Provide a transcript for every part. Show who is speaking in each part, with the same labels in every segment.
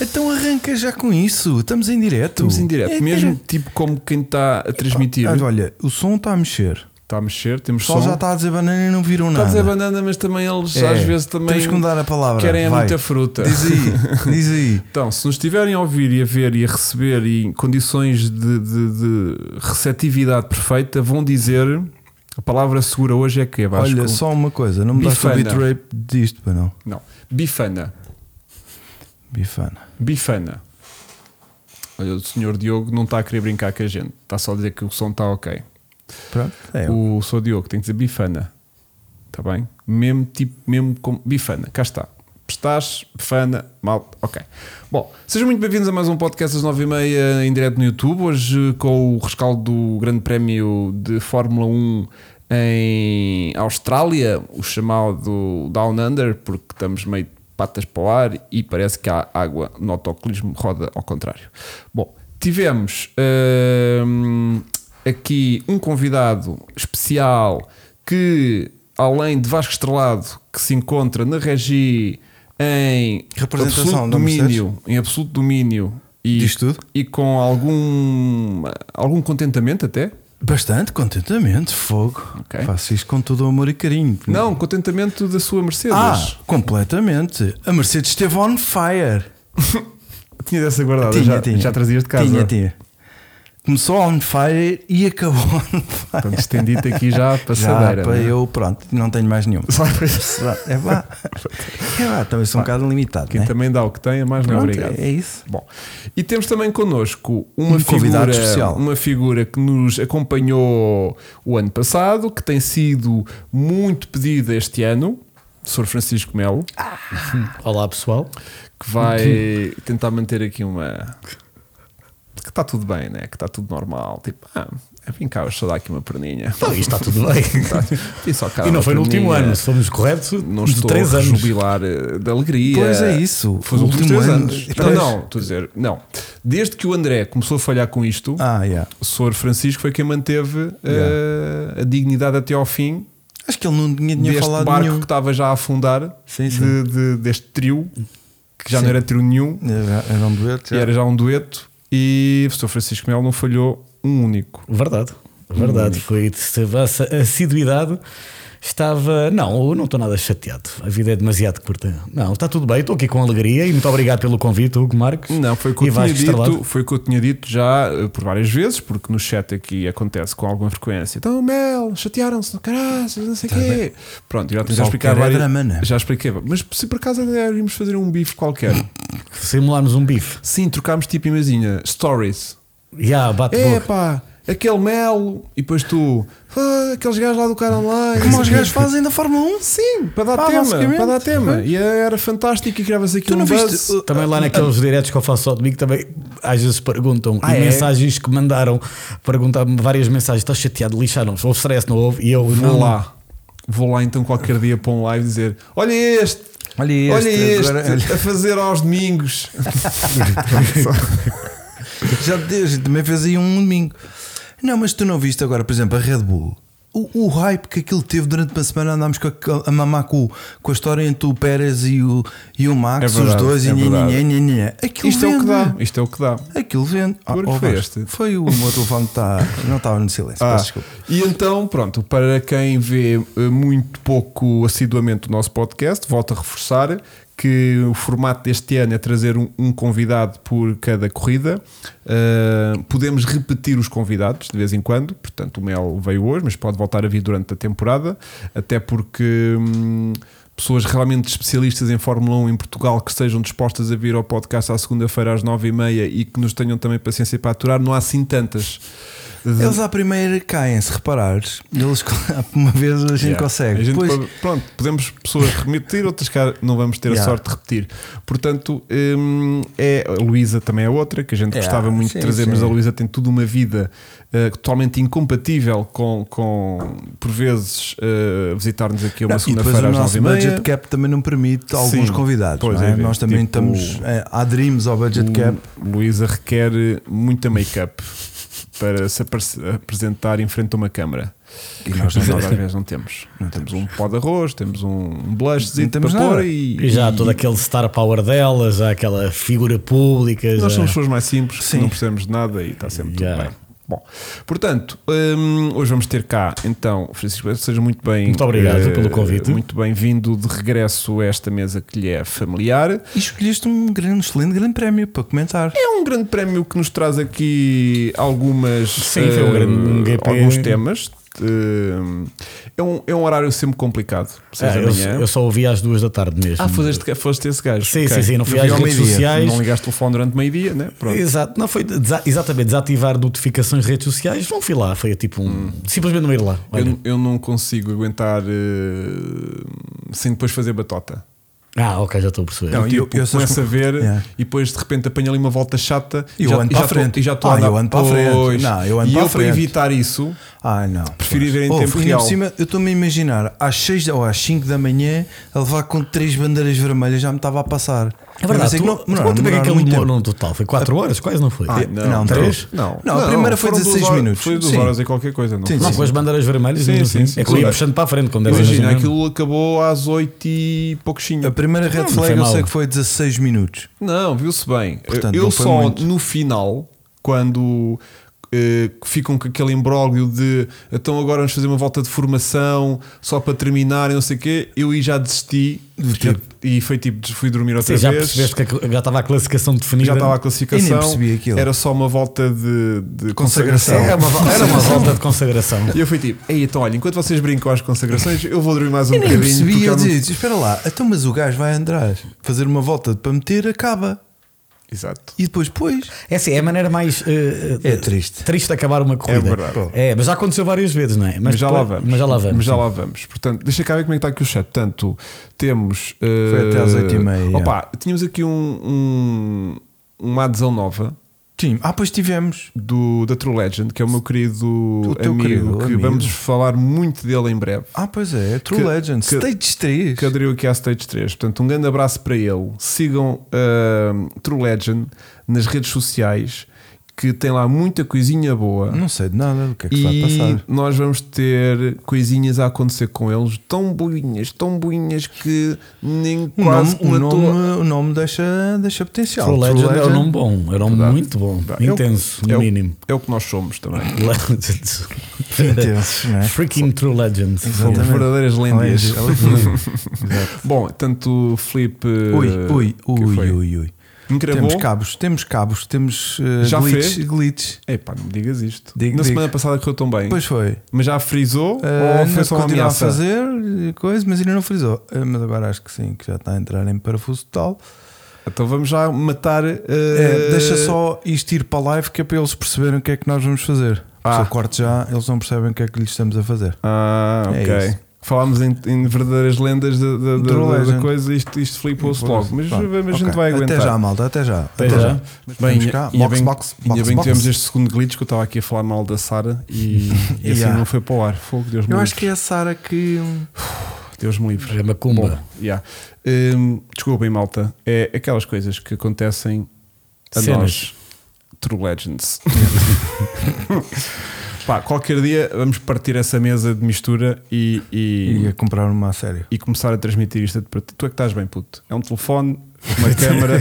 Speaker 1: Então arranca já com isso. Estamos em direto.
Speaker 2: Estamos em direto,
Speaker 1: É,
Speaker 2: mesmo tipo como quem está a transmitir.
Speaker 1: Ah, olha, o som está a mexer.
Speaker 2: Está a mexer, temos
Speaker 1: O pessoal
Speaker 2: som.
Speaker 1: já tá está a dizer banana e não viram
Speaker 2: Está a
Speaker 1: nada.
Speaker 2: dizer banana, mas também eles
Speaker 1: É,
Speaker 2: às vezes também
Speaker 1: Temos que mudar a palavra.
Speaker 2: querem é
Speaker 1: Vai.
Speaker 2: muita fruta.
Speaker 1: Diz aí, diz aí.
Speaker 2: Então, se nos estiverem a ouvir e a ver e a receber e em condições de, de- de receptividade perfeita, vão dizer a palavra segura hoje é que é Vasco.
Speaker 1: Olha, só uma coisa, não me dá o
Speaker 2: Bifana.
Speaker 1: beat rape disto, para não.
Speaker 2: Não, bifana.
Speaker 1: Bifana.
Speaker 2: Bifana. Olha, o senhor Diogo não está a querer brincar com a gente, está só a dizer que o som está ok.
Speaker 1: Pronto, é.
Speaker 2: O senhor Diogo tem que dizer bifana. Está Tá bem? Mesmo tipo, mesmo como bifana. Cá está. Pestache, bifana, mal. Ok. Bom, sejam muito bem-vindos a mais um podcast às 9h30 em direto no YouTube. Hoje com o rescaldo do Grande Prémio de Fórmula 1 em Austrália, o chamado Down Under, porque estamos meio de patas para o ar e parece que a água no autocolismo roda ao contrário. Bom, tivemos hum, aqui um convidado especial que, além de Vasco Estrelado, que se encontra na Regi em
Speaker 1: Representação
Speaker 2: absoluto
Speaker 1: da Mercedes.
Speaker 2: domínio, em absoluto domínio e,
Speaker 1: Diz tudo?
Speaker 2: e com algum, algum contentamento até.
Speaker 1: Bastante contentamento, fogo.
Speaker 2: Ok.
Speaker 1: Faço isto com todo o amor e carinho.
Speaker 2: Não, contentamento da sua Mercedes.
Speaker 1: Hum. Ah, completamente. A Mercedes esteve on fire.
Speaker 2: Tinha essa guardada,
Speaker 1: Tinha,
Speaker 2: já,
Speaker 1: tinha.
Speaker 2: já trazias de casa.
Speaker 1: Tinha, tinha. Começou on fire e acabou on fire.
Speaker 2: Portanto, estendi-te aqui já a
Speaker 1: Já,
Speaker 2: passadeira.
Speaker 1: para
Speaker 2: né?
Speaker 1: eu, pronto, não tenho mais nenhum.
Speaker 2: Só para isso.
Speaker 1: É vá. É vá, também sou um bocado limitado.
Speaker 2: Quem
Speaker 1: Né?
Speaker 2: também dá o que tem, é mais não
Speaker 1: Pronto,
Speaker 2: obrigado.
Speaker 1: é isso.
Speaker 2: Bom, e temos também connosco uma
Speaker 1: Um
Speaker 2: figura
Speaker 1: convidado especial.
Speaker 2: uma figura que nos acompanhou o ano passado, que tem sido muito pedida este ano, o Sr. Francisco Melo,
Speaker 3: Olá pessoal,
Speaker 2: que vai tentar manter aqui uma que está tudo bem, né? Que está tudo normal, tipo, ah, vem cá, eu só dar aqui uma perninha. Tá,
Speaker 3: Então, isto está tudo bem.
Speaker 2: E, só cá
Speaker 3: e não
Speaker 2: uma
Speaker 3: foi no último
Speaker 2: perninha.
Speaker 3: ano, se formos corretos,
Speaker 2: é. Não
Speaker 3: de
Speaker 2: estou
Speaker 3: três
Speaker 2: a
Speaker 3: anos.
Speaker 2: jubilar eh, de alegria.
Speaker 1: Pois é isso,
Speaker 2: Foi os
Speaker 1: o
Speaker 2: últimos
Speaker 1: último
Speaker 2: três
Speaker 1: ano.
Speaker 2: anos. Não,
Speaker 1: Pois.
Speaker 2: não, estou a dizer, não. Desde que o André começou a falhar com isto,
Speaker 1: Ah, yeah.
Speaker 2: o Sr. Francisco foi quem manteve eh, a dignidade até ao fim
Speaker 1: Acho que ele não tinha, tinha
Speaker 2: deste
Speaker 1: falado
Speaker 2: barco
Speaker 1: nenhum.
Speaker 2: que estava já a afundar,
Speaker 1: Sim, sim.
Speaker 2: de- de- deste trio, que já não
Speaker 1: Sim.
Speaker 2: era trio nenhum,
Speaker 1: Era, era um dueto.
Speaker 2: e era já um dueto, e o Sr. Francisco Melo não falhou um único.
Speaker 3: Verdade, verdade.
Speaker 2: Hum.
Speaker 3: Foi teve essa assiduidade. Estava. Não, eu não estou nada chateado. A vida é demasiado curta. Não, está tudo bem, estou aqui com alegria e muito obrigado pelo convite, Hugo Marques.
Speaker 2: Não, foi o que
Speaker 3: E
Speaker 2: eu tinha
Speaker 3: Vasco
Speaker 2: dito,
Speaker 3: Estrelado.
Speaker 2: foi o que eu tinha dito já eh, por várias vezes, porque no chat aqui acontece com alguma frequência. Então, Mel, chatearam-se, no caralho, não
Speaker 1: Tá
Speaker 2: sei o quê. Pronto, já, já
Speaker 1: Pessoal
Speaker 2: explicar
Speaker 1: quer é
Speaker 2: várias,
Speaker 1: drama, né?
Speaker 2: Já expliquei, mas se por acaso íamos fazer um bife qualquer,
Speaker 3: Simulámos um bife.
Speaker 2: sim, trocámos tipo, imagina, stories.
Speaker 3: Já, bate boca.
Speaker 2: Epá, aquele Melo, e depois tu, "Ah, aqueles gajos lá do cara online.
Speaker 1: Como os gajos fazem da Fórmula 1?
Speaker 2: Sim, para dar
Speaker 1: Pá,
Speaker 2: tema,
Speaker 1: basicamente.
Speaker 2: para dar tema. E era fantástico e criava-se aqui
Speaker 1: Tu
Speaker 2: um
Speaker 1: não
Speaker 2: buzz.
Speaker 1: viste o-
Speaker 3: Também
Speaker 2: ah,
Speaker 3: lá naqueles diretos que eu faço ao domingo também às vezes perguntam
Speaker 1: Ah,
Speaker 3: e
Speaker 1: é?
Speaker 3: mensagens que mandaram perguntar-me várias mensagens, estás chateado, lixaram-se, houve stress, não houve, e eu não,
Speaker 2: Vou lá. Vou lá então qualquer dia para um live dizer: Olha este!
Speaker 1: Olha este,
Speaker 2: olha este
Speaker 1: agora- olha."
Speaker 2: a fazer aos domingos.
Speaker 1: Já Deus, também fez aí um domingo. Não, mas tu não viste agora, por exemplo, a Red Bull. O, o hype que aquilo teve durante uma semana andámos com a, a mamar com, com a história entre o Pérez e o, e o Max,
Speaker 2: É
Speaker 1: os
Speaker 2: verdade,
Speaker 1: dois,
Speaker 2: é
Speaker 1: e nhe,
Speaker 2: verdade.
Speaker 1: nhe, nhe, nhe, nhe. Aquilo
Speaker 2: Isto é o que
Speaker 1: vende.
Speaker 2: dá. Isto é o que dá.
Speaker 1: Aquilo vende. Ah,
Speaker 2: Agora que
Speaker 1: oh,
Speaker 2: foi
Speaker 1: Vasco,
Speaker 2: este?
Speaker 1: Foi o meu telefone que está. Não estava no silêncio,
Speaker 2: Ah,
Speaker 1: peço desculpa.
Speaker 2: e então, pronto, para quem vê eh, muito pouco assiduamente o nosso podcast, volto a reforçar que o formato deste ano é trazer um, um convidado por cada corrida. Ah, podemos repetir os convidados de vez em quando, portanto, o Mel veio hoje, mas pode voltar a vir durante a temporada, até porque. hum, Pessoas realmente especialistas em Fórmula 1 em Portugal que estejam dispostas a vir ao podcast à segunda-feira às nove e meia e que nos tenham também paciência para aturar, não há assim tantas. De-
Speaker 1: Eles à primeira caem, se reparares. Eles, uma vez a gente
Speaker 2: Yeah.
Speaker 1: consegue.
Speaker 2: A gente
Speaker 1: Depois,
Speaker 2: pode- pronto, podemos pessoas repetir, outras cá não vamos ter a
Speaker 1: Yeah.
Speaker 2: sorte de repetir. Portanto, hum, é, a Luísa também é outra que a gente
Speaker 1: Yeah,
Speaker 2: gostava muito
Speaker 1: sim,
Speaker 2: de trazer, mas
Speaker 1: sim.
Speaker 2: a Luísa tem toda uma vida eh, totalmente incompatível com, com por vezes, eh, visitar-nos aqui
Speaker 1: Não,
Speaker 2: uma
Speaker 1: e depois
Speaker 2: segunda-feira
Speaker 1: o
Speaker 2: às
Speaker 1: nosso
Speaker 2: nove e meia.
Speaker 1: budget cap também não permite alguns
Speaker 2: Sim,
Speaker 1: convidados.
Speaker 2: pois
Speaker 1: não é?
Speaker 2: é,
Speaker 1: Nós também
Speaker 2: tipo-
Speaker 1: estamos. É, aderimos ao budget cap.
Speaker 2: Luísa requer eh, muita make-up para se apare- apresentar em frente a uma câmara.
Speaker 1: E nós
Speaker 2: Mas
Speaker 1: não
Speaker 2: nós às
Speaker 1: temos.
Speaker 2: vezes não temos.
Speaker 1: Não
Speaker 2: temos,
Speaker 1: temos.
Speaker 2: um pó de arroz, temos um blush
Speaker 1: Não
Speaker 2: para
Speaker 1: temos
Speaker 2: pôr
Speaker 1: nada.
Speaker 2: e,
Speaker 3: E já há
Speaker 2: e-
Speaker 3: todo aquele star power dela, já há aquela figura pública.
Speaker 2: Nós
Speaker 3: já-
Speaker 2: somos pessoas mais simples,
Speaker 1: Sim.
Speaker 2: não precisamos de nada e está sempre tudo
Speaker 3: é. Yeah.
Speaker 2: bem. Bom, portanto, hum, hoje vamos ter cá, então, Francisco, seja muito bem.
Speaker 3: Muito obrigado
Speaker 2: eh,
Speaker 3: pelo convite.
Speaker 2: Muito bem-vindo de regresso a esta mesa que lhe é familiar.
Speaker 1: E escolheste um grande, excelente grande prémio para comentar.
Speaker 2: É um grande prémio que nos traz aqui algumas.
Speaker 3: Sim, foi um
Speaker 2: eh,
Speaker 3: grande GP.
Speaker 2: Alguns temas. Eh, É um, é um horário sempre complicado. Seis
Speaker 3: Ah,
Speaker 2: da
Speaker 3: eu,
Speaker 2: manhã.
Speaker 3: eu só ouvi às duas da tarde mesmo.
Speaker 2: Ah, foste, este- foste esse gajo.
Speaker 3: Sim,
Speaker 2: Ok.
Speaker 3: sim, sim, não fui
Speaker 2: Eu vi
Speaker 3: às
Speaker 2: ao
Speaker 3: redes
Speaker 2: meio-dia.
Speaker 3: sociais.
Speaker 2: Não ligaste o telefone durante meio-dia, né? Pronto.
Speaker 3: Exato, não foi desa- exatamente desativar notificações de redes sociais. Não fui lá, foi tipo um. Simplesmente não ir lá. olha.
Speaker 2: Hum. Eu, eu não consigo aguentar eh, sem depois fazer batota.
Speaker 3: Ah, ok, já estou a perceber.
Speaker 1: Não,
Speaker 2: Tipo,
Speaker 1: eu- eu só
Speaker 2: começo a
Speaker 1: escolho-
Speaker 2: ver
Speaker 1: Yeah.
Speaker 2: e depois de repente apanho ali uma volta chata
Speaker 1: E eu
Speaker 2: já,
Speaker 1: ando para
Speaker 2: já
Speaker 1: a
Speaker 2: tô-
Speaker 1: frente.
Speaker 2: e já estou
Speaker 1: Ah,
Speaker 2: a andar.
Speaker 1: eu ando para a frente.
Speaker 2: Pois.
Speaker 1: Não, eu ando
Speaker 2: e
Speaker 1: para a
Speaker 2: eu para
Speaker 1: frente.
Speaker 2: evitar isso,
Speaker 1: Ah, não.
Speaker 2: Preferi ver em
Speaker 1: Ouve,
Speaker 2: tempo
Speaker 1: e ainda
Speaker 2: real.
Speaker 1: por cima, eu estou-me a imaginar às 6 ou às 5 da manhã a levar com três bandeiras vermelhas, já me estava a passar.
Speaker 3: É
Speaker 1: Eu
Speaker 3: verdade,
Speaker 1: pensei
Speaker 3: tu,
Speaker 1: que
Speaker 3: não, tu quanto tempo é que
Speaker 1: demoraram
Speaker 3: aquele
Speaker 1: muito
Speaker 3: demorou
Speaker 1: tempo.
Speaker 3: no total? Foi 4 horas? Quase não foi?
Speaker 2: Ah,
Speaker 3: não,
Speaker 1: não, não,
Speaker 3: três?
Speaker 2: Não,
Speaker 1: Não, a primeira foi
Speaker 2: foram duas
Speaker 1: 16
Speaker 2: horas-
Speaker 1: minutos.
Speaker 2: Foi duas
Speaker 1: Sim.
Speaker 2: horas e qualquer coisa, não
Speaker 1: Sim,
Speaker 2: foi?
Speaker 1: sim.
Speaker 3: com as bandeiras vermelhas.
Speaker 2: Sim,
Speaker 3: não,
Speaker 2: sim,
Speaker 3: assim.
Speaker 2: sim,
Speaker 3: é que eu ia
Speaker 2: claro.
Speaker 3: puxando para a frente, como deves
Speaker 2: Imagina,
Speaker 3: imaginar.
Speaker 2: aquilo acabou às 8 e pouquinho.
Speaker 1: A primeira red
Speaker 3: foi
Speaker 2: é
Speaker 1: flag eu
Speaker 3: mal.
Speaker 1: sei que foi 16 minutos.
Speaker 2: Não, viu-se bem.
Speaker 1: Portanto,
Speaker 2: eu
Speaker 1: não foi
Speaker 2: só
Speaker 1: muito.
Speaker 2: no final, quando eh, ficam com aquele imbróglio de então agora vamos fazer uma volta de formação só para terminar e não sei o quê, eu aí já desisti já- e foi tipo, fui dormir outra
Speaker 3: Sim, já
Speaker 2: vez.
Speaker 3: percebeste que aquilo- já estava a classificação definida.
Speaker 2: já estava a
Speaker 1: Eu
Speaker 2: classificação,
Speaker 1: nem percebi aquilo.
Speaker 2: era só uma volta de, de
Speaker 1: Consagração. É,
Speaker 3: Era uma, vo- era uma volta de consagração.
Speaker 2: E eu fui tipo, Ei, então olha, enquanto vocês brincam às consagrações, eu vou dormir mais um
Speaker 1: Eu nem
Speaker 2: bocadinho.
Speaker 1: percebi,
Speaker 2: porque
Speaker 1: eu
Speaker 2: eu não-
Speaker 1: dizia, espera lá, então mas o gajo vai andar, fazer uma volta para meter, acaba.
Speaker 2: Exato.
Speaker 1: E depois, pois,
Speaker 3: É assim, é a maneira mais eh, eh,
Speaker 1: É triste.
Speaker 3: triste de acabar uma corrida.
Speaker 2: verdade.
Speaker 3: É, mas já aconteceu várias vezes, não é?
Speaker 2: Mas, já lá
Speaker 3: depois-
Speaker 2: vamos.
Speaker 3: Mas já lá vamos.
Speaker 2: Mas já lá vamos. Portanto, deixa cá ver como é que está aqui o chat. Portanto, temos. eh,
Speaker 1: Foi até às oito e meia.
Speaker 2: Opa, tínhamos aqui um, um- uma adesão nova.
Speaker 1: sim. Ah, pois tivemos.
Speaker 2: Do, da True Legend, que é o meu querido
Speaker 1: O teu
Speaker 2: amigo,
Speaker 1: querido
Speaker 2: que
Speaker 1: amigo.
Speaker 2: vamos falar muito dele em breve,
Speaker 1: Ah, pois é, True
Speaker 2: Que-
Speaker 1: Legend,
Speaker 2: que-
Speaker 1: Stage 3.
Speaker 2: que aderiu aqui à Stage 3. Portanto, um grande abraço para ele. Sigam ah, True Legend nas redes sociais, que tem lá muita coisinha boa.
Speaker 1: Não sei de nada do que é que se vai
Speaker 2: E
Speaker 1: passar.
Speaker 2: nós vamos ter coisinhas a acontecer com eles, tão boinhas, tão boinhas que nem
Speaker 1: O
Speaker 2: quase
Speaker 1: Um nome, o
Speaker 2: uma
Speaker 1: nome,
Speaker 2: toa.
Speaker 1: o nome deixa, deixa potencial.
Speaker 3: True
Speaker 2: é
Speaker 3: Legend era um nome bom, era um
Speaker 2: Verdade.
Speaker 3: muito bom,
Speaker 2: Verdade.
Speaker 3: intenso,
Speaker 2: é
Speaker 3: no
Speaker 2: o-
Speaker 3: mínimo.
Speaker 2: É o que nós somos também.
Speaker 3: Legends.
Speaker 1: Intensos, não é?
Speaker 3: Freaking True Legends.
Speaker 2: Somos
Speaker 1: Exatamente.
Speaker 2: verdadeiras lendas.
Speaker 1: Exato.
Speaker 2: Bom, tanto o Felipe. eh,
Speaker 1: Ui, ui,
Speaker 2: que
Speaker 1: ui,
Speaker 2: foi?
Speaker 1: ui, ui.
Speaker 2: Encravou?
Speaker 1: Temos cabos, temos cabos, temos eh,
Speaker 2: Já
Speaker 1: glitches,
Speaker 2: fez?
Speaker 1: glitches.
Speaker 2: Epá, não me digas isto.
Speaker 1: Digo,
Speaker 2: Na
Speaker 1: digo.
Speaker 2: semana passada correu tão bem.
Speaker 1: Pois foi.
Speaker 2: Mas já frisou
Speaker 1: Eh,
Speaker 2: ou foi
Speaker 1: ainda
Speaker 2: só uma
Speaker 1: continua a
Speaker 2: ameaça?
Speaker 1: fazer eh, coisa, mas ainda não frisou. Eh, mas agora acho que sim, que já está a entrar em parafuso total.
Speaker 2: Então vamos já matar. eh,
Speaker 1: Eh, deixa só isto ir para a live que é para eles perceberem o que é que nós vamos fazer.
Speaker 2: Ah.
Speaker 1: Se eu corto já, eles não percebem o que é que lhes estamos a fazer.
Speaker 2: Ah,
Speaker 1: É
Speaker 2: ok.
Speaker 1: isso.
Speaker 2: Falámos em, em verdadeiras lendas da, da- da-
Speaker 1: True
Speaker 2: da- da
Speaker 1: Legend.
Speaker 2: coisa, isto, isto flipou-se
Speaker 1: Pois,
Speaker 2: logo. Mas
Speaker 1: pronto,
Speaker 2: a gente
Speaker 1: ok.
Speaker 2: vai aguentar.
Speaker 1: Até já, malta, até já. Até,
Speaker 3: já.
Speaker 1: já.
Speaker 2: Bem,
Speaker 1: Vamos cá.
Speaker 2: ainda
Speaker 1: Box, box,
Speaker 2: bem, ainda
Speaker 1: box,
Speaker 2: bem que
Speaker 1: box.
Speaker 2: tivemos este segundo glitch que eu estava aqui a falar mal da Sara e, e assim
Speaker 1: Yeah.
Speaker 2: não foi para o ar. Fogo, Deus me
Speaker 1: Eu
Speaker 2: livre.
Speaker 1: acho que é a Sara que.
Speaker 2: Deus me livre.
Speaker 3: É Macumba.
Speaker 2: Yeah. Hum, desculpem, malta. É aquelas coisas que acontecem a
Speaker 3: Cenas.
Speaker 2: nós, True Legends. Pá, qualquer dia vamos partir essa mesa de mistura e- e-
Speaker 1: Ia comprar uma a sério.
Speaker 2: e começar a transmitir isto para ti. Tu é que estás bem, puto. É um telefone, uma câmara,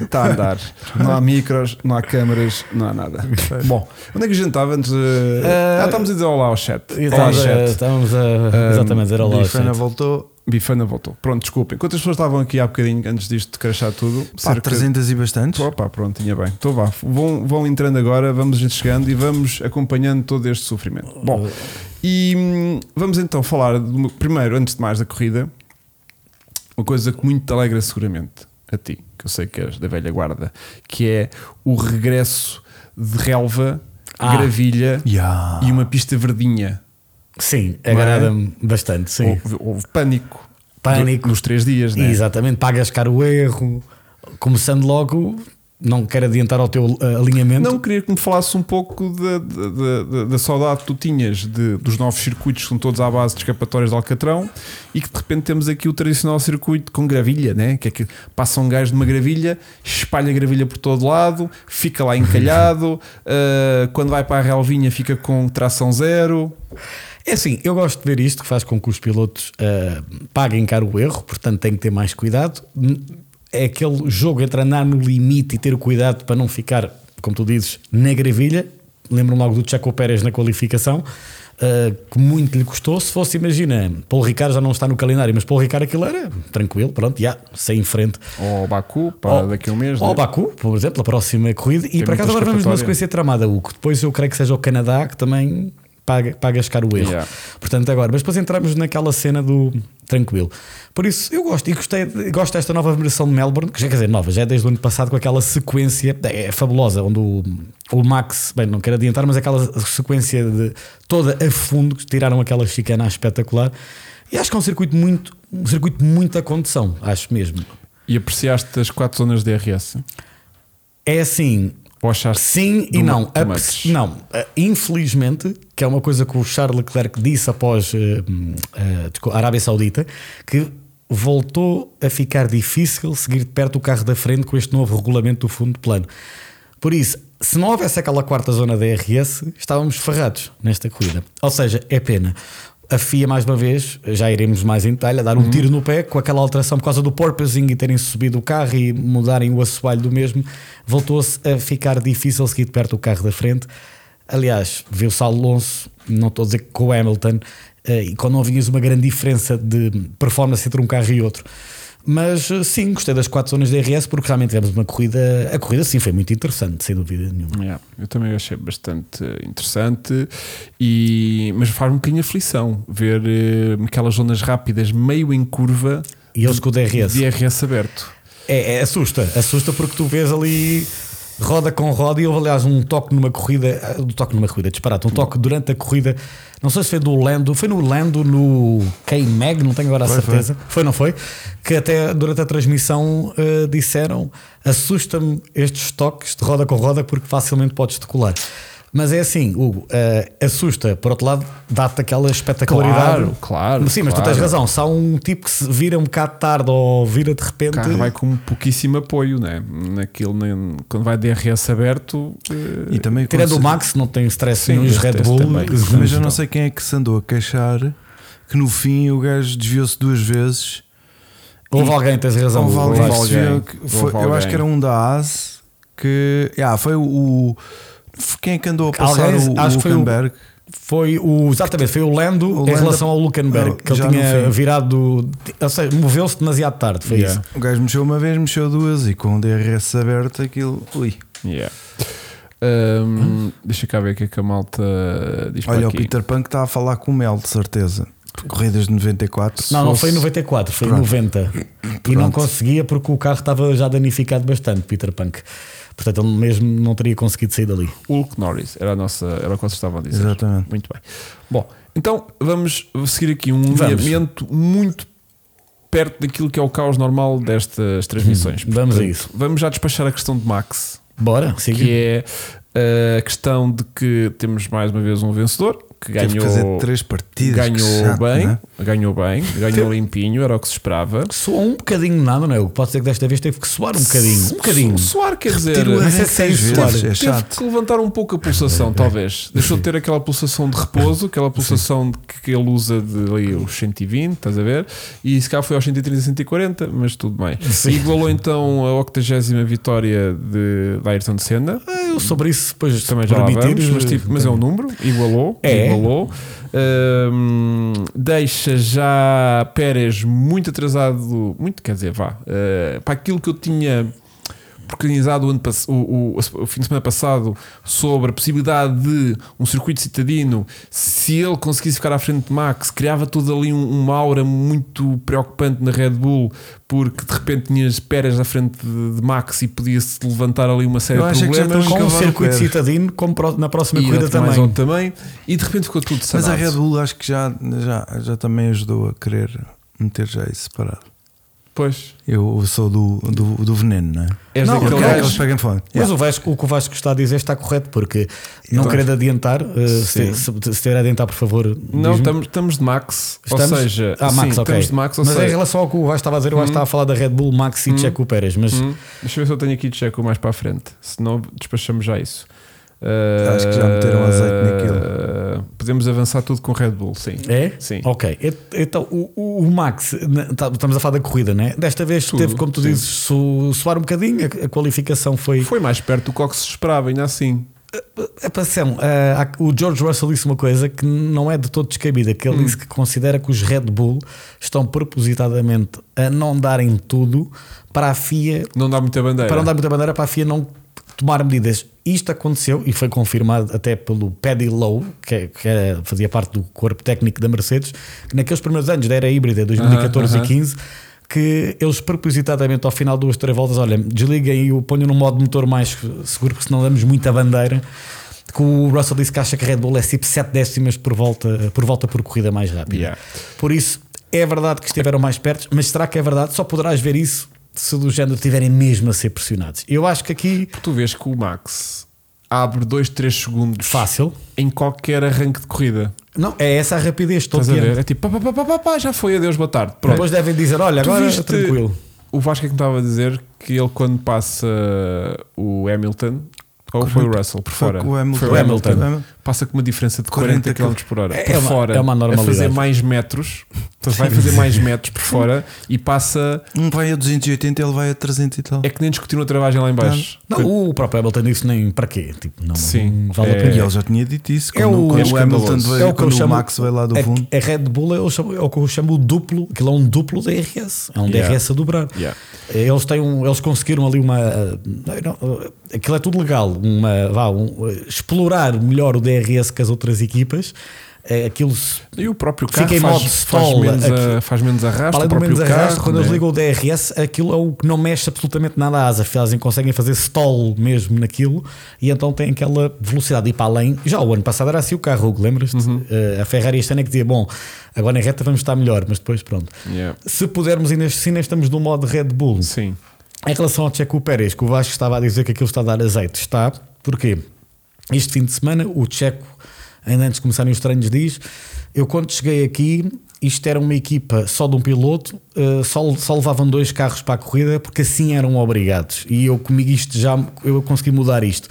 Speaker 2: está a andar. Não há micros, não há câmaras, não há nada. Bom, onde é que a gente estava antes? de-
Speaker 3: Eh,
Speaker 2: ah, estamos a dizer olá ao chat.
Speaker 3: E
Speaker 2: Olá,
Speaker 3: Estávamos a,
Speaker 2: chat.
Speaker 3: estávamos
Speaker 2: Um,
Speaker 3: a- exatamente, era lá.
Speaker 1: Bifana voltou.
Speaker 2: Bifana voltou. Pronto, desculpem. Quantas pessoas estavam aqui há bocadinho antes disto de crachar tudo?
Speaker 1: Pá, 300 e bastantes.
Speaker 2: Opa, pronto, tinha bem. Então vá, vão, vão entrando agora, vamos chegando e vamos acompanhando todo este sofrimento. Bom, e hum, vamos então falar, de uma- primeiro, antes de mais, da corrida, uma coisa que muito te alegra seguramente a ti, que eu sei que és da velha guarda, que é o regresso de relva,
Speaker 3: Ah.
Speaker 2: gravilha
Speaker 1: Ya.
Speaker 2: e uma pista verdinha.
Speaker 3: Sim,
Speaker 2: Não é?
Speaker 3: agrada-me bastante, sim.
Speaker 2: Houve, houve pânico.
Speaker 3: Pânico.
Speaker 2: Nos três dias, né?
Speaker 3: Exatamente, para agascar o erro, começando logo, não quero adiantar ao teu uh, alinhamento.
Speaker 2: Não, queria que me falasse um pouco da, da- da- da- da saudade que tu tinhas de- dos novos circuitos que são todos à base de escapatórias de Alcatrão e que de repente temos aqui o tradicional circuito com gravilha, né? que é que passa um gajo de uma gravilha, espalha a gravilha por todo lado, fica eh, lá encalhado, ah, quando vai para a relvinha fica com tração zero.
Speaker 3: É assim, eu gosto de ver isto que faz com que os pilotos ah, paguem caro o erro, portanto têm que ter mais cuidado. É aquele jogo entre andar no limite e ter o cuidado para não ficar, como tu dizes, na gravilha. Lembro-me logo do Chaco Pérez na qualificação, ah, que muito lhe custou. Se fosse, imagina, Paulo Ricardo já não está no calendário, mas Paulo Ricardo aquilo era tranquilo, pronto, já, sem em frente.
Speaker 2: Ou ao Baku, para daqui a um mês.
Speaker 3: Ao
Speaker 2: né?
Speaker 3: Oh. Baku, por exemplo, a próxima corrida. E por acaso
Speaker 2: muita
Speaker 3: agora vamos numa
Speaker 2: escapatória.
Speaker 3: sequência tramada, Hugo. Depois eu creio que seja o Canadá que também paga, paga escar o erro.
Speaker 2: Yeah.
Speaker 3: Portanto, agora, mas depois entramos naquela cena do tranquilo. Por isso, eu gosto e gostei, gosto desta nova versão de Melbourne, que já quer dizer, nova, já é desde o ano passado com aquela sequência é, fabulosa, onde o, o Max, bem, não quero adiantar, mas aquela sequência de toda a fundo, que tiraram aquela chicana espetacular. E acho que é um circuito muito, um circuito muito a condição, acho mesmo.
Speaker 2: E apreciaste as quatro zonas de DRS?
Speaker 3: É assim,
Speaker 2: Ou achaste
Speaker 3: Sim e
Speaker 2: do-
Speaker 3: não.
Speaker 2: do
Speaker 3: A-
Speaker 2: Max?
Speaker 3: não. A- Infelizmente, que é uma coisa que o Charles Leclerc disse após eh, hum, eh, desculpa, a Arábia Saudita, que voltou a ficar difícil seguir de perto o carro da frente com este novo regulamento do fundo de plano. Por isso, se não houvesse aquela quarta zona da RS, estávamos ferrados nesta corrida. Ou seja, é pena. A FIA, mais uma vez, já iremos mais em detalhe, a dar um tiro no pé com aquela alteração por causa do porpoising e terem subido o carro e mudarem o assoalho do mesmo, voltou-se a ficar difícil seguir de perto o carro da frente. Aliás, viu-se Alonso, não estou a dizer que com o Hamilton, eh, e quando não vinhas uma grande diferença de performance entre um carro e outro. Mas eh, sim, gostei das quatro zonas de RS porque realmente tivemos uma corrida. A corrida sim foi muito interessante, sem dúvida nenhuma.
Speaker 2: Yeah, eu também achei bastante interessante, e, mas faz um bocadinho aflição ver eh, aquelas zonas rápidas meio em curva
Speaker 3: E eles com o DRS.
Speaker 2: de DRS aberto.
Speaker 3: É, é, assusta, assusta porque tu vês ali roda com roda e houve aliás um toque numa corrida, ah, um toque numa corrida, disparate, um toque durante a corrida, não sei se foi do Lando, foi no Lando, no K-Mag, não tenho agora a
Speaker 1: Foi, foi.
Speaker 3: certeza, foi. não foi? Que até durante a transmissão ah, disseram assusta-me estes toques de roda com roda porque facilmente podes decolar. Mas é assim, Hugo, ah, assusta, por outro lado, dá-te aquela espetacularidade.
Speaker 2: Claro, claro,
Speaker 3: Sim, mas tu
Speaker 2: claro.
Speaker 3: tens razão. Se há um tipo que se vira um bocado tarde ou vira de
Speaker 2: O
Speaker 3: repente.
Speaker 2: carro vai com pouquíssimo apoio, né? Naquilo, né? quando vai DRS aberto, eh,
Speaker 1: E também
Speaker 3: Tirando
Speaker 1: quando
Speaker 3: o
Speaker 1: se-
Speaker 3: Max, não tem stress
Speaker 2: Sim,
Speaker 3: nenhum. Os
Speaker 2: este-
Speaker 3: Red
Speaker 2: este
Speaker 3: Bull.
Speaker 2: também.
Speaker 3: que-
Speaker 1: Mas eu não sei quem é que se andou a queixar que no fim o gajo desviou-se duas vezes.
Speaker 3: Houve alguém, tens razão.
Speaker 1: Houve
Speaker 3: Hugo,
Speaker 1: alguém que
Speaker 3: vai.
Speaker 1: se desviou, que
Speaker 2: Houve
Speaker 1: foi- Eu
Speaker 2: alguém.
Speaker 1: acho que era um da AS que. Ah, foi o. o- Quem é que andou a passar
Speaker 3: Alguém-
Speaker 1: o, o
Speaker 3: acho que foi o-
Speaker 1: Hülkenberg?
Speaker 3: Foi o. Exatamente, foi o Lando
Speaker 1: O
Speaker 3: em
Speaker 1: Lando-
Speaker 3: relação ao
Speaker 2: é,
Speaker 3: Lucanberg, que ele
Speaker 1: Já no
Speaker 3: tinha
Speaker 1: fim.
Speaker 3: virado. Ou seja, moveu-se demasiado tarde. Foi
Speaker 2: Yeah.
Speaker 1: O gajo mexeu uma vez, mexeu duas e com o DRS aberto aquilo. Ui.
Speaker 2: yeah. Ahm, deixa cá ver o que é que a malta diz para
Speaker 1: Olha, o
Speaker 2: aqui.
Speaker 1: Peter Pan que está a falar com o Mel, de certeza. Corridas de 94.
Speaker 3: isso. Não, não foi em
Speaker 2: fosse-
Speaker 3: 94, foi em 90. E não conseguia porque o carro estava já danificado bastante, Peter Punk. Portanto, ele mesmo não teria conseguido sair dali.
Speaker 2: Hulk Norris, era, a nossa, era o que vocês estavam a dizer.
Speaker 1: Exatamente.
Speaker 2: Muito bem. Bom, então vamos seguir aqui um
Speaker 3: Vamos.
Speaker 2: alinhamento muito perto daquilo que é o caos normal destas transmissões.
Speaker 1: Uhum.
Speaker 3: Hum, vamos a isso.
Speaker 2: Vamos já despachar a questão de Max,
Speaker 3: Bora,
Speaker 2: que
Speaker 3: siga.
Speaker 2: é uh, a questão de que temos mais uma vez um vencedor que
Speaker 1: Teve que fazer
Speaker 2: ganhou.
Speaker 1: três partidas.
Speaker 2: Ganhou
Speaker 1: que chato,
Speaker 2: bem,
Speaker 1: né?
Speaker 2: ganhou bem, ganhou limpinho, era o que se esperava.
Speaker 3: Soou um bocadinho nada, não é? Hugo? Pode ser que desta vez teve que soar um bocadinho. Um bocadinho.
Speaker 2: Soar quer dizer.
Speaker 1: Tiro o
Speaker 3: Mas é
Speaker 1: arranque
Speaker 3: sem
Speaker 1: seis
Speaker 3: suar.
Speaker 1: vezes, é
Speaker 2: Teve
Speaker 1: chato. É,
Speaker 2: que levantar um pouco a pulsação, talvez. Deixou de ter aquela pulsação de repouso, aquela pulsação de que que ele usa de ali os 120, estás a ver? E se calhar foi aos 130, 140, mas tudo bem.
Speaker 3: Sim.
Speaker 2: E igualou então a 80 vitória de, da Ayrton Senna.
Speaker 3: Eu sobre isso depois
Speaker 2: Também já lá
Speaker 3: permitires,
Speaker 2: vamos, mas, tipo, mas é um número, igualou,
Speaker 3: É.
Speaker 2: igualou. Hum, deixa já Pérez muito atrasado, muito quer dizer, vá, eh, para aquilo que eu tinha preconizado o, ano pass- o, o- o fim de semana passado sobre a possibilidade de um circuito citadino, se ele conseguisse ficar à frente de Max, criava toda ali um- uma aura muito preocupante na Red Bull, porque de repente tinhas Pérez à frente de, de Max e podia-se levantar ali uma série
Speaker 1: Eu
Speaker 2: de
Speaker 1: acho é que já
Speaker 2: problemas
Speaker 1: estão
Speaker 3: com o
Speaker 1: Cavalo
Speaker 3: circuito
Speaker 1: Pérez.
Speaker 3: citadino, como pro- na próxima
Speaker 2: e
Speaker 3: corrida
Speaker 2: outro mais um.
Speaker 3: também.
Speaker 2: outro também. E de repente ficou tudo
Speaker 1: Mas
Speaker 2: sanado.
Speaker 1: a Red Bull acho que já, já, já também ajudou a querer meter já isso separado.
Speaker 2: Pois.
Speaker 1: Eu sou do, do, do veneno, não é?
Speaker 2: És
Speaker 3: Não,
Speaker 2: daquele
Speaker 3: ok.
Speaker 1: é que eles
Speaker 2: gajo.
Speaker 1: pegam fome.
Speaker 3: Mas
Speaker 1: Yeah.
Speaker 3: o, Vasco, o que o Vasco está a dizer está correto, porque não
Speaker 1: Então,
Speaker 3: querendo adiantar, eh, se, se, se tiver a adiantar, por favor.
Speaker 2: Não,
Speaker 3: diz-me.
Speaker 2: estamos, estamos de Max.
Speaker 3: Estamos?
Speaker 2: Ou seja,
Speaker 3: ah, Max,
Speaker 2: sim,
Speaker 3: ok.
Speaker 2: estamos de Max. Ou
Speaker 3: mas é em
Speaker 2: seja,
Speaker 3: relação ao que o Vasco estava a dizer, o Vasco estava a falar da Red Bull, Max e Checo Pérez, mas
Speaker 2: Hum, deixa eu ver se eu tenho aqui de checo mais para a frente. Se não, despachamos já isso. Ah,
Speaker 1: Acho que já meteram azeite naquilo.
Speaker 2: ah, Podemos avançar tudo com Red Bull, sim.
Speaker 3: É?
Speaker 2: Sim.
Speaker 3: Ok. Et- Então, o- o, o Max, na- tá- estamos a falar da corrida, né? Desta vez
Speaker 2: Tudo,
Speaker 3: teve, como tu
Speaker 2: sim.
Speaker 3: dizes, su, suar um bocadinho, a, a qualificação foi.
Speaker 2: Foi mais perto do que o que se esperava, ainda assim.
Speaker 3: É, pá, Sam, ah, há- o George Russell disse uma coisa que não é de todo descabida, que ele disse que considera que os Red Bull estão propositadamente a não darem tudo para a FIA
Speaker 2: Não dá muita bandeira.
Speaker 3: para não dar muita bandeira para a FIA não tomar medidas. Isto aconteceu e foi confirmado até pelo Paddy Lowe, que, é- que é- fazia parte do corpo técnico da Mercedes, que naqueles primeiros anos da era híbrida, 2014
Speaker 2: Aham,
Speaker 3: e
Speaker 2: aham.
Speaker 3: 15, que eles propositadamente ao final de duas, três voltas, olha, desliguem e o ponham no modo motor mais seguro, porque senão damos muita bandeira. Que o Russell disse que acha que a Red Bull é tipo 7 décimas por volta, por volta por corrida mais rápida.
Speaker 2: Yeah.
Speaker 3: Por isso, é verdade que estiveram mais perto, mas será que é verdade? Só poderás ver isso se do género estiverem mesmo a ser pressionados. Eu acho que aqui,
Speaker 2: Tu vês que o Max abre 2, 3 segundos
Speaker 3: fácil.
Speaker 2: em qualquer arranque de corrida.
Speaker 3: Não, é essa a rapidez, estou
Speaker 2: Estás a ver?
Speaker 3: a
Speaker 2: É tipo, pá, pá, pá, pá, pá, já foi, adeus, boa tarde. Pronto.
Speaker 3: Depois devem dizer: olha,
Speaker 2: Tu
Speaker 3: agora
Speaker 2: viste-
Speaker 3: tranquilo.
Speaker 2: O Vasco é que me estava a dizer que ele, quando passa uh, o Hamilton, ou foi o Russell por fora?
Speaker 1: o Hamilton.
Speaker 2: Foi
Speaker 3: o Hamilton.
Speaker 2: Passa com uma diferença de
Speaker 1: 40
Speaker 2: 40 km por hora.
Speaker 3: É
Speaker 2: por
Speaker 3: uma-
Speaker 2: fora.
Speaker 3: é uma
Speaker 2: A
Speaker 3: normalidade.
Speaker 2: fazer mais metros. Então vai fazer mais metros por fora e passa.
Speaker 1: Um vai a 280, ele vai a 300 e tal.
Speaker 2: É que nem discutiu na travagem lá em baixo.
Speaker 3: Não, o próprio Hamilton disse nem para quê. Tipo, não,
Speaker 2: Sim,
Speaker 3: não vale a
Speaker 2: é-
Speaker 3: pena.
Speaker 1: E ele já tinha dito isso.
Speaker 3: É
Speaker 1: Quando,
Speaker 3: o-
Speaker 1: quando
Speaker 2: é
Speaker 1: Hamilton
Speaker 2: escandaloso.
Speaker 1: veio,
Speaker 3: É o que eu
Speaker 1: quando o
Speaker 3: chamo-
Speaker 1: Max veio lá do
Speaker 3: a-
Speaker 1: fundo.
Speaker 3: A, Red Bull é o, chamo- é o que eu chamo o duplo, aquilo é um duplo DRS, é um
Speaker 2: Yeah.
Speaker 3: DRS a dobrar.
Speaker 2: Yeah.
Speaker 3: Eles, têm um, eles conseguiram ali uma. ah, não, ah, aquilo é tudo legal, uma, vá, um, ah, explorar melhor o DRS que as outras equipas. Eh, Aquilo se-
Speaker 2: E o próprio carro
Speaker 3: Fica em modo
Speaker 2: faz, faz,
Speaker 3: stall
Speaker 2: menos a,
Speaker 3: aqui.
Speaker 2: faz menos arrasto.
Speaker 3: Além
Speaker 2: O
Speaker 3: do
Speaker 2: próprio
Speaker 3: menos
Speaker 2: carro.
Speaker 3: arrasto, quando eles
Speaker 2: né?
Speaker 3: ligam o DRS, aquilo é o que não mexe absolutamente nada à asa. Eles conseguem fazer stall mesmo naquilo e então tem aquela velocidade de ir para além. Já o ano passado era assim o carro, Hugo, lembras-te?
Speaker 2: Uhum.
Speaker 3: Eh, a Ferrari este ano é que dizia: bom, agora em reta vamos estar melhor, mas depois pronto.
Speaker 2: Yeah.
Speaker 3: Se pudermos ir neste cine, estamos no modo Red Bull.
Speaker 2: Sim.
Speaker 3: Em relação ao Checo Pérez, que o Vasco estava a dizer que aquilo está a dar azeite, está, porque este fim de semana o Checo, ainda antes de começarem os treinos, diz: Eu quando cheguei aqui, isto era uma equipa só de um piloto, eh, só, só levavam dois carros para a corrida, porque assim eram obrigados. E eu comigo isto já eu consegui mudar isto.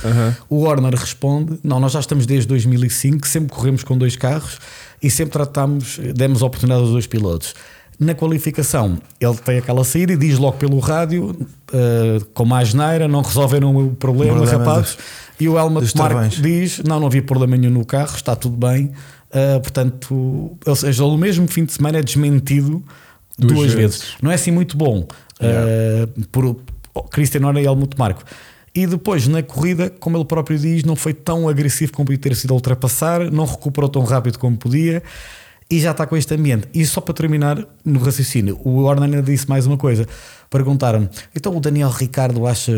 Speaker 3: O Horner responde: Não, nós já estamos desde 2005, sempre corremos com dois carros e sempre tratámos, demos oportunidade aos dois pilotos. Na qualificação, ele tem aquela saída e diz logo pelo rádio, eh, como a geneira, não resolveram o problema,
Speaker 1: Problema
Speaker 3: rapazes. E o Helmut
Speaker 1: dos
Speaker 3: Marko
Speaker 1: travões.
Speaker 3: diz: Não, não havia problema nenhum no carro, está tudo bem. Eh, portanto, ou seja, no mesmo fim de semana é desmentido duas,
Speaker 2: Duas
Speaker 3: vezes.
Speaker 2: vezes.
Speaker 3: Não é assim muito bom eh, por oh, Christian Horner e Helmut Marko. E depois, na corrida, como ele próprio diz, não foi tão agressivo como podia ter sido a ultrapassar, não recuperou tão rápido como podia e já está com este ambiente. E só para terminar no raciocínio, o Horner ainda disse mais uma coisa. Perguntaram-me, então o Daniel Ricardo acha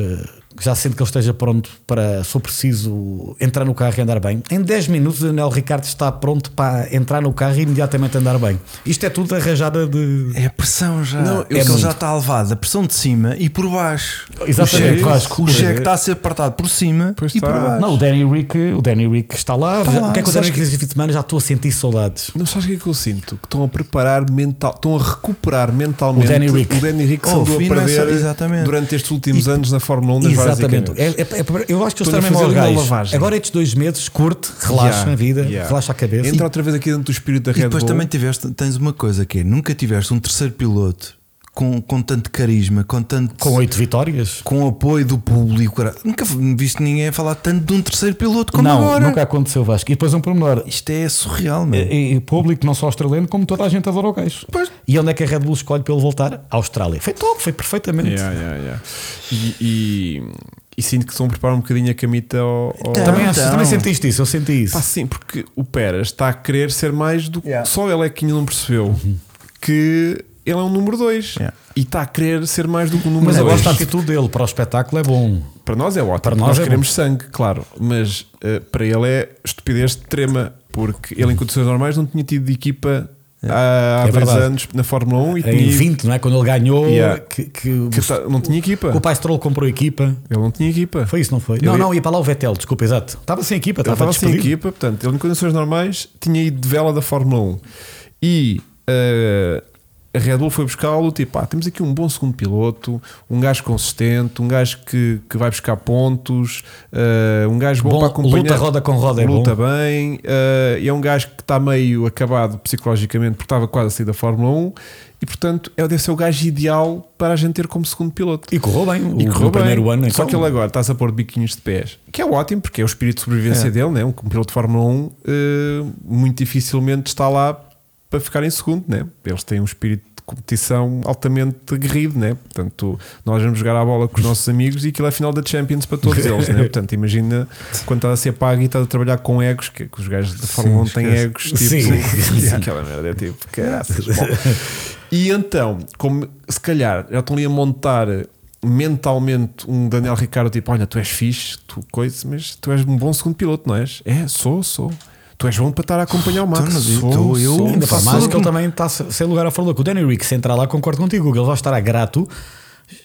Speaker 3: que já sente que ele esteja pronto para, se for preciso, entrar no carro e andar bem? Em 10 minutos o Daniel Ricardo está pronto para entrar no carro e imediatamente andar bem. Isto é tudo arranjada de...
Speaker 1: É a pressão já.
Speaker 3: Não, eu-
Speaker 1: Porque ele
Speaker 3: muito.
Speaker 1: já está elevado. A pressão de cima e por baixo.
Speaker 3: Exatamente,
Speaker 1: O cheque-
Speaker 3: Vasco. é.
Speaker 1: O cheque está a ser apertado por cima
Speaker 2: Pois
Speaker 1: e
Speaker 2: está.
Speaker 1: por baixo.
Speaker 3: Não, o Danny Rick, o Danny Rick está lá.
Speaker 1: Está lá,
Speaker 3: o que é que o Danny
Speaker 1: sabes
Speaker 3: Rick
Speaker 1: que-
Speaker 3: disse este fim de semana? Já estou a sentir saudades.
Speaker 2: Não sabes o que é que eu sinto? Que estão a preparar mental, estão a recuperar mentalmente
Speaker 3: O Danny Rick.
Speaker 2: o Danny Rick que se
Speaker 1: Oh,
Speaker 2: andou a
Speaker 1: fino,
Speaker 2: perder
Speaker 1: essa- exatamente.
Speaker 2: durante estes últimos
Speaker 3: E-
Speaker 2: anos na Fórmula 1 das várias
Speaker 3: Exatamente.
Speaker 2: equipas.
Speaker 3: É- é- é- eu acho que eles
Speaker 2: Estou-lhe a
Speaker 3: também
Speaker 2: fazer
Speaker 3: mal
Speaker 2: uma
Speaker 3: gajos.
Speaker 2: lavagem.
Speaker 3: Agora é estes dois meses, curte, É relaxa
Speaker 2: Yeah,
Speaker 3: na vida,
Speaker 2: yeah.
Speaker 3: relaxa a cabeça.
Speaker 2: Entra
Speaker 3: E-
Speaker 2: outra vez aqui dentro do espírito da
Speaker 1: E
Speaker 2: Red
Speaker 1: depois
Speaker 2: Bull.
Speaker 1: também tiveste, tens uma coisa que é: nunca tiveste um terceiro piloto com, com tanto carisma, com tanto.
Speaker 3: com oito vitórias.
Speaker 1: com apoio do público. cara. Nunca viste ninguém a falar tanto de um terceiro piloto como
Speaker 3: não,
Speaker 1: agora.
Speaker 3: nunca aconteceu Vasco. E depois um pormenor.
Speaker 1: Isto é surreal, meu.
Speaker 3: E, e público, não só australiano, como toda a gente adora o gajo. E onde é que a Red Bull escolhe para ele voltar? À Austrália. Foi top, foi perfeitamente.
Speaker 2: Yeah, yeah, yeah. E, e- e sinto que estão a preparar um bocadinho a camita ao. ao-
Speaker 1: Então.
Speaker 3: Também, acho- também sentiste isso, eu senti isso.
Speaker 2: Pá, sim, porque o Pérez está a querer ser mais do que.
Speaker 1: Yeah.
Speaker 2: Só ele é que ainda não percebeu
Speaker 3: Uhum.
Speaker 2: que ele é um número 2
Speaker 1: Yeah.
Speaker 2: e está a querer ser mais do que um número
Speaker 3: Mas eu
Speaker 2: 2.
Speaker 3: gosto da atitude dele para o espetáculo, é bom.
Speaker 2: Para nós é ótimo,
Speaker 3: Para nós
Speaker 2: nós,
Speaker 3: é
Speaker 2: queremos sangue, claro, mas eh, para ele é estupidez extrema, porque ele em condições normais não tinha tido de equipa há, há
Speaker 3: É
Speaker 2: dois
Speaker 3: verdade.
Speaker 2: anos na Fórmula 1 e
Speaker 3: Em
Speaker 2: tinha,
Speaker 3: 20, não é? Quando ele ganhou,
Speaker 2: Yeah.
Speaker 3: que, que-
Speaker 2: que tá- não tinha equipa.
Speaker 3: o pai Stroll comprou equipa.
Speaker 2: Ele não tinha equipa.
Speaker 3: Foi isso, não foi?
Speaker 2: Ele
Speaker 3: Não,
Speaker 2: ia-
Speaker 3: não, ia para lá o Vettel, desculpa, exato. Estava sem equipa,
Speaker 2: Ele
Speaker 3: estava,
Speaker 2: estava sem
Speaker 3: despedido.
Speaker 2: equipa, portanto, ele em condições normais tinha ido de vela da Fórmula 1 e um. eh, a Red Bull foi buscá-lo, tipo, ah, temos aqui um bom segundo piloto, um gajo consistente, um gajo que, que vai buscar pontos, ah, um gajo bom,
Speaker 3: Bom,
Speaker 2: para acompanhar.
Speaker 3: luta roda com roda é bom.
Speaker 2: Luta bem, ah, e é um gajo que está meio acabado psicologicamente porque estava quase a sair da Fórmula 1 e, portanto, é, deve ser o gajo ideal para a gente ter como segundo piloto.
Speaker 3: E correu bem.
Speaker 2: E
Speaker 3: o
Speaker 2: correu
Speaker 3: no
Speaker 2: bem.
Speaker 3: primeiro ano.
Speaker 2: Só
Speaker 3: então,
Speaker 2: que ele é agora está-se a pôr de biquinhos de pés, que é ótimo, porque é o espírito de sobrevivência
Speaker 1: É.
Speaker 2: dele, né? um piloto de Fórmula 1 eh, muito dificilmente está lá para ficar em segundo. Né? Eles têm um espírito de competição altamente aguerrido, né? portanto, nós vamos jogar a bola com os nossos amigos e aquilo é a final da Champions para todos eles. Né? Portanto, imagina quando está a ser pago e está a trabalhar com egos, que, que os gajos da Fórmula 1 têm
Speaker 1: esquece.
Speaker 2: egos, tipo,
Speaker 3: Sim.
Speaker 2: Sim, aquela merda, é tipo, caraças. bom. E então, como se calhar já estão ali a montar mentalmente um Daniel Ricardo, tipo, olha, tu és fixe, tu coisa, mas tu és um bom segundo piloto, não és? É, sou, sou. Tu és bom para estar a acompanhar o Max.
Speaker 1: Então, mas
Speaker 2: sou,
Speaker 1: então eu-
Speaker 2: sou,
Speaker 3: Ainda para
Speaker 1: Faço
Speaker 3: mais
Speaker 1: tudo.
Speaker 3: que ele também está sem lugar à fórmula. Que o Danny Rick, se entrar lá, concordo contigo. Ele vai estar grato.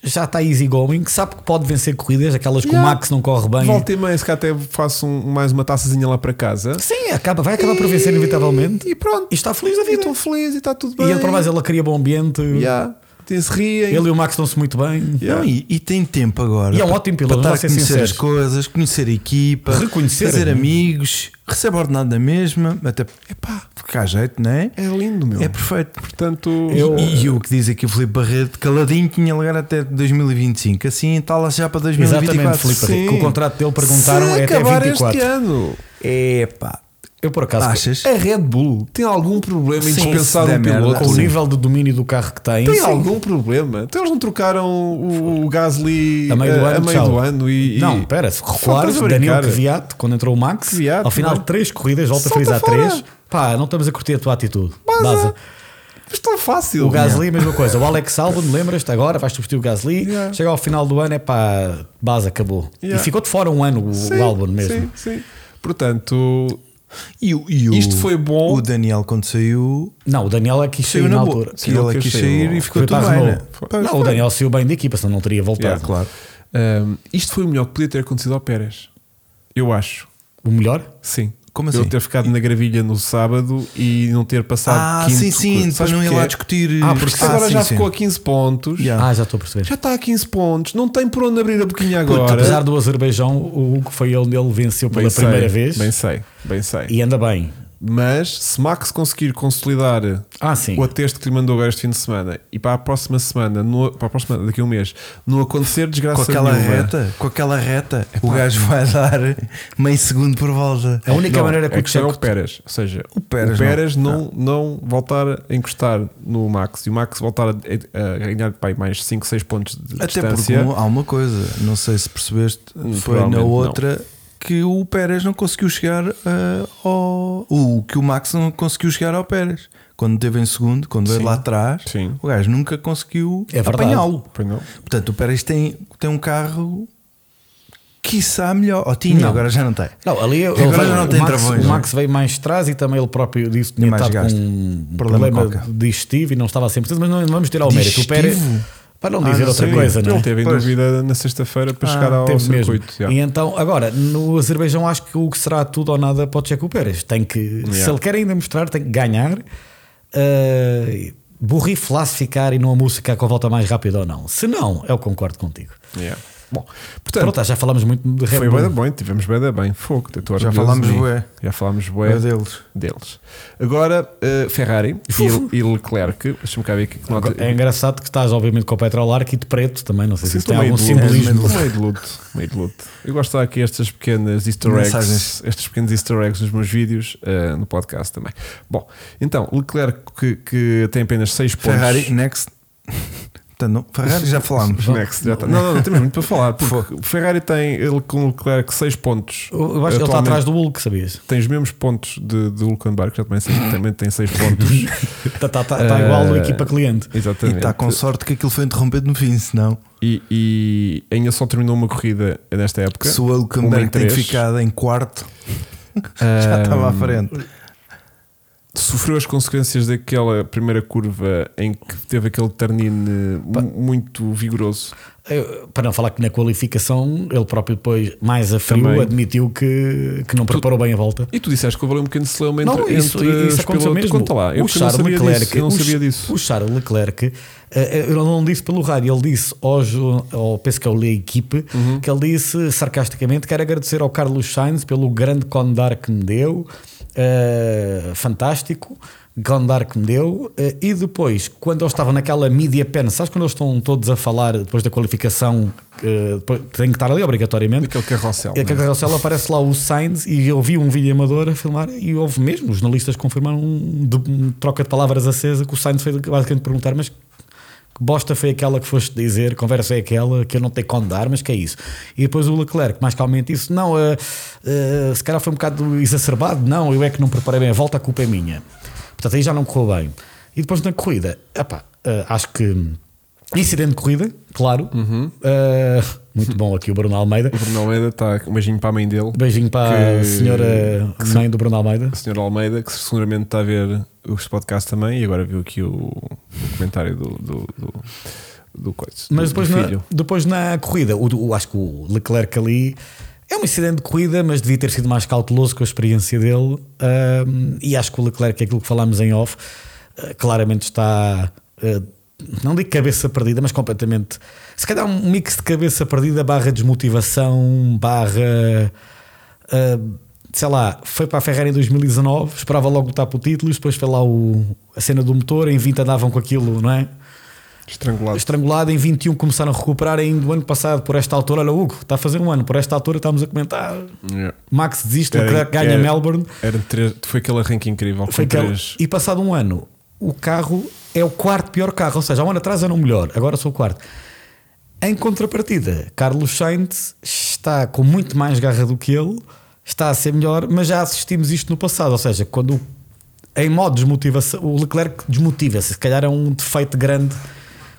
Speaker 3: Já está easygoing, que sabe que pode vencer corridas, aquelas que
Speaker 2: Yeah.
Speaker 3: o Max não corre bem.
Speaker 2: Volta e meia, se cá até faço um- mais uma taçazinha lá para casa.
Speaker 3: Sim, acaba, vai acabar por vencer inevitavelmente.
Speaker 2: E pronto.
Speaker 3: E está feliz da
Speaker 2: E
Speaker 3: vida.
Speaker 2: estou feliz e está tudo
Speaker 3: E
Speaker 2: bem.
Speaker 3: ele, para mais, ele cria bom ambiente.
Speaker 2: Yeah. Se riem.
Speaker 3: Ele e o Max estão-se muito bem.
Speaker 2: Yeah.
Speaker 1: Não, e, e tem tempo agora
Speaker 3: é. E é um
Speaker 1: para-
Speaker 3: ótimo piloto,
Speaker 1: para
Speaker 3: vamos
Speaker 1: estar
Speaker 3: lá
Speaker 1: a conhecer
Speaker 3: ser sinceros.
Speaker 1: as coisas, conhecer a equipa,
Speaker 3: Reconhecer.
Speaker 1: fazer amigos, recebe ordenado da mesma, até epá, porque há jeito, não é?
Speaker 2: É lindo, meu.
Speaker 1: É perfeito.
Speaker 2: Portanto,
Speaker 3: Eu-
Speaker 1: E, e o que diz aqui o Filipe Barreto, caladinho tinha lugar até 2025, assim está lá já para 2024.
Speaker 3: Exatamente, Filipe.
Speaker 1: Sim.
Speaker 3: Rico. Que o contrato dele perguntaram
Speaker 2: se
Speaker 3: é até
Speaker 2: acabar
Speaker 3: 24.
Speaker 2: este ano.
Speaker 1: Epá,
Speaker 3: Eu, por acaso,
Speaker 1: achas?
Speaker 2: A Red Bull tem algum problema em
Speaker 1: Sim,
Speaker 2: dispensar
Speaker 1: se der
Speaker 2: um piloto?
Speaker 1: merda.
Speaker 3: com o
Speaker 1: Sim.
Speaker 3: nível de domínio do carro que tem,
Speaker 2: Tem
Speaker 3: sim.
Speaker 2: algum problema? Então eles não trocaram o, o Gasly
Speaker 3: A meio do
Speaker 2: eh,
Speaker 3: ano,
Speaker 2: a meio
Speaker 3: tchau.
Speaker 2: do ano e. e-
Speaker 3: Não, espera, se recuares,
Speaker 2: Estás a
Speaker 3: Daniel
Speaker 2: brincar.
Speaker 3: Kvyat, quando entrou o Max,
Speaker 2: Kvyat,
Speaker 3: ao final
Speaker 2: não.
Speaker 3: de três corridas, volta a
Speaker 2: Solta
Speaker 3: frisar
Speaker 2: fora. é.
Speaker 3: três, pá, não estamos a curtir a tua atitude.
Speaker 2: Baza.
Speaker 3: Baza.
Speaker 2: Mas tão fácil.
Speaker 3: O Gasly, a mesma coisa. O Alex Albon, lembras-te agora, vais substituir o Gasly,
Speaker 2: Yeah.
Speaker 3: chega ao final do ano, é pá, Baza, acabou.
Speaker 2: Yeah.
Speaker 3: E ficou de fora um ano o,
Speaker 2: Sim,
Speaker 3: o Albon mesmo.
Speaker 2: Sim, sim. Portanto,
Speaker 1: E, o- e o-
Speaker 2: Isto foi bom.
Speaker 1: O Daniel, quando saiu,
Speaker 3: Não, o Daniel é que quis sair
Speaker 1: saiu
Speaker 3: na
Speaker 1: na boa.
Speaker 3: altura.
Speaker 1: E ele
Speaker 2: Ele é
Speaker 1: quis
Speaker 2: quis
Speaker 1: sair
Speaker 2: sair,
Speaker 1: e ficou
Speaker 3: Foi para
Speaker 1: tudo
Speaker 3: a
Speaker 1: bem,
Speaker 3: Renault.
Speaker 1: né?
Speaker 3: Não, o Daniel saiu bem da equipa, senão não teria voltado.
Speaker 2: Yeah, claro. Ahm, isto foi o melhor que podia ter acontecido ao Pérez. Eu acho.
Speaker 3: O melhor?
Speaker 2: Sim.
Speaker 1: Como
Speaker 2: Eu
Speaker 1: assim?
Speaker 2: ter ficado na gravilha no sábado e não ter passado
Speaker 1: Ah,
Speaker 2: quinto.
Speaker 1: sim, sim, depois
Speaker 2: Sabes
Speaker 1: não ia
Speaker 2: porquê?
Speaker 1: lá discutir.
Speaker 3: Ah, porque
Speaker 2: Porque agora
Speaker 1: sim,
Speaker 2: já
Speaker 1: sim.
Speaker 2: ficou a 15 pontos.
Speaker 1: Yeah.
Speaker 3: Ah, já estou a perceber.
Speaker 2: Já está a 15 pontos. Não tem por onde abrir a boquinha
Speaker 3: Puto,
Speaker 2: agora.
Speaker 3: apesar do Azerbaijão, o Hugo foi onde ele venceu pela
Speaker 2: sei,
Speaker 3: primeira vez
Speaker 2: Bem sei, bem sei.
Speaker 3: e anda bem.
Speaker 2: Mas se Max conseguir consolidar
Speaker 3: Ah, sim.
Speaker 2: o ateste que lhe mandou agora este fim de semana e para a próxima semana, no- para a próxima daqui a um mês, não acontecer
Speaker 1: Com
Speaker 2: desgraça
Speaker 1: aquela é.
Speaker 2: nenhuma.
Speaker 1: reta, com aquela reta, o gajo vai dar meio segundo por volta.
Speaker 3: A única
Speaker 2: Não,
Speaker 3: maneira que
Speaker 2: a
Speaker 3: o
Speaker 2: questão é o
Speaker 3: Checo.
Speaker 2: Pérez, ou seja, o
Speaker 1: Pérez
Speaker 2: Pérez,
Speaker 1: não.
Speaker 2: não, não. voltar a encostar no Max e o Max voltar a, a ganhar pai, mais 5, 6 pontos de
Speaker 1: Até porque um,
Speaker 2: distância.
Speaker 1: há uma coisa, não sei se percebeste, foi
Speaker 2: Provavelmente
Speaker 1: na
Speaker 2: não.
Speaker 1: outra que o Pérez não conseguiu chegar ah, ao. O que o Max não conseguiu chegar ao Pérez. Quando teve em segundo, quando veio
Speaker 2: Sim.
Speaker 1: lá atrás,
Speaker 2: Sim.
Speaker 1: o gajo nunca conseguiu
Speaker 3: É verdade.
Speaker 1: apanhá-lo.
Speaker 2: Pois não.
Speaker 1: Portanto, o Pérez tem, tem um carro quiçá melhor. Ou tinha,
Speaker 3: Não.
Speaker 1: agora já não tem.
Speaker 3: Não, ali é- ele
Speaker 1: agora
Speaker 3: veio-
Speaker 1: já não
Speaker 3: o
Speaker 1: tem
Speaker 3: Max,
Speaker 1: travões,
Speaker 3: O
Speaker 1: não é?
Speaker 3: Max veio mais atrás e também ele próprio disse que
Speaker 1: Tem
Speaker 3: tinha
Speaker 1: mais
Speaker 3: estado
Speaker 1: gasto.
Speaker 3: com um
Speaker 1: Problema
Speaker 3: problema,
Speaker 1: qualquer.
Speaker 3: digestivo e não estava a 100%, mas não vamos tirar o mérito. O
Speaker 1: Digestivo? Ah,
Speaker 3: Pérez, para não dizer
Speaker 1: não
Speaker 3: outra
Speaker 1: sabia.
Speaker 3: coisa, não
Speaker 2: Ah, Ele
Speaker 3: é?
Speaker 2: teve em
Speaker 1: Pois.
Speaker 2: dúvida na sexta-feira para
Speaker 1: Ah,
Speaker 2: chegar ao
Speaker 3: Teve mesmo.
Speaker 2: circuito. já.
Speaker 3: E então, agora, no Azerbaijão, acho que o que será tudo ou nada pode ser com o Pérez. Tem que, se
Speaker 2: Yeah.
Speaker 3: ele quer ainda mostrar, tem que ganhar, uh, borriflar-se ficar e não a música com a volta mais rápida ou não. Se não, eu concordo contigo.
Speaker 2: Yeah. Bom, portanto,
Speaker 3: Pronto, é já falámos muito de Red
Speaker 2: foi
Speaker 3: Bull.
Speaker 2: bem bom, tivemos bem bem, fogo. eu estou
Speaker 1: Já
Speaker 2: orgulhoso
Speaker 1: falámos
Speaker 2: de mim.
Speaker 1: bué.
Speaker 2: Já falámos bué
Speaker 1: É deles.
Speaker 2: deles. Agora, eh, Ferrari
Speaker 3: Fofo.
Speaker 2: e, e Leclerc, deixa-me cá ver aqui que nota.
Speaker 3: É engraçado que estás, obviamente, com o Petrol Arc e de preto também. Não sei se
Speaker 2: Sim, é
Speaker 3: isso tem
Speaker 2: estou meio
Speaker 3: algum
Speaker 2: de luto,
Speaker 3: simbolismo.
Speaker 2: Estou meio de luto, meio de luto. Eu gosto de dar aqui estas pequenas easter
Speaker 1: Mensagens.
Speaker 2: eggs, estes pequenos easter eggs nos meus vídeos, eh, no podcast também. Bom, então, Leclerc que, que tem apenas 6 pontos.
Speaker 1: Ferrari, next. Portanto, não, Ferrari já falámos.
Speaker 2: Next, já tá. não, não, não, temos muito para falar. Porque o Ferrari tem ele com o Leclerc 6 pontos.
Speaker 3: Eu acho que ele está
Speaker 2: Atualmente
Speaker 3: atrás do Hulk, sabias?
Speaker 2: Tem os mesmos pontos de, de Hulkenberg, que já também, sei- também tem 6 pontos.
Speaker 3: Está, está- está- está igual do
Speaker 2: Eh,
Speaker 3: equipa cliente.
Speaker 1: E
Speaker 2: Exatamente.
Speaker 1: está com sorte que aquilo foi interrompido no fim, senão.
Speaker 2: E- e ainda só terminou uma corrida nesta época.
Speaker 1: Se o
Speaker 2: Uma
Speaker 1: Alcântara
Speaker 2: em
Speaker 1: tem
Speaker 2: três.
Speaker 1: ficado em quarto, já estava à frente.
Speaker 2: sofreu as consequências daquela primeira curva em que teve aquele ternine mu- muito vigoroso.
Speaker 3: Eu, para não falar que na qualificação ele próprio depois, mais a frio,
Speaker 2: Também.
Speaker 3: admitiu que, que não preparou bem a volta.
Speaker 2: E tu disseste que houve ali um pequeno slam entre,
Speaker 3: Não, isso,
Speaker 2: entre
Speaker 3: isso
Speaker 2: os
Speaker 3: aconteceu
Speaker 2: pilotos.
Speaker 3: mesmo.
Speaker 2: Conta lá, eu
Speaker 3: o
Speaker 2: que não
Speaker 3: Charles
Speaker 2: sabia
Speaker 3: Leclerc,
Speaker 2: disso. Eu não
Speaker 3: o-
Speaker 2: sabia disso.
Speaker 3: O Charles Leclerc, eh, eu não disse pelo rádio, ele disse hoje, ou penso que eu li a equipe,
Speaker 2: Uhum.
Speaker 3: que ele disse sarcasticamente: quero agradecer ao Carlos Sainz pelo grande condar que me deu, eh, fantástico. Gondar que me deu, eh, e depois, quando eu estava naquela media pen, sabes quando eles estão todos a falar depois da qualificação, que depois tem que estar ali obrigatoriamente,
Speaker 2: Aquele carrossel.
Speaker 3: e É a
Speaker 2: né?
Speaker 3: carrossela aparece lá o Sainz e eu vi um vídeo amador a filmar e houve mesmo, os jornalistas confirmaram um, de- um troca de palavras acesa que o Sainz foi basicamente perguntar, mas que bosta foi aquela que foste dizer, conversa é aquela que eu não tenho como dar, mas que é isso. E depois o Leclerc, mais calmamente, disse: Não, eh, eh, se calhar foi um bocado exacerbado, não, eu é que não preparei bem a volta, a culpa é minha. Portanto, aí já não correu bem. E depois na corrida, epá, eh, acho que incidente de corrida, claro. Eh, muito bom aqui o Bruno Almeida.
Speaker 2: O Bruno Almeida está um beijinho para a mãe dele,
Speaker 3: Beijinho para a
Speaker 2: Que-
Speaker 3: senhora mãe do Bruno Almeida.
Speaker 2: a senhora Almeida, que seguramente está a ver os podcasts também e agora viu aqui o, o comentário do, do, do, do coisa,
Speaker 3: Mas
Speaker 2: do- do
Speaker 3: depois é- na,
Speaker 2: filho.
Speaker 3: depois na corrida, o, o- acho que o Leclerc ali é um incidente de corrida, mas devia ter sido mais cauteloso com a experiência dele. Ahm, e acho que o Leclerc, aquilo que falámos em off, eh, claramente está. eh, não digo cabeça perdida, mas completamente. Se calhar um mix de cabeça perdida, barra desmotivação, barra. ah, sei lá, foi para a Ferrari em 2019, esperava logo lutar pelo título, depois foi lá o, a cena do motor, em 20 andavam com aquilo, não é?
Speaker 2: Estrangulado.
Speaker 3: estrangulado em 21 começaram a recuperar ainda o ano passado por esta altura olha Hugo está a fazer um ano por esta altura estamos a comentar
Speaker 2: Yeah.
Speaker 3: Max desiste
Speaker 2: Era-
Speaker 3: Leclerc ganha
Speaker 2: era-
Speaker 3: Melbourne
Speaker 2: Era três, foi aquele arranque incrível.
Speaker 3: foi
Speaker 2: Foi
Speaker 3: aquele-
Speaker 2: três.
Speaker 3: e passado um ano o carro é o quarto pior carro ou seja há um ano atrás era o melhor agora sou o quarto em contrapartida Carlos Sainz está com muito mais garra do que ele está a ser melhor mas já assistimos isto no passado ou seja quando em modo desmotivação o Leclerc desmotiva-se se calhar é um defeito grande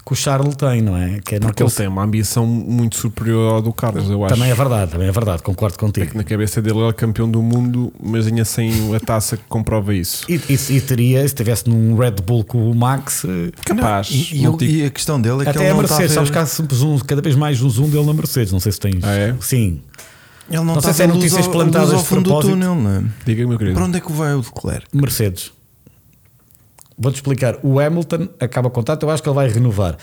Speaker 3: que o Charles tem não é que é não
Speaker 2: Porque ele
Speaker 3: cons-
Speaker 2: tem uma ambição muito superior ao do Carlos, eu acho.
Speaker 3: Também é verdade, também é verdade, concordo contigo.
Speaker 2: Na cabeça dele ele é campeão do mundo, mas ainda sem a taça que comprova isso.
Speaker 3: E, e- e teria, se estivesse num Red Bull com o Max, eh,
Speaker 2: Capaz.
Speaker 1: E, e
Speaker 2: não
Speaker 1: ele-
Speaker 2: ti-
Speaker 1: e a questão dele é que
Speaker 3: até
Speaker 1: ele
Speaker 3: a
Speaker 2: tá
Speaker 1: não está a
Speaker 3: Mercedes, sabes que
Speaker 1: ver,
Speaker 3: há sempre zoom, cada vez mais um zoom dele na Mercedes, não sei se tens.
Speaker 2: Ah, é?
Speaker 3: Sim.
Speaker 1: ele não,
Speaker 3: não
Speaker 1: está
Speaker 3: sei se
Speaker 1: a
Speaker 3: é
Speaker 1: ver luz
Speaker 3: notícias
Speaker 1: ao-
Speaker 3: plantadas
Speaker 1: luz ao
Speaker 3: de
Speaker 1: fundo do
Speaker 3: propósito.
Speaker 1: túnel, não é?
Speaker 2: Diga, meu querido.
Speaker 1: Para onde é que vai o Leclerc?
Speaker 3: Mercedes. Vou-te explicar. O Hamilton acaba o contrato, eu acho que ele vai renovar.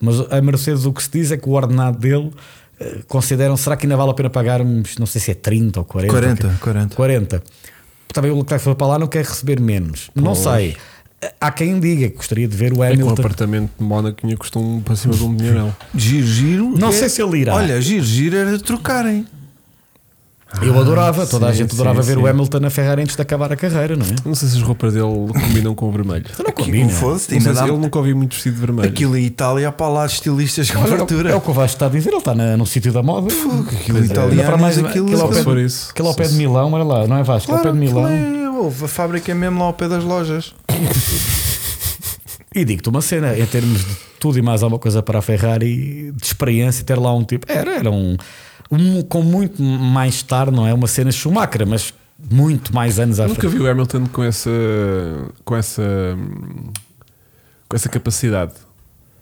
Speaker 3: Mas a Mercedes o que se diz é que o ordenado dele eh, consideram, será que ainda vale a pena pagarmos, não sei se é 30 ou 40?
Speaker 1: 40,
Speaker 3: ok?
Speaker 1: 40.
Speaker 3: 40. Também o Leclerc foi para lá, não quer receber menos. Não sei. Há quem diga que gostaria de ver o
Speaker 2: É que um
Speaker 3: Hamilton.
Speaker 2: apartamento de Mónaco ainda custou um, para cima de um dinheirão.
Speaker 1: Giro, giro.
Speaker 3: Não
Speaker 1: é-
Speaker 3: sei se ele irá.
Speaker 1: Olha, giro, giro era trocarem.
Speaker 3: Eu adorava, toda a
Speaker 2: Ah, sim,
Speaker 3: gente adorava
Speaker 2: sim,
Speaker 3: ver
Speaker 2: sim.
Speaker 3: o Hamilton na Ferrari antes de acabar a carreira, não é?
Speaker 2: Não sei se as roupas dele combinam com o vermelho.
Speaker 3: Então não
Speaker 1: Aqui,
Speaker 3: combina.
Speaker 1: como fosse,
Speaker 2: Não sei
Speaker 1: ainda
Speaker 2: se-
Speaker 1: dá-
Speaker 2: ele nunca ouvi muito vestido de vermelho.
Speaker 1: Aquilo em Itália, para lá, estilistas com
Speaker 3: Olha,
Speaker 1: fartura.
Speaker 3: é o que o Vasco está a dizer, ele está na- no sítio da moda.
Speaker 1: Aquilo
Speaker 2: é
Speaker 3: Ainda para
Speaker 1: italiano,
Speaker 3: mais,
Speaker 1: aquilo,
Speaker 3: aquele ao
Speaker 2: se
Speaker 3: pé,
Speaker 2: for isso.
Speaker 3: aquele ao
Speaker 2: Se-
Speaker 3: pé de
Speaker 2: se-
Speaker 3: Milão, olha lá, não é Vasco? ao pé de
Speaker 1: aquilo
Speaker 3: Milão.
Speaker 1: é- ouve, a fábrica é mesmo lá ao pé das lojas.
Speaker 3: E digo-te uma cena, em termos de tudo e mais alguma coisa para a Ferrari, de experiência, ter lá um tipo. Era, era um. um- com muito mais tarde, não é? Uma cena Schumacher, mas muito mais anos à
Speaker 2: Nunca
Speaker 3: frente.
Speaker 2: vi o Hamilton com essa com essa com essa capacidade.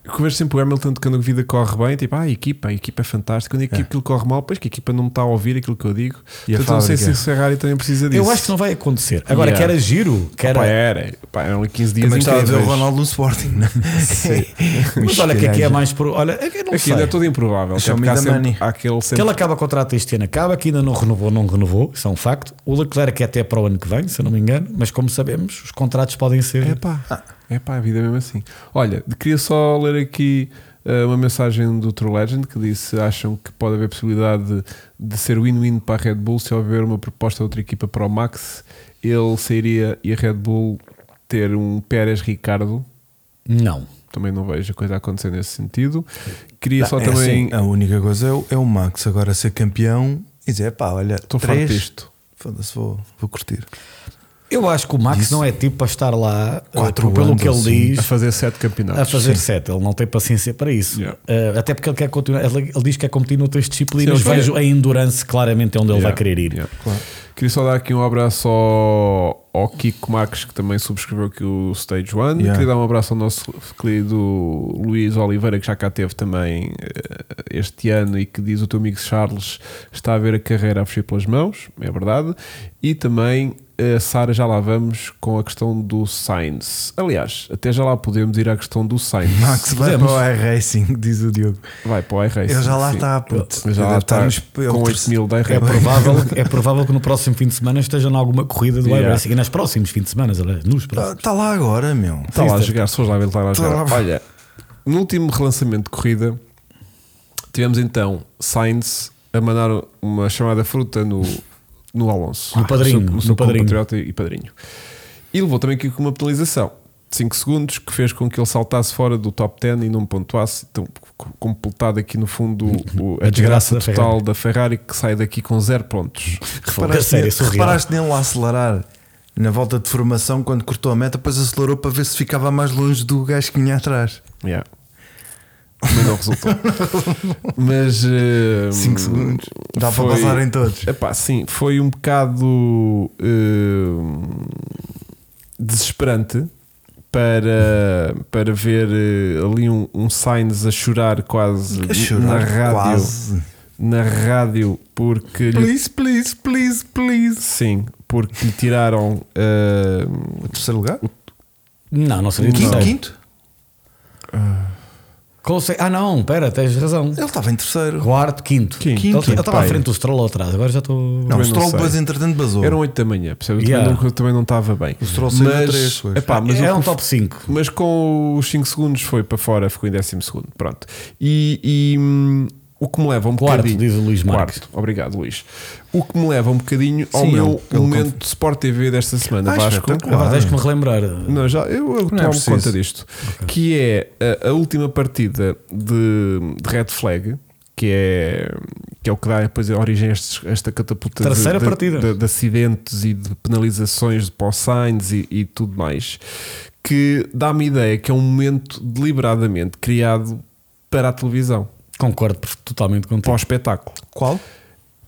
Speaker 2: Eu vejo sempre o Hamilton quando a vida corre bem, tipo, ah, a equipa, a equipa é fantástica. Quando a equipa, aquilo corre mal, pois que a equipa não me está a ouvir aquilo que eu digo.
Speaker 1: E a
Speaker 2: Portanto, não sei se
Speaker 1: fábrica?
Speaker 2: o Ferrari também precisa um disso.
Speaker 3: Eu acho que não vai acontecer. Agora,
Speaker 2: Yeah. é.
Speaker 3: que era giro, que era.
Speaker 2: Pá, era, pá, eram 15 dias
Speaker 1: Também estava a ver o
Speaker 2: incríveis.
Speaker 1: Ronaldo no Sporting. né?
Speaker 3: Mas olha, que aqui é mais. Pro, olha, eu não
Speaker 2: Aqui
Speaker 3: sei.
Speaker 2: ainda é todo improvável. até
Speaker 1: Show me
Speaker 2: porque há
Speaker 1: the
Speaker 2: sempre-
Speaker 1: money.
Speaker 2: há aquele sempre
Speaker 3: Que ele acaba contrato este ano, acaba, que ainda não renovou, não renovou, isso é um facto. O Leclerc é até para o ano que vem, se eu não me engano, mas como sabemos, os contratos podem ser.
Speaker 2: É pá, é pá, a vida é mesmo assim. Olha, queria só ler aqui eh, uma mensagem do True Legend que disse: acham que pode haver possibilidade de, de ser win-win para a Red Bull se houver uma proposta de outra equipa para o Max, ele sairia e a Red Bull ter um Pérez Ricardo.
Speaker 3: Não.
Speaker 2: Também não vejo a coisa a acontecer nesse sentido. Queria só
Speaker 1: É
Speaker 2: também.
Speaker 1: assim, a única coisa é o, é o Max agora ser campeão e dizer: pá, olha,
Speaker 2: Estou farto
Speaker 1: três.
Speaker 2: disto.
Speaker 1: Foda-se, vou, vou curtir.
Speaker 3: Eu acho que o Max não é tipo para estar lá, eh,
Speaker 1: Quatro
Speaker 3: pelo
Speaker 1: anos,
Speaker 3: que ele
Speaker 1: assim,
Speaker 2: A
Speaker 3: diz,
Speaker 2: fazer sete campeonatos.
Speaker 3: a fazer sete. Ele não tem paciência para isso.
Speaker 2: Yeah.
Speaker 3: Eh, até porque ele quer continuar. Ele, ele diz que quer competir noutras disciplinas.
Speaker 2: Sim, ele
Speaker 3: Vejo a endurance claramente é onde ele
Speaker 2: Yeah,
Speaker 3: vai querer ir.
Speaker 2: yeah. Queria só dar aqui um abraço ao, ao Kiko Marques, que também subscreveu aqui o Stage One.
Speaker 1: Yeah.
Speaker 2: Queria dar um abraço ao nosso querido Luís Oliveira, que já cá teve também eh, este ano e que diz o teu amigo Charles está a ver a carreira a fugir pelas mãos, é verdade. E também a Sara, já lá vamos com a questão do Sainz. Aliás, até já lá podemos ir à questão do Sainz.
Speaker 1: Max vai
Speaker 3: Vamos.
Speaker 1: para o iRacing, diz o Diogo.
Speaker 2: Vai para o iRacing.
Speaker 1: Ele já lá
Speaker 2: sim.
Speaker 1: está, puto.
Speaker 2: Ele já
Speaker 1: Ele deve
Speaker 2: lá está
Speaker 1: estar nos- ele
Speaker 2: com
Speaker 1: deve-
Speaker 2: 8 mil da
Speaker 3: É provável, é provável que no próximo fim de semana esteja em alguma corrida do
Speaker 2: Yeah.
Speaker 3: iRacing. E nas próximos fins de semana, aliás, nos próximos.
Speaker 1: Está Tá, lá agora, meu.
Speaker 2: Está Tá lá a jogar, se fores lá ver, está lá a
Speaker 1: Tá
Speaker 2: jogar.
Speaker 1: lá.
Speaker 2: Olha, no último relançamento de corrida, tivemos então Sainz a mandar uma chamada fruta no, no Alonso.
Speaker 3: No padrinho,
Speaker 2: No seu,
Speaker 3: no
Speaker 2: no seu
Speaker 3: padrinho.
Speaker 2: compatriota e padrinho. E levou também aqui com uma penalização de 5 segundos que fez com que ele saltasse fora do top 10 e não me pontuasse. Então, c- completado aqui no fundo o- a,
Speaker 3: A desgraça
Speaker 2: desgraça,
Speaker 3: da
Speaker 2: total da Ferrari que sai daqui com 0 pontos.
Speaker 3: Fogo, a sério, é
Speaker 1: nele,
Speaker 3: surreal.
Speaker 1: reparaste nele a acelerar na volta de formação quando cortou a meta, depois acelerou para ver se ficava mais longe do gajo que vinha atrás.
Speaker 2: Yeah. Mas não resultou. Mas. eh,
Speaker 1: 5 segundos. Dá
Speaker 2: foi-
Speaker 1: para passar em todos.
Speaker 2: Epá, sim, foi um bocado eh, desesperante para, para ver eh, ali um, um Sainz a chorar quase
Speaker 1: A chorar,
Speaker 2: na rádio.
Speaker 1: quase.
Speaker 2: Na rádio, porque lhe,
Speaker 1: Please, please, please, please.
Speaker 2: sim, porque lhe tiraram eh,
Speaker 1: O terceiro lugar?
Speaker 3: Não, não seria
Speaker 1: Quinto?
Speaker 3: terceiro.
Speaker 1: quinto?
Speaker 3: Conce- Ah, não, pera, tens razão.
Speaker 1: Ele estava em terceiro.
Speaker 3: Quarto, quinto.
Speaker 2: Quinto.
Speaker 3: Ele- ele estava à
Speaker 2: Pai.
Speaker 3: frente do Stroll ou atrás, agora já estou.
Speaker 1: Não, o
Speaker 2: Também não
Speaker 1: Stroll
Speaker 2: sei. um
Speaker 1: depois entretanto basou.
Speaker 2: eram 8 da manhã, percebes?
Speaker 3: Yeah.
Speaker 2: Também, não, também não estava bem.
Speaker 1: O Stroll saiu a três, pois.
Speaker 2: epá, mas
Speaker 3: é
Speaker 2: o
Speaker 3: um
Speaker 2: que-
Speaker 3: top 5.
Speaker 2: Mas com os 5 segundos foi para fora, ficou em 12 segundo. Pronto. E, e, hum, o que me leva um
Speaker 3: Quarto,
Speaker 2: bocadinho.
Speaker 3: diz o Luís Marques. é
Speaker 2: Quarto, obrigado, Luís. O que me leva um bocadinho ao
Speaker 1: Sim,
Speaker 2: meu
Speaker 1: ele- ele
Speaker 2: momento
Speaker 1: conf-
Speaker 2: de Sport TV desta semana,
Speaker 1: Ah,
Speaker 2: Vasco.
Speaker 1: espetacular. Claro.
Speaker 3: Tens que me relembrar.
Speaker 2: Não, já, eu, eu
Speaker 1: é
Speaker 2: tomo
Speaker 1: preciso.
Speaker 2: conta disto. Que é a, a última partida de, de Red Flag, que é, que é o que dá depois origem a estes- esta catapulta de-
Speaker 3: Terceira
Speaker 2: de,
Speaker 3: partida.
Speaker 2: de- de acidentes e de penalizações de pós-signs e, e tudo mais, que dá-me ideia que é um momento deliberadamente criado para a televisão,
Speaker 3: Concordo per- totalmente
Speaker 2: para o
Speaker 3: contigo.
Speaker 2: espetáculo.
Speaker 1: Qual?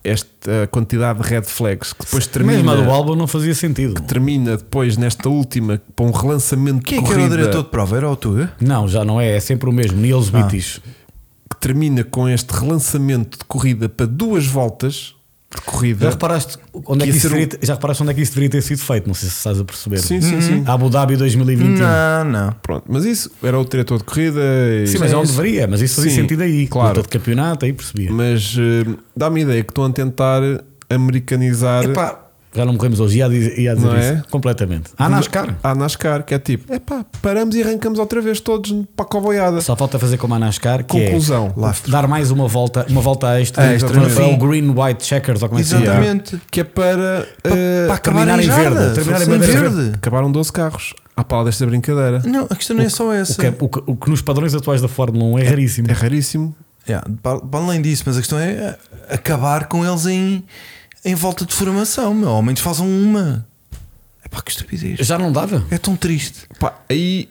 Speaker 2: Esta quantidade de red flags que depois termina.
Speaker 3: Mesmo a do álbum não fazia sentido.
Speaker 2: Termina depois nesta última para um relançamento
Speaker 1: Quem é
Speaker 2: de
Speaker 1: que era o
Speaker 2: corrida.
Speaker 1: diretor de prova? Era o Tuga?
Speaker 3: Não, já não é, é sempre o mesmo.
Speaker 2: Ah.
Speaker 3: Niels Bitis.
Speaker 2: que termina com este relançamento de corrida para duas voltas de
Speaker 3: Já
Speaker 2: corrida.
Speaker 3: reparaste, onde é
Speaker 2: Que
Speaker 3: que
Speaker 2: ia
Speaker 3: isso
Speaker 2: ser um-
Speaker 3: deveria, ter- já reparaste onde é que isso deveria ter sido feito? Não sei se estás a perceber. Uhum.
Speaker 2: Sim, sim, sim.
Speaker 3: Abu Dhabi 2021.
Speaker 1: Não, não.
Speaker 2: Pronto, mas isso era o diretor de corrida. e-
Speaker 3: Sim, mas é não deveria, mas isso fazia
Speaker 2: é Sim,
Speaker 3: sentido aí.
Speaker 2: claro.
Speaker 3: Luta de campeonato, aí percebia.
Speaker 2: Mas eh, dá-me a ideia que estão a tentar americanizar
Speaker 3: Epá, já não morremos hoje, ia a dizer, ia a dizer
Speaker 2: Não é?
Speaker 3: isso completamente. Ah, NASCAR.
Speaker 2: a NASCAR, que é tipo, epá, paramos e arrancamos outra vez todos para a covoiada.
Speaker 3: Só falta fazer como a NASCAR, que
Speaker 2: Conclusão.
Speaker 3: é
Speaker 1: Lá.
Speaker 3: dar mais uma volta, uma volta extra,
Speaker 2: É, extra,
Speaker 3: para
Speaker 2: mesmo.
Speaker 3: o Green White Checkers, ou como é que se chama?
Speaker 1: Exatamente.
Speaker 2: Que é para. eh,
Speaker 1: Para acabar
Speaker 3: terminar
Speaker 1: em
Speaker 3: em
Speaker 1: jarda.
Speaker 3: é verde, terminar em
Speaker 1: Fosse em
Speaker 3: bandeira
Speaker 1: verde.
Speaker 2: Acabaram 12 carros à pala desta brincadeira.
Speaker 1: Não, a questão não é só
Speaker 3: O que, é-
Speaker 1: essa.
Speaker 3: o que- o que nos padrões atuais da Fórmula 1 é raríssimo.
Speaker 2: É raríssimo.
Speaker 1: Yeah, para, para além disso, mas a questão é eh, acabar com eles em, em volta de formação. Meu. Ao menos façam uma. É pá, que estupidez.
Speaker 3: Já não dava?
Speaker 1: É tão triste.
Speaker 2: Pá, aí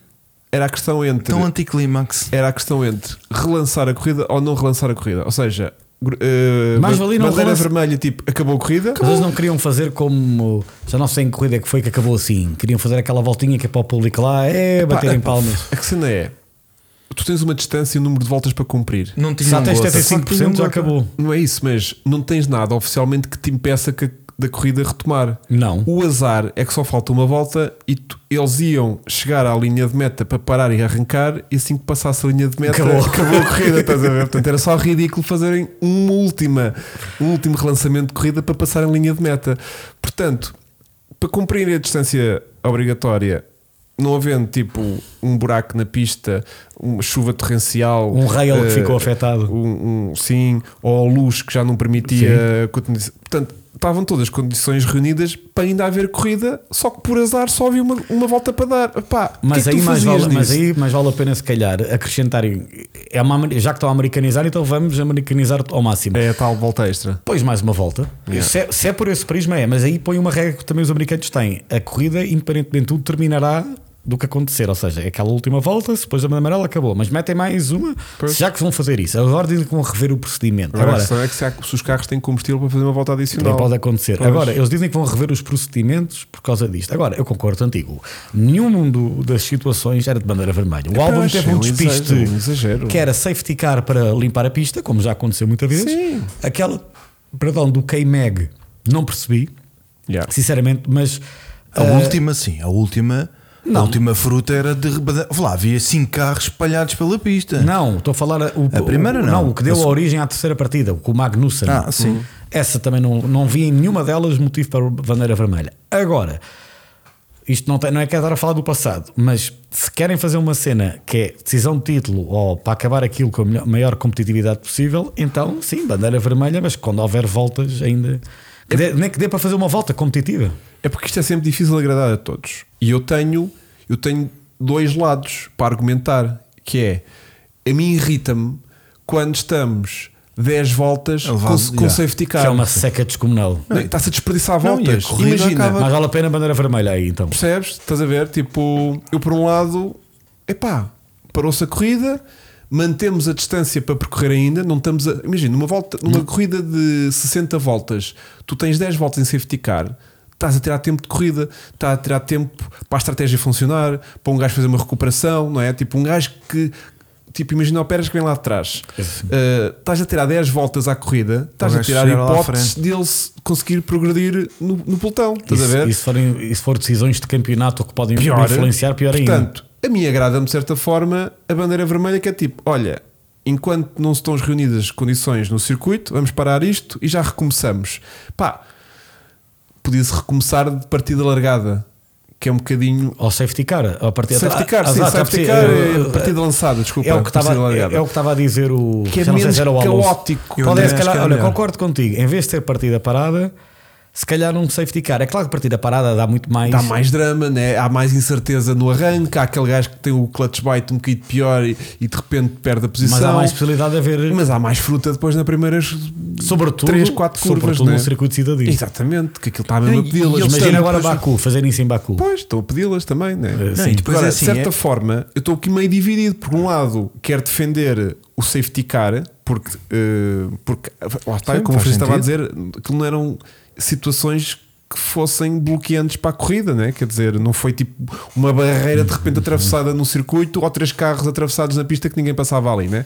Speaker 2: era a questão entre.
Speaker 1: Tão anticlimax.
Speaker 2: era a questão entre relançar a corrida ou não relançar a corrida. Ou seja, gr- eh,
Speaker 3: Mais
Speaker 2: ba-
Speaker 3: valia não
Speaker 2: bandeira
Speaker 3: relança-
Speaker 2: vermelha, tipo, acabou a corrida.
Speaker 3: Mas eles não queriam fazer como. Já não sei em que corrida é que foi que acabou assim. Queriam fazer aquela voltinha que é para o público lá, é bater em palmas.
Speaker 2: A que cena é? Tu tens uma distância e um número de voltas para cumprir.
Speaker 1: Não tinha
Speaker 3: Se há é até
Speaker 1: gota.
Speaker 3: 75% já acabou.
Speaker 2: Não é isso, mas não tens nada oficialmente que te impeça que- da corrida retomar.
Speaker 3: Não.
Speaker 2: O azar é que só falta uma volta e tu- eles iam chegar à linha de meta para parar e arrancar e assim que passasse a linha de meta
Speaker 3: Acabou.
Speaker 2: a corrida, estás a ver? Portanto, era só ridículo fazerem uma última, um último relançamento de corrida para passar em linha de meta. Portanto, para cumprir a distância obrigatória, não havendo tipo um buraco na pista, uma chuva torrencial,
Speaker 3: Um rail que
Speaker 2: eh,
Speaker 3: ficou afetado.
Speaker 2: um, um sim, ou a luz que já não permitia. a continuação. Portanto, estavam todas as condições reunidas para ainda haver corrida, só que por azar só havia uma, uma volta para dar. Epá, o que
Speaker 3: Mas,
Speaker 2: é que
Speaker 3: aí
Speaker 2: tu
Speaker 3: mais
Speaker 2: fazias
Speaker 3: vale, mas
Speaker 2: nisso?
Speaker 3: aí mais vale a pena, se calhar, acrescentarem é uma amer- já que estão a americanizar, então vamos americanizar ao máximo.
Speaker 2: É a tal volta extra.
Speaker 3: Pois mais uma volta. Se, é, se é por esse prisma, é, mas aí põe uma regra que também os americanos têm: a corrida, independentemente de tudo, terminará do que acontecer. Ou seja, é aquela última volta, se depois a bandeira amarela acabou, mas metem mais uma,
Speaker 2: Pois.
Speaker 3: já que vão fazer isso. Agora dizem que vão rever o procedimento.
Speaker 2: Agora,
Speaker 3: Agora,
Speaker 2: só é que se, há- se os carros têm combustível para fazer uma volta
Speaker 3: também
Speaker 2: adicional.
Speaker 3: pode acontecer.
Speaker 2: Pois.
Speaker 3: Agora, eles dizem que vão rever os procedimentos por causa disto. Agora, eu concordo contigo. Nenhum do- das situações era de bandeira vermelha. O álbum
Speaker 2: achei
Speaker 3: teve um
Speaker 2: um
Speaker 3: despiste
Speaker 2: exagero, um exagero.
Speaker 3: que é era safety car para limpar a pista, como já aconteceu muitas vezes.
Speaker 2: Sim.
Speaker 3: Aquela, perdão, do K-Mag, não percebi,
Speaker 2: Yeah.
Speaker 3: sinceramente, mas
Speaker 1: A
Speaker 3: Eh,
Speaker 1: última, sim, a última. A última fruta era de. Vá lá, havia cinco carros espalhados pela pista.
Speaker 3: Não, estou a falar a- o,
Speaker 1: A primeira
Speaker 3: o-
Speaker 1: não.
Speaker 3: o que deu
Speaker 1: A seg-
Speaker 3: origem à terceira partida, com o Magnussen.
Speaker 1: Ah, sim.
Speaker 3: Essa também não, não vi em nenhuma delas motivo para bandeira vermelha. Agora, isto não, tem, não é que é estar a falar do passado, mas se querem fazer uma cena que é decisão de título ou para acabar aquilo com a melhor- maior competitividade possível, então sim, bandeira vermelha, mas quando houver voltas ainda. que dê- nem que dê para fazer uma volta competitiva.
Speaker 2: É porque isto é sempre difícil agradar a todos. E eu tenho, eu tenho dois lados para argumentar, que é a mim irrita-me quando estamos 10 voltas
Speaker 1: Ele vai-
Speaker 2: com, com
Speaker 1: yeah.
Speaker 2: safety
Speaker 3: Que é
Speaker 2: car.
Speaker 3: uma seca descomunal.
Speaker 2: Não, Está-se a desperdiçar
Speaker 1: Não, e a
Speaker 2: voltas.
Speaker 1: corrida
Speaker 2: Imagina,
Speaker 1: acaba-
Speaker 3: Mas vale a pena bandeira vermelha aí então.
Speaker 2: percebes? Estás a ver? Tipo, eu por um lado, epá, parou-se a corrida, mantemos a distância para percorrer ainda, não estamos a. Imagina, numa, volta, numa corrida de 60 voltas, tu tens 10 voltas em safety car. Estás a tirar tempo de corrida, estás a tirar tempo para a estratégia funcionar, para um gajo fazer uma recuperação, não é? Tipo, um gajo que. Tipo, imagina o Pérez que vem lá atrás. Uh, estás a tirar 10 voltas à corrida, estás
Speaker 1: É assim. O
Speaker 2: a
Speaker 1: gajo
Speaker 2: tirar a
Speaker 1: chegar lá à
Speaker 2: hipótese
Speaker 1: frente.
Speaker 2: dele se conseguir progredir no, no pelotão. Estás
Speaker 3: e,
Speaker 2: a
Speaker 3: se-
Speaker 2: ver?
Speaker 3: e se forem- e se for decisões de campeonato que podem
Speaker 2: pior.
Speaker 3: influenciar, pior ainda.
Speaker 2: Portanto, a mim agrada-me de certa forma a bandeira vermelha que é tipo, olha, enquanto não se estão reunidas as condições no circuito, vamos parar isto e já recomeçamos. Pá, podia-se recomeçar de partida largada, que é um bocadinho...
Speaker 3: Ou safety car, a partir
Speaker 2: Safety car,
Speaker 3: Ah,
Speaker 2: sim,
Speaker 3: exato,
Speaker 2: safety
Speaker 3: a
Speaker 2: car
Speaker 3: partir-
Speaker 2: é partida lançada, desculpa.
Speaker 3: é o que estava
Speaker 2: partida
Speaker 3: é,
Speaker 2: largada.
Speaker 3: é o que estava a dizer o
Speaker 2: Que é
Speaker 3: já não sei
Speaker 2: menos
Speaker 3: se era o Alonso.
Speaker 2: caótico.
Speaker 3: Qual é,
Speaker 2: Eu acho
Speaker 3: se calhar-
Speaker 2: que é
Speaker 3: olha,
Speaker 2: melhor.
Speaker 3: concordo contigo. Em vez de ter partida parada, se calhar um safety car. É claro que partida parada dá muito mais.
Speaker 2: Dá mais drama, né? há mais incerteza no arranque. Há aquele gajo que tem o clutch bite um bocadinho pior e, e de repente perde a posição.
Speaker 3: mas há mais possibilidade de haver,
Speaker 2: Mas há mais fruta depois nas primeiras
Speaker 3: sobretudo,
Speaker 2: 3, 4 curvas.
Speaker 3: sobretudo
Speaker 2: né?
Speaker 3: num circuito cidadão.
Speaker 2: Exatamente, que aquilo está mesmo a
Speaker 1: E- e
Speaker 2: pedi-las.
Speaker 1: eles
Speaker 2: portanto,
Speaker 3: Imagina agora
Speaker 2: depois-
Speaker 3: Baku, fazer isso em Baku.
Speaker 2: Pois, estou a pedi-las também, né?
Speaker 1: Não,
Speaker 3: Sim,
Speaker 1: e depois é
Speaker 2: agora,
Speaker 1: assim,
Speaker 2: de certa
Speaker 1: é-
Speaker 2: forma, eu estou aqui meio dividido. Por um lado, quero defender o safety car, porque, eh, porque lá está,
Speaker 1: Sim,
Speaker 2: como o
Speaker 1: faz
Speaker 2: Francisco estava a dizer,
Speaker 1: sentido.
Speaker 2: aquilo não eram situações que fossem bloqueantes para a corrida, né? quer dizer, não foi tipo uma barreira de repente atravessada num circuito ou três carros atravessados na pista que ninguém passava ali. Né?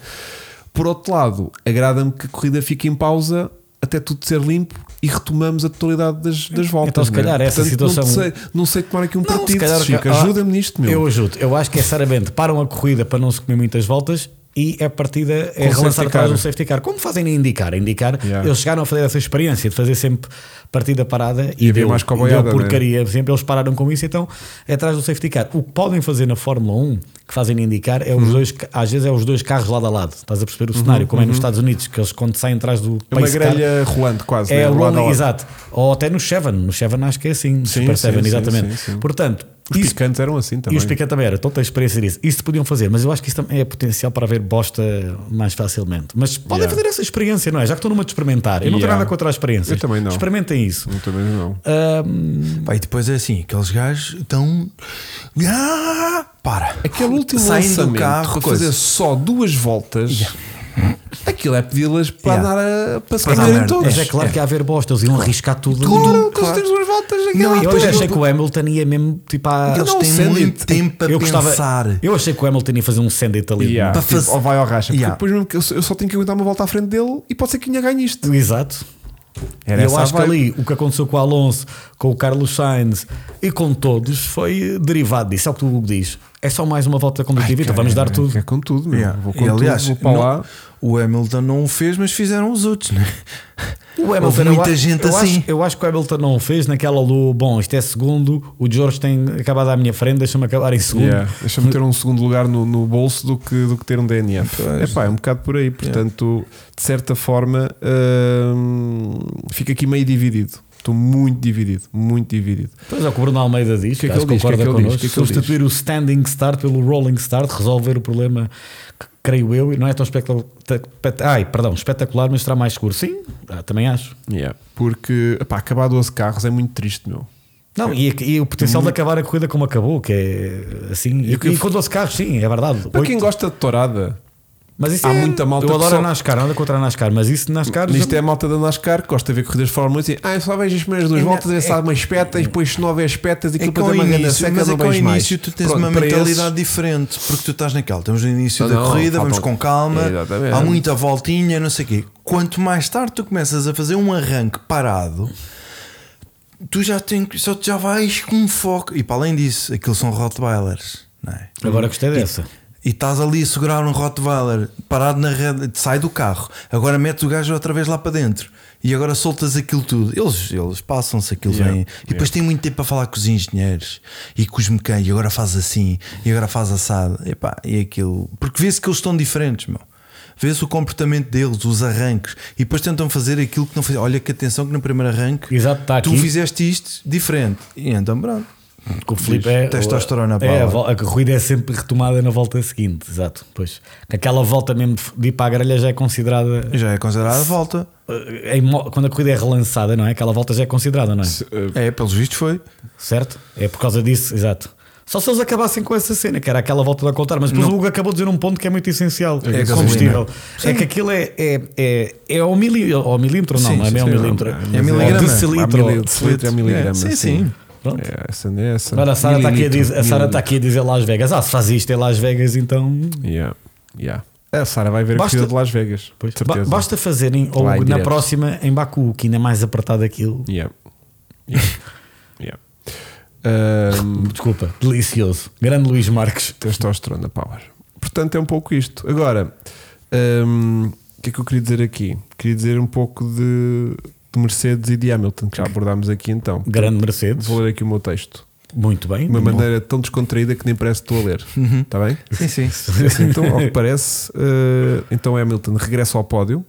Speaker 2: Por outro lado, agrada-me que a corrida fique em pausa até tudo ser limpo e retomamos a totalidade das,
Speaker 1: É.
Speaker 2: das voltas.
Speaker 3: se calhar
Speaker 2: né?
Speaker 3: essa situação-
Speaker 2: Não sei, não sei tomar aqui um
Speaker 3: Não, se
Speaker 2: partido,
Speaker 3: calhar-
Speaker 2: Chico.
Speaker 3: ah,
Speaker 2: Ajuda-me nisto, meu.
Speaker 3: Eu ajudo. Eu acho que é seriamente param a corrida para não se comer muitas voltas e a partida é
Speaker 2: Com safety
Speaker 3: relançar atrás
Speaker 2: car.
Speaker 3: do safety car. Como fazem na indicar? indicar,
Speaker 2: Yeah.
Speaker 3: eles chegaram a fazer essa experiência de fazer sempre partida parada e,
Speaker 2: havia
Speaker 3: deu,
Speaker 2: mais né?
Speaker 3: e deu
Speaker 2: coboiada,
Speaker 3: porcaria. Sempre eles pararam com isso, então é atrás do safety car. O que podem fazer na Fórmula 1, que fazem na indicar, é os
Speaker 2: Uhum.
Speaker 3: dois, ca- às vezes é os dois carros lado a lado. Estás a perceber o cenário, como é nos Estados Unidos, que eles quando saem atrás do
Speaker 2: É Uhum, uma
Speaker 3: pace car,
Speaker 2: grelha rolante quase. né?
Speaker 3: é o
Speaker 2: Do lado ao
Speaker 3: Rolling,
Speaker 2: outro.
Speaker 3: exato. Ou até no Seven. No Seven acho que é assim.
Speaker 2: Sim,
Speaker 3: Super
Speaker 2: sim,
Speaker 3: Seven,
Speaker 2: sim,
Speaker 3: exatamente.
Speaker 2: sim, sim.
Speaker 3: Portanto,
Speaker 2: Os
Speaker 3: isso-
Speaker 2: picantes eram assim
Speaker 3: E
Speaker 2: também.
Speaker 3: os picantes também era. Então tens experiência disso. Isso podiam fazer, mas eu acho que isso também é potencial para haver bosta mais facilmente. Mas podem
Speaker 2: Yeah.
Speaker 3: fazer essa experiência, não é? Já que estou numa de experimentar. Eu não tenho
Speaker 2: Yeah.
Speaker 3: nada contra a experiência.
Speaker 2: Eu também não.
Speaker 3: Experimentem isso.
Speaker 2: Eu também não.
Speaker 3: Ahm,
Speaker 1: Pá, e depois é assim, aqueles gajos estão. Ah, para.
Speaker 2: Aquele último
Speaker 1: Saem
Speaker 2: lançamento
Speaker 1: do carro,
Speaker 2: para fazer
Speaker 1: coisa.
Speaker 2: só duas voltas, aquilo é pedi-las para
Speaker 1: Yeah.
Speaker 2: dar a, para se
Speaker 1: Para dar
Speaker 2: perderem
Speaker 1: merda.
Speaker 2: todos.
Speaker 3: mas é claro que há haver bosta. Eles iam arriscar tudo.
Speaker 2: Claro,
Speaker 1: Tudo,
Speaker 2: todos
Speaker 1: claro.
Speaker 2: têm duas voltas.
Speaker 1: Não,
Speaker 2: aquela
Speaker 1: e
Speaker 3: Eu
Speaker 2: altura.
Speaker 3: hoje
Speaker 1: Pois,
Speaker 3: achei
Speaker 1: eu-
Speaker 3: que o Hamilton ia mesmo tipo a.
Speaker 1: Eles
Speaker 2: não,
Speaker 1: têm
Speaker 2: sendo
Speaker 1: muito
Speaker 2: it-
Speaker 1: tempo a
Speaker 3: eu,
Speaker 1: pensar.
Speaker 3: gostava, eu achei que o Hamilton ia fazer um sandit ali.
Speaker 2: Yeah.
Speaker 1: Para
Speaker 2: Tipo,
Speaker 1: fazer-
Speaker 2: Ou vai ao racha. Porque
Speaker 1: Yeah.
Speaker 2: depois mesmo que eu, só- eu só tenho que aguentar uma volta à frente dele e pode ser que ainda ganhe isto.
Speaker 3: Exato.
Speaker 2: Era
Speaker 3: E eu
Speaker 2: essa a
Speaker 3: acho que
Speaker 2: vibe.
Speaker 3: ali o que aconteceu com o Alonso, com o Carlos Sainz e com todos foi eh, derivado disso. É o que o Hugo diz. É só mais uma volta competitiva, então vamos dar tudo.
Speaker 2: É com tudo, meu.
Speaker 1: Yeah.
Speaker 2: Vou com
Speaker 1: E
Speaker 2: tudo,
Speaker 1: aliás,
Speaker 2: vou para
Speaker 1: não-
Speaker 2: lá.
Speaker 1: o Hamilton não o fez, mas fizeram os outros, né?
Speaker 3: O Hamilton,
Speaker 1: Houve
Speaker 3: eu
Speaker 1: muita
Speaker 3: acho-
Speaker 1: gente
Speaker 3: eu
Speaker 1: assim.
Speaker 3: acho- eu acho que o Hamilton não o fez naquela do bom, isto é segundo, o George tem acabado à minha frente, deixa-me acabar em segundo.
Speaker 2: Yeah. Deixa-me ter um segundo lugar no, no bolso do que, do que ter um DNF. É pá, é um bocado por aí. Portanto, de certa forma, hum, fica aqui meio dividido. Estou muito dividido, muito dividido.
Speaker 3: Pois é, o que o Bruno Almeida diz,
Speaker 2: Que é que
Speaker 3: acho
Speaker 2: ele diz?
Speaker 3: concorda
Speaker 2: Que é que ele diz?
Speaker 3: connosco,
Speaker 2: Que é que ele
Speaker 3: substituir o standing start pelo rolling start, resolver o problema que creio eu, e não é tão espectacular, ai, perdão, espetacular, mas será mais seguro. Sim, ah, também acho.
Speaker 2: Porque epá, acabar 12 carros é muito triste, meu.
Speaker 3: Não, e, e o potencial de acabar a corrida como acabou, que é assim. E,
Speaker 2: Uhum. o que
Speaker 3: e
Speaker 2: eu-
Speaker 3: com 12 carros, sim, é verdade.
Speaker 2: Para
Speaker 3: Oito-
Speaker 2: quem gosta de tourada,
Speaker 3: mas isso
Speaker 2: há
Speaker 3: é,
Speaker 2: muita malta
Speaker 3: Eu
Speaker 2: que
Speaker 3: adoro
Speaker 2: só-
Speaker 3: a NASCAR, nada contra a NASCAR, mas isso NASCAR.
Speaker 2: Nisto é a malta da NASCAR, que gosta de ver corridas de Fórmula 1 e dizem, ah, eu só vejo as primeiras duas
Speaker 3: É,
Speaker 2: voltas,
Speaker 3: não,
Speaker 2: essa
Speaker 3: é-
Speaker 2: há umas petas, depois se não houver as petas,
Speaker 1: É
Speaker 2: aquilo
Speaker 1: que ao
Speaker 2: depois é uma grande
Speaker 1: início,
Speaker 2: seca,
Speaker 1: mas é
Speaker 2: não
Speaker 1: que ao
Speaker 2: vejo mais.
Speaker 1: início tu tens
Speaker 2: Pronto,
Speaker 1: uma
Speaker 2: para esses-
Speaker 1: mentalidade diferente, porque tu estás naquela, estamos no início
Speaker 2: Não,
Speaker 1: da
Speaker 2: não,
Speaker 1: corrida, vamos
Speaker 2: faltam-
Speaker 1: com calma,
Speaker 2: Exatamente.
Speaker 1: há muita voltinha, não sei o quê. Quanto mais tarde tu começas a fazer um arranque parado, tu já, tem, só, já vais com foco. E para além disso, aquilo são Rottweilers, não é?
Speaker 3: Agora gostei dessa.
Speaker 1: E estás ali a segurar um Rottweiler parado na rede, sai do carro, agora metes o gajo outra vez lá para dentro e agora soltas aquilo tudo. Eles, eles passam-se, aquilo
Speaker 2: Yeah,
Speaker 1: vem. E depois
Speaker 2: yeah.
Speaker 1: tem muito tempo para falar com os engenheiros e com os mecânicos. E agora faz assim, e agora faz assado. Epá, e aquilo. Porque vê-se que eles estão diferentes, meu. Vê-se o comportamento deles, os arranques, e depois tentam fazer aquilo que não fez. Olha que atenção que no primeiro arranque
Speaker 3: Exato, está
Speaker 1: tu
Speaker 3: aqui.
Speaker 1: fizeste isto diferente. E então, pronto.
Speaker 3: Que o Filipe é.
Speaker 1: Testosterona
Speaker 3: é, a,
Speaker 1: power.
Speaker 3: vol- a corrida é sempre retomada na volta seguinte, exato. Pois. Aquela volta mesmo de, de ir para a grelha já é considerada.
Speaker 1: Já é considerada a volta.
Speaker 3: eh, em mo- quando a corrida é relançada, não é? Aquela volta já é considerada, não é?
Speaker 2: Eh,
Speaker 1: É, pelos vistos foi.
Speaker 3: Certo? É por causa disso, exato. Só se eles acabassem com essa cena, que era aquela volta de a contar, mas depois o Hugo acabou de dizer um ponto que é muito essencial.
Speaker 1: É
Speaker 3: É
Speaker 1: gasolina.
Speaker 3: combustível. É que aquilo é, é, é, é ao, mili, ao milímetro, não,
Speaker 1: Sim,
Speaker 3: não é
Speaker 1: sim,
Speaker 3: meio ao
Speaker 2: sim, não,
Speaker 3: milímetro.
Speaker 2: é
Speaker 3: Ao
Speaker 1: miligrama.
Speaker 3: decilitro.
Speaker 2: Há mili- decilitro é miligrama,
Speaker 1: Sim,
Speaker 2: sim.
Speaker 1: sim.
Speaker 3: Pronto.
Speaker 2: É, essa, é essa.
Speaker 3: Agora a Sara está aqui a
Speaker 2: Mililitro,
Speaker 3: dizer, a Sara
Speaker 2: mililitro.
Speaker 3: está aqui a dizer Las Vegas. Ah, se faz isto em Las Vegas, então.
Speaker 2: Yeah, yeah. A Sara vai ver
Speaker 3: Basta-
Speaker 2: a corrida de Las Vegas.
Speaker 3: Pois,
Speaker 2: de certeza.
Speaker 3: Ba- basta fazerem ou
Speaker 2: Lá em
Speaker 3: na
Speaker 2: direto.
Speaker 3: próxima em Baku, que ainda é mais apertado aquilo.
Speaker 2: Yeah. Yeah. yeah. Ahm,
Speaker 3: Desculpa, delicioso. Grande Luís Marques.
Speaker 2: testosterona power. Portanto, é um pouco isto. Agora, hum, o que é que eu queria dizer aqui? Queria dizer um pouco de, de Mercedes e de Hamilton, que já abordámos aqui então.
Speaker 3: Grande Mercedes.
Speaker 2: Vou ler aqui o meu texto.
Speaker 3: Muito bem.
Speaker 2: De uma
Speaker 3: Bom. Uhum.
Speaker 2: maneira tão descontraída que nem parece que estou a ler. Está bem?
Speaker 1: Sim, sim.
Speaker 2: Então, ao que parece, eh, então Hamilton regressa ao pódio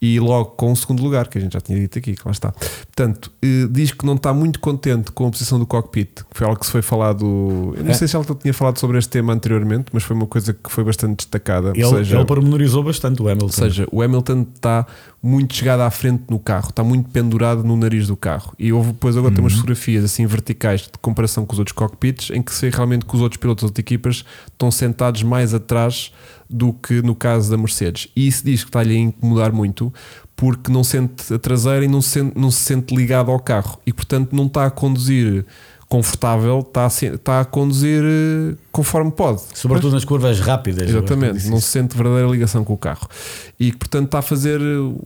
Speaker 2: e logo com o segundo lugar, que a gente já tinha dito aqui, que lá está. Portanto, eh, diz que não está muito contente com a posição do cockpit, que foi algo que se foi falado. Eu não
Speaker 3: É.
Speaker 2: sei se ela tinha falado sobre este tema anteriormente, mas foi uma coisa que foi bastante destacada.
Speaker 3: Ele,
Speaker 2: Ou seja,
Speaker 3: ele pormenorizou bastante o Hamilton.
Speaker 2: ou seja, o Hamilton está muito chegado à frente no carro, está muito pendurado no nariz do carro. E houve depois agora tem umas fotografias assim verticais de comparação com os outros cockpits, em que se vê realmente que os outros pilotos de outras equipas estão sentados mais atrás do que no caso da Mercedes. E isso diz que está-lhe a incomodar muito, porque não sente a traseira e não se sente, não se sente ligado ao carro. E portanto não está a conduzir confortável, está a, se- está a conduzir eh, conforme pode.
Speaker 3: Sobretudo nas curvas rápidas. É Eu
Speaker 2: Exatamente,
Speaker 3: disse
Speaker 2: não
Speaker 3: isso.
Speaker 2: se sente verdadeira ligação com o carro. E que, portanto, está a fazer. uh,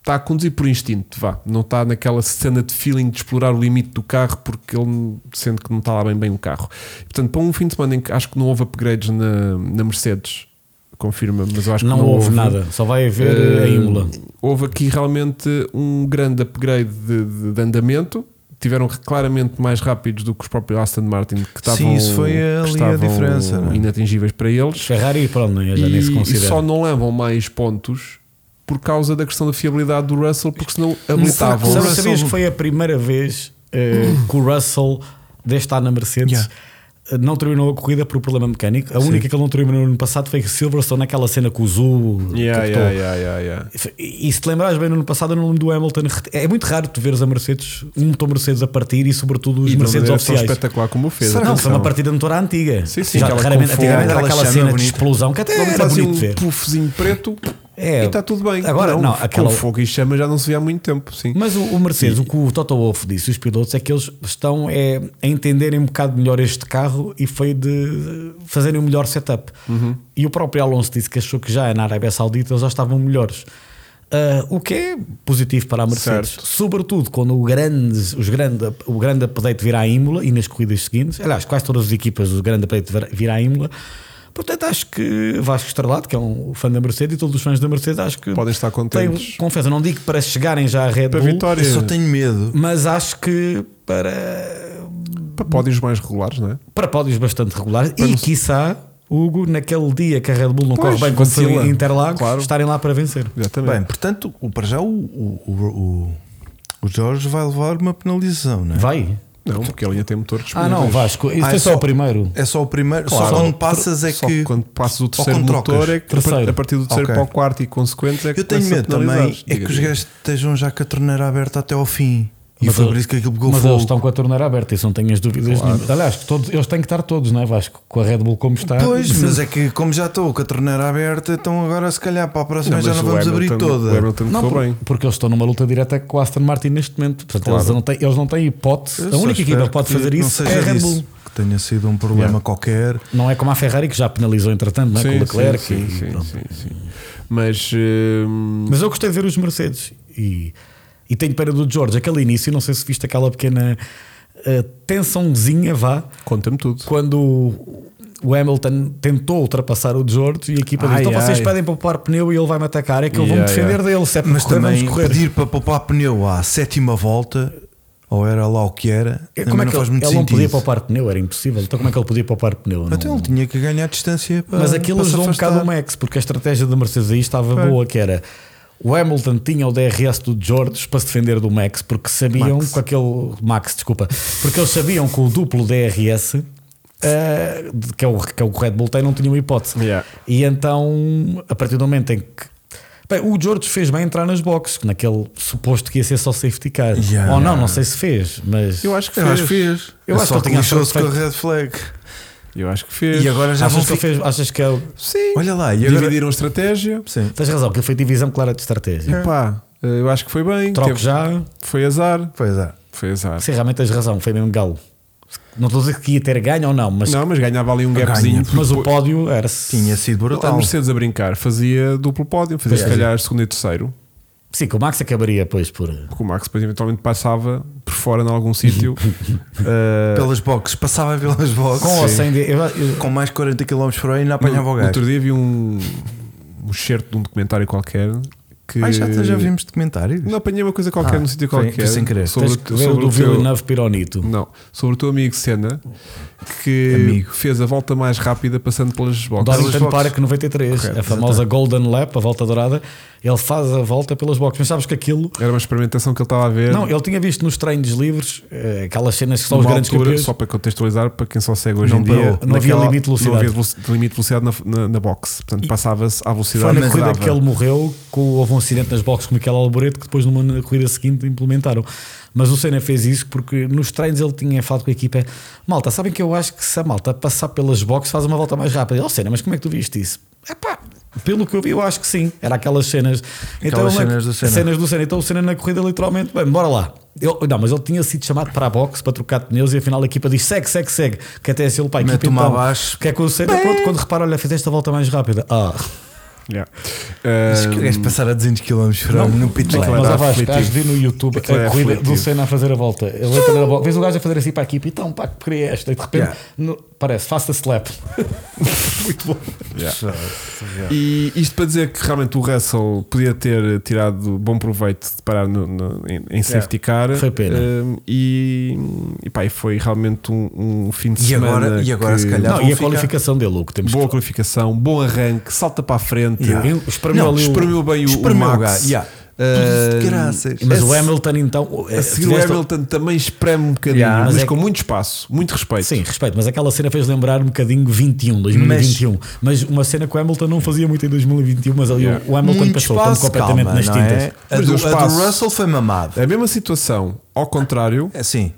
Speaker 2: Está a conduzir por instinto, vá. Não está naquela cena de feeling de explorar o limite do carro porque ele sente que não está lá bem bem o carro. E, portanto, para um fim de semana em que acho que não houve upgrades na, na Mercedes, confirma, mas eu acho
Speaker 3: não,
Speaker 2: que não
Speaker 3: houve nada, só vai haver
Speaker 2: eh,
Speaker 3: a Imola.
Speaker 2: Houve aqui realmente um grande upgrade de, de- de andamento. Tiveram claramente mais rápidos do que os próprios Aston Martin que estavam,
Speaker 1: Sim, isso foi ali a
Speaker 2: que estavam
Speaker 1: diferença, não é?
Speaker 2: inatingíveis para eles
Speaker 3: Ferrari, pronto, não é? já nem se
Speaker 2: e, e
Speaker 3: considera.
Speaker 2: só não levam mais pontos por causa da questão da fiabilidade do Russell, porque senão habilitavam.
Speaker 3: Sabe-
Speaker 1: Russell-
Speaker 3: sabias que foi a primeira vez eh, que o Russell, deste ano na Mercedes,
Speaker 1: Yeah.
Speaker 3: eh, não terminou a corrida por problema mecânico. A única que ele não terminou no ano passado foi Silverstone, naquela cena com o Zul.
Speaker 2: Yeah,
Speaker 3: captou.
Speaker 2: yeah, yeah, yeah, yeah.
Speaker 3: E e se te lembrares bem, no ano passado, no nome do Hamilton, rete- é muito raro tu veres a Mercedes, um motor Mercedes a partir e, sobretudo, os
Speaker 2: E de uma maneira
Speaker 3: Mercedes
Speaker 2: tão
Speaker 3: oficiais.
Speaker 2: espetacular como o fez.
Speaker 3: Não, foi
Speaker 2: atenção.
Speaker 3: uma partida de motor à antiga.
Speaker 2: Sim, sim,
Speaker 3: Já,
Speaker 2: aquela
Speaker 3: raramente,
Speaker 2: com fogo,
Speaker 3: antigamente era
Speaker 1: aquela
Speaker 3: aquela
Speaker 1: cena
Speaker 3: cena de
Speaker 1: bonita.
Speaker 3: explosão que até
Speaker 2: Não
Speaker 3: era
Speaker 2: fazia
Speaker 3: É, bonito
Speaker 2: um
Speaker 3: ver.
Speaker 2: puffzinho preto
Speaker 3: É.
Speaker 2: e está tudo bem.
Speaker 3: Agora, não, aquela-
Speaker 2: com fogo e chama já não se vê há muito tempo, sim.
Speaker 3: Mas o, o Mercedes, o que o Toto Wolff disse, os pilotos, é que eles estão é, a entenderem um bocado melhor este carro e foi de fazerem um melhor setup.
Speaker 2: Uhum.
Speaker 3: E o próprio Alonso disse que achou que já na Arábia Saudita eles já estavam melhores. Ah, o que é positivo para a Mercedes,
Speaker 2: Certo.
Speaker 3: sobretudo quando o grande, os grande, o grande update virá à Imola e nas corridas seguintes, aliás, quase todas as equipas o grande update vir- virá à Imola. Portanto, acho que Vasco Estrelado, que é um fã da Mercedes e todos os fãs da Mercedes, acho que um
Speaker 2: Podem estar contentes.
Speaker 3: têm- confesso, eu não digo para chegarem já à Red
Speaker 2: Para a
Speaker 3: Bull,
Speaker 2: vitória,
Speaker 1: Eu só tenho medo.
Speaker 3: mas acho que para,
Speaker 2: para pódios mais regulares, não é?
Speaker 3: para pódios bastante regulares e
Speaker 2: não-
Speaker 3: quiçá, Hugo, naquele dia que a Red Bull não
Speaker 2: Pois,
Speaker 3: corre bem como foi
Speaker 2: vacila.
Speaker 3: em Interlagos,
Speaker 2: Claro.
Speaker 3: estarem lá para vencer.
Speaker 2: Exatamente.
Speaker 1: Bem, portanto, o, para já o, o, o, o- O Jorge vai levar uma penalização, não é?
Speaker 3: Vai.
Speaker 2: Não, porque ele ia ter motor
Speaker 3: Ah,
Speaker 2: disponível.
Speaker 3: não, Vasco. Isso
Speaker 1: Ah,
Speaker 3: foi
Speaker 1: é
Speaker 3: só, o primeiro.
Speaker 1: É só o primeiro.
Speaker 2: Claro.
Speaker 1: Só quando passas é
Speaker 2: Só
Speaker 1: que.
Speaker 2: quando passas o terceiro
Speaker 1: quando trocas.
Speaker 2: motor é que
Speaker 3: Terceiro.
Speaker 2: a partir do terceiro
Speaker 1: Ok.
Speaker 2: para o quarto e consequentes é que
Speaker 1: Eu tenho
Speaker 2: começa a
Speaker 1: medo também
Speaker 2: penalizar.
Speaker 1: é
Speaker 2: Diga,
Speaker 1: que os
Speaker 2: diga.
Speaker 1: gajos estejam já com a torneira aberta até ao fim. E
Speaker 3: Mas
Speaker 1: foi
Speaker 3: eles-
Speaker 1: por isso que aquilo pegou
Speaker 3: Mas eles
Speaker 1: fogo.
Speaker 3: estão com a torneira aberta, isso não tenho as dúvidas nenhuma. Aliás, todos, eles têm que estar todos, não é, Vasco? Com a Red Bull como está.
Speaker 1: Pois, mas é que como já estou com a torneira aberta, então agora se calhar para a próxima já
Speaker 2: mas
Speaker 1: não
Speaker 2: o
Speaker 1: vamos abrir
Speaker 2: Hamilton-
Speaker 1: toda.
Speaker 2: O Hamilton
Speaker 3: Não,
Speaker 2: correu
Speaker 3: por-
Speaker 2: bem.
Speaker 3: porque eles estão numa luta direta com a Aston Martin neste momento. Portanto,
Speaker 2: Claro.
Speaker 3: eles, não têm, eles não têm hipótese.
Speaker 1: Eu
Speaker 3: a
Speaker 1: só
Speaker 3: única equipa
Speaker 1: espero
Speaker 3: que pode
Speaker 1: que
Speaker 3: fazer
Speaker 1: não
Speaker 3: isso
Speaker 1: seja
Speaker 3: é a Red
Speaker 1: disso,
Speaker 3: Bull.
Speaker 1: Que tenha sido um problema
Speaker 2: Yeah.
Speaker 1: qualquer.
Speaker 3: Não é como a Ferrari que já penalizou entretanto, não é? com o Leclerc.
Speaker 2: sim,
Speaker 3: e
Speaker 2: sim,
Speaker 3: pronto.
Speaker 2: sim, sim. Mas hum,
Speaker 3: Mas eu gostei de ver os Mercedes e, e tenho pena do George. Aquele início, não sei se viste aquela pequena eh, tensãozinha, vá,
Speaker 2: conta-me tudo.
Speaker 3: quando o- o Hamilton tentou ultrapassar o George e a equipa disse:
Speaker 2: Ai,
Speaker 3: Então vocês
Speaker 2: ai.
Speaker 3: pedem para poupar pneu e ele vai me atacar. É que eu vou me
Speaker 2: Yeah,
Speaker 3: defender
Speaker 2: yeah.
Speaker 3: dele, se é para
Speaker 1: Mas
Speaker 3: correr,
Speaker 1: também
Speaker 3: vamos correr.
Speaker 1: pedir para poupar pneu à sétima volta, ou era lá o que era,
Speaker 3: É,
Speaker 1: também
Speaker 3: Como é
Speaker 1: não
Speaker 3: que
Speaker 1: faz
Speaker 3: ele,
Speaker 1: muito
Speaker 3: ele não
Speaker 1: sentido.
Speaker 3: podia poupar pneu? Era impossível. Então, como é que ele podia poupar pneu? Não-
Speaker 1: Até ele tinha que ganhar distância para.
Speaker 3: Mas aquilo
Speaker 1: Ah, para se
Speaker 3: ajudou um
Speaker 1: afastar.
Speaker 3: bocado o Max, porque a estratégia da Mercedes aí estava boa, que era o Hamilton tinha o DRS do George para se defender do Max, porque sabiam
Speaker 2: Max.
Speaker 3: com aquele Max, desculpa, porque eles sabiam que o duplo DRS eh, de- que, é o, que é o que o Red Bull tem não tinha uma hipótese.
Speaker 2: Yeah.
Speaker 3: E então, a partir do momento em que Bem, o George fez bem entrar nas boxes, naquele suposto que ia ser só safety car.
Speaker 1: Yeah.
Speaker 3: Ou não, não sei se fez, mas
Speaker 2: Eu acho que
Speaker 1: Eu acho que
Speaker 2: fez.
Speaker 1: fez.
Speaker 3: Eu acho
Speaker 1: Só
Speaker 3: que ele tinha
Speaker 1: lixou-se com a
Speaker 3: feito-
Speaker 1: red flag.
Speaker 2: Eu acho que fez.
Speaker 1: E agora já
Speaker 3: achas,
Speaker 1: vão
Speaker 3: que ele
Speaker 1: um fi-
Speaker 3: fez, achas que ele.
Speaker 2: Sim.
Speaker 1: Olha lá, e agora.
Speaker 2: Dividiram a estratégia.
Speaker 1: Sim.
Speaker 3: Tens razão, que ele foi divisão clara de estratégia.
Speaker 2: Pá, eh, eu acho que foi bem.
Speaker 3: Troco
Speaker 2: Teve-
Speaker 3: já.
Speaker 2: Foi azar.
Speaker 1: Pois é.
Speaker 2: Foi azar.
Speaker 3: Sim, realmente tens razão, foi mesmo galo. Não estou a dizer que ia ter ganho ou não, mas,
Speaker 2: Não, mas ganhava ali um
Speaker 1: Ganha,
Speaker 2: gapzinho.
Speaker 3: mas o
Speaker 2: Depois-
Speaker 3: pódio era.
Speaker 1: Tinha sido
Speaker 2: A
Speaker 1: brutal.
Speaker 2: Mercedes a brincar fazia duplo pódio, fazia
Speaker 3: Pois
Speaker 2: se calhar segundo e terceiro,
Speaker 3: Sim, que o Max acabaria, pois, por.
Speaker 2: porque o Max depois eventualmente passava por fora em algum sítio. Ah,
Speaker 1: Pelas boxes, passava pelas boxes.
Speaker 3: Com ou sem. de- eu- eu-
Speaker 1: Com mais 40 km por hora e ainda apanhava o
Speaker 2: no, no
Speaker 1: gajo.
Speaker 2: outro dia vi um, um excerto de um documentário qualquer que
Speaker 1: Ah, já, já vimos documentários?
Speaker 2: não apanhei uma coisa qualquer
Speaker 1: Ah,
Speaker 2: num sítio
Speaker 1: foi-
Speaker 2: qualquer
Speaker 1: foi sem querer.
Speaker 2: sobre,
Speaker 3: tens
Speaker 2: o
Speaker 3: que
Speaker 2: te-
Speaker 3: ver o
Speaker 2: sobre
Speaker 3: do
Speaker 2: o teu,
Speaker 3: Villeneuve Pironito.
Speaker 2: não, sobre o teu amigo Senna que
Speaker 1: Amigo.
Speaker 2: fez a volta mais rápida passando pelas boxes.
Speaker 1: Pelas
Speaker 3: Donington
Speaker 1: boxes.
Speaker 3: Park 93, a famosa Golden Lap, a volta dourada. Ele faz a volta pelas boxes, mas sabes que aquilo.
Speaker 2: Era uma experimentação que ele estava a ver.
Speaker 3: Não, ele tinha visto nos treinos livres eh, aquelas cenas que são os
Speaker 2: Numa
Speaker 3: grandes
Speaker 2: altura,
Speaker 3: campeões.
Speaker 2: só para contextualizar, para quem só segue hoje
Speaker 1: Não
Speaker 2: em dia,
Speaker 1: parou.
Speaker 3: Não havia limite de
Speaker 2: Não
Speaker 3: velocidade.
Speaker 2: havia veloci- limite de velocidade na, na, na box. Portanto, passava-se à
Speaker 3: Foi
Speaker 2: velocidade
Speaker 3: na corrida
Speaker 2: dava.
Speaker 3: que ele morreu, que houve um acidente nas boxes com Miquel Alboreto, que depois numa na corrida seguinte implementaram. Mas o Senna fez isso porque nos treinos ele tinha falado com a equipa: Malta, sabem que eu acho que se a malta passar pelas boxes faz uma volta mais rápida. Ele, Oh, Senna, mas como é que tu viste isso? Epá, pelo que eu vi, eu acho que sim. Era aquelas cenas. então,
Speaker 1: Aquelas
Speaker 3: na-
Speaker 1: cenas do Senna.
Speaker 3: cenas do Senna. Então o Senna na corrida, literalmente, bem, bora lá. Ele- não, mas ele tinha sido chamado para a boxe para trocar de pneus e afinal a equipa diz segue, segue, segue. Que até se ele para a equipa
Speaker 1: Mete-me
Speaker 3: então,
Speaker 1: abaixo.
Speaker 3: Que é que o Senna, pronto, quando repara, olha, fizeste a volta mais rápida. Ah,
Speaker 2: Yeah.
Speaker 1: Acho que
Speaker 3: é
Speaker 2: Ah,
Speaker 1: queres passar a 200 km por hora no pit lane.
Speaker 3: Mas,
Speaker 2: Aquilo era
Speaker 3: mas ó, Vasco,
Speaker 2: aflitivo.
Speaker 3: acho que vi no YouTube
Speaker 2: Aquilo é
Speaker 3: a
Speaker 2: era
Speaker 3: corrida do
Speaker 2: aflitivo.
Speaker 3: Senna a fazer a volta. Ele entra na bola. Vês o gajo a fazer assim para a equipe, então pá, que porcaria é esta? E de repente,
Speaker 1: Yeah.
Speaker 3: no- parece, faça slap. Muito bom.
Speaker 2: yeah.
Speaker 1: É.
Speaker 2: E isto para dizer que realmente o Russell podia ter tirado bom proveito de parar no- no- em,
Speaker 1: É.
Speaker 2: em safety car.
Speaker 3: Foi pena.
Speaker 2: Ah, e, e pá, e foi realmente um, um fim de
Speaker 1: E
Speaker 2: semana.
Speaker 1: agora- e agora
Speaker 2: que-
Speaker 1: se calhar-
Speaker 3: Não,
Speaker 1: vão
Speaker 3: e a
Speaker 1: ficar-
Speaker 3: qualificação dele, o que temos
Speaker 2: Boa
Speaker 3: que
Speaker 2: qualificação, bom arranque, salta para a frente.
Speaker 1: Yeah.
Speaker 3: Ele espremeu
Speaker 1: Não,
Speaker 3: ali o-
Speaker 2: espremeu bem o, o
Speaker 1: Espremeu o
Speaker 2: Max.
Speaker 1: gajo, yeah.
Speaker 2: Ah,
Speaker 1: Tudo de graças.
Speaker 3: Mas o
Speaker 2: Esse-
Speaker 3: Hamilton, então. eh,
Speaker 2: A seguir o
Speaker 3: tiveste-
Speaker 2: Hamilton também espreme um bocadinho,
Speaker 1: Yeah.
Speaker 2: mas,
Speaker 3: Mas é
Speaker 2: com
Speaker 3: que-
Speaker 2: muito espaço, muito respeito.
Speaker 3: Sim, respeito, mas aquela cena fez lembrar um bocadinho 21, 2021. Mas, uma cena que o Hamilton não fazia muito em 2021, mas ali
Speaker 2: Yeah.
Speaker 3: o Hamilton
Speaker 1: Muito
Speaker 3: passou
Speaker 1: espaço,
Speaker 3: completamente
Speaker 1: calma,
Speaker 3: nas
Speaker 1: não
Speaker 3: tintas.
Speaker 1: é? A
Speaker 2: Mas o
Speaker 1: do, a
Speaker 2: espaço-
Speaker 1: do Russell foi mamado.
Speaker 2: A mesma situação, ao contrário,
Speaker 1: É sim.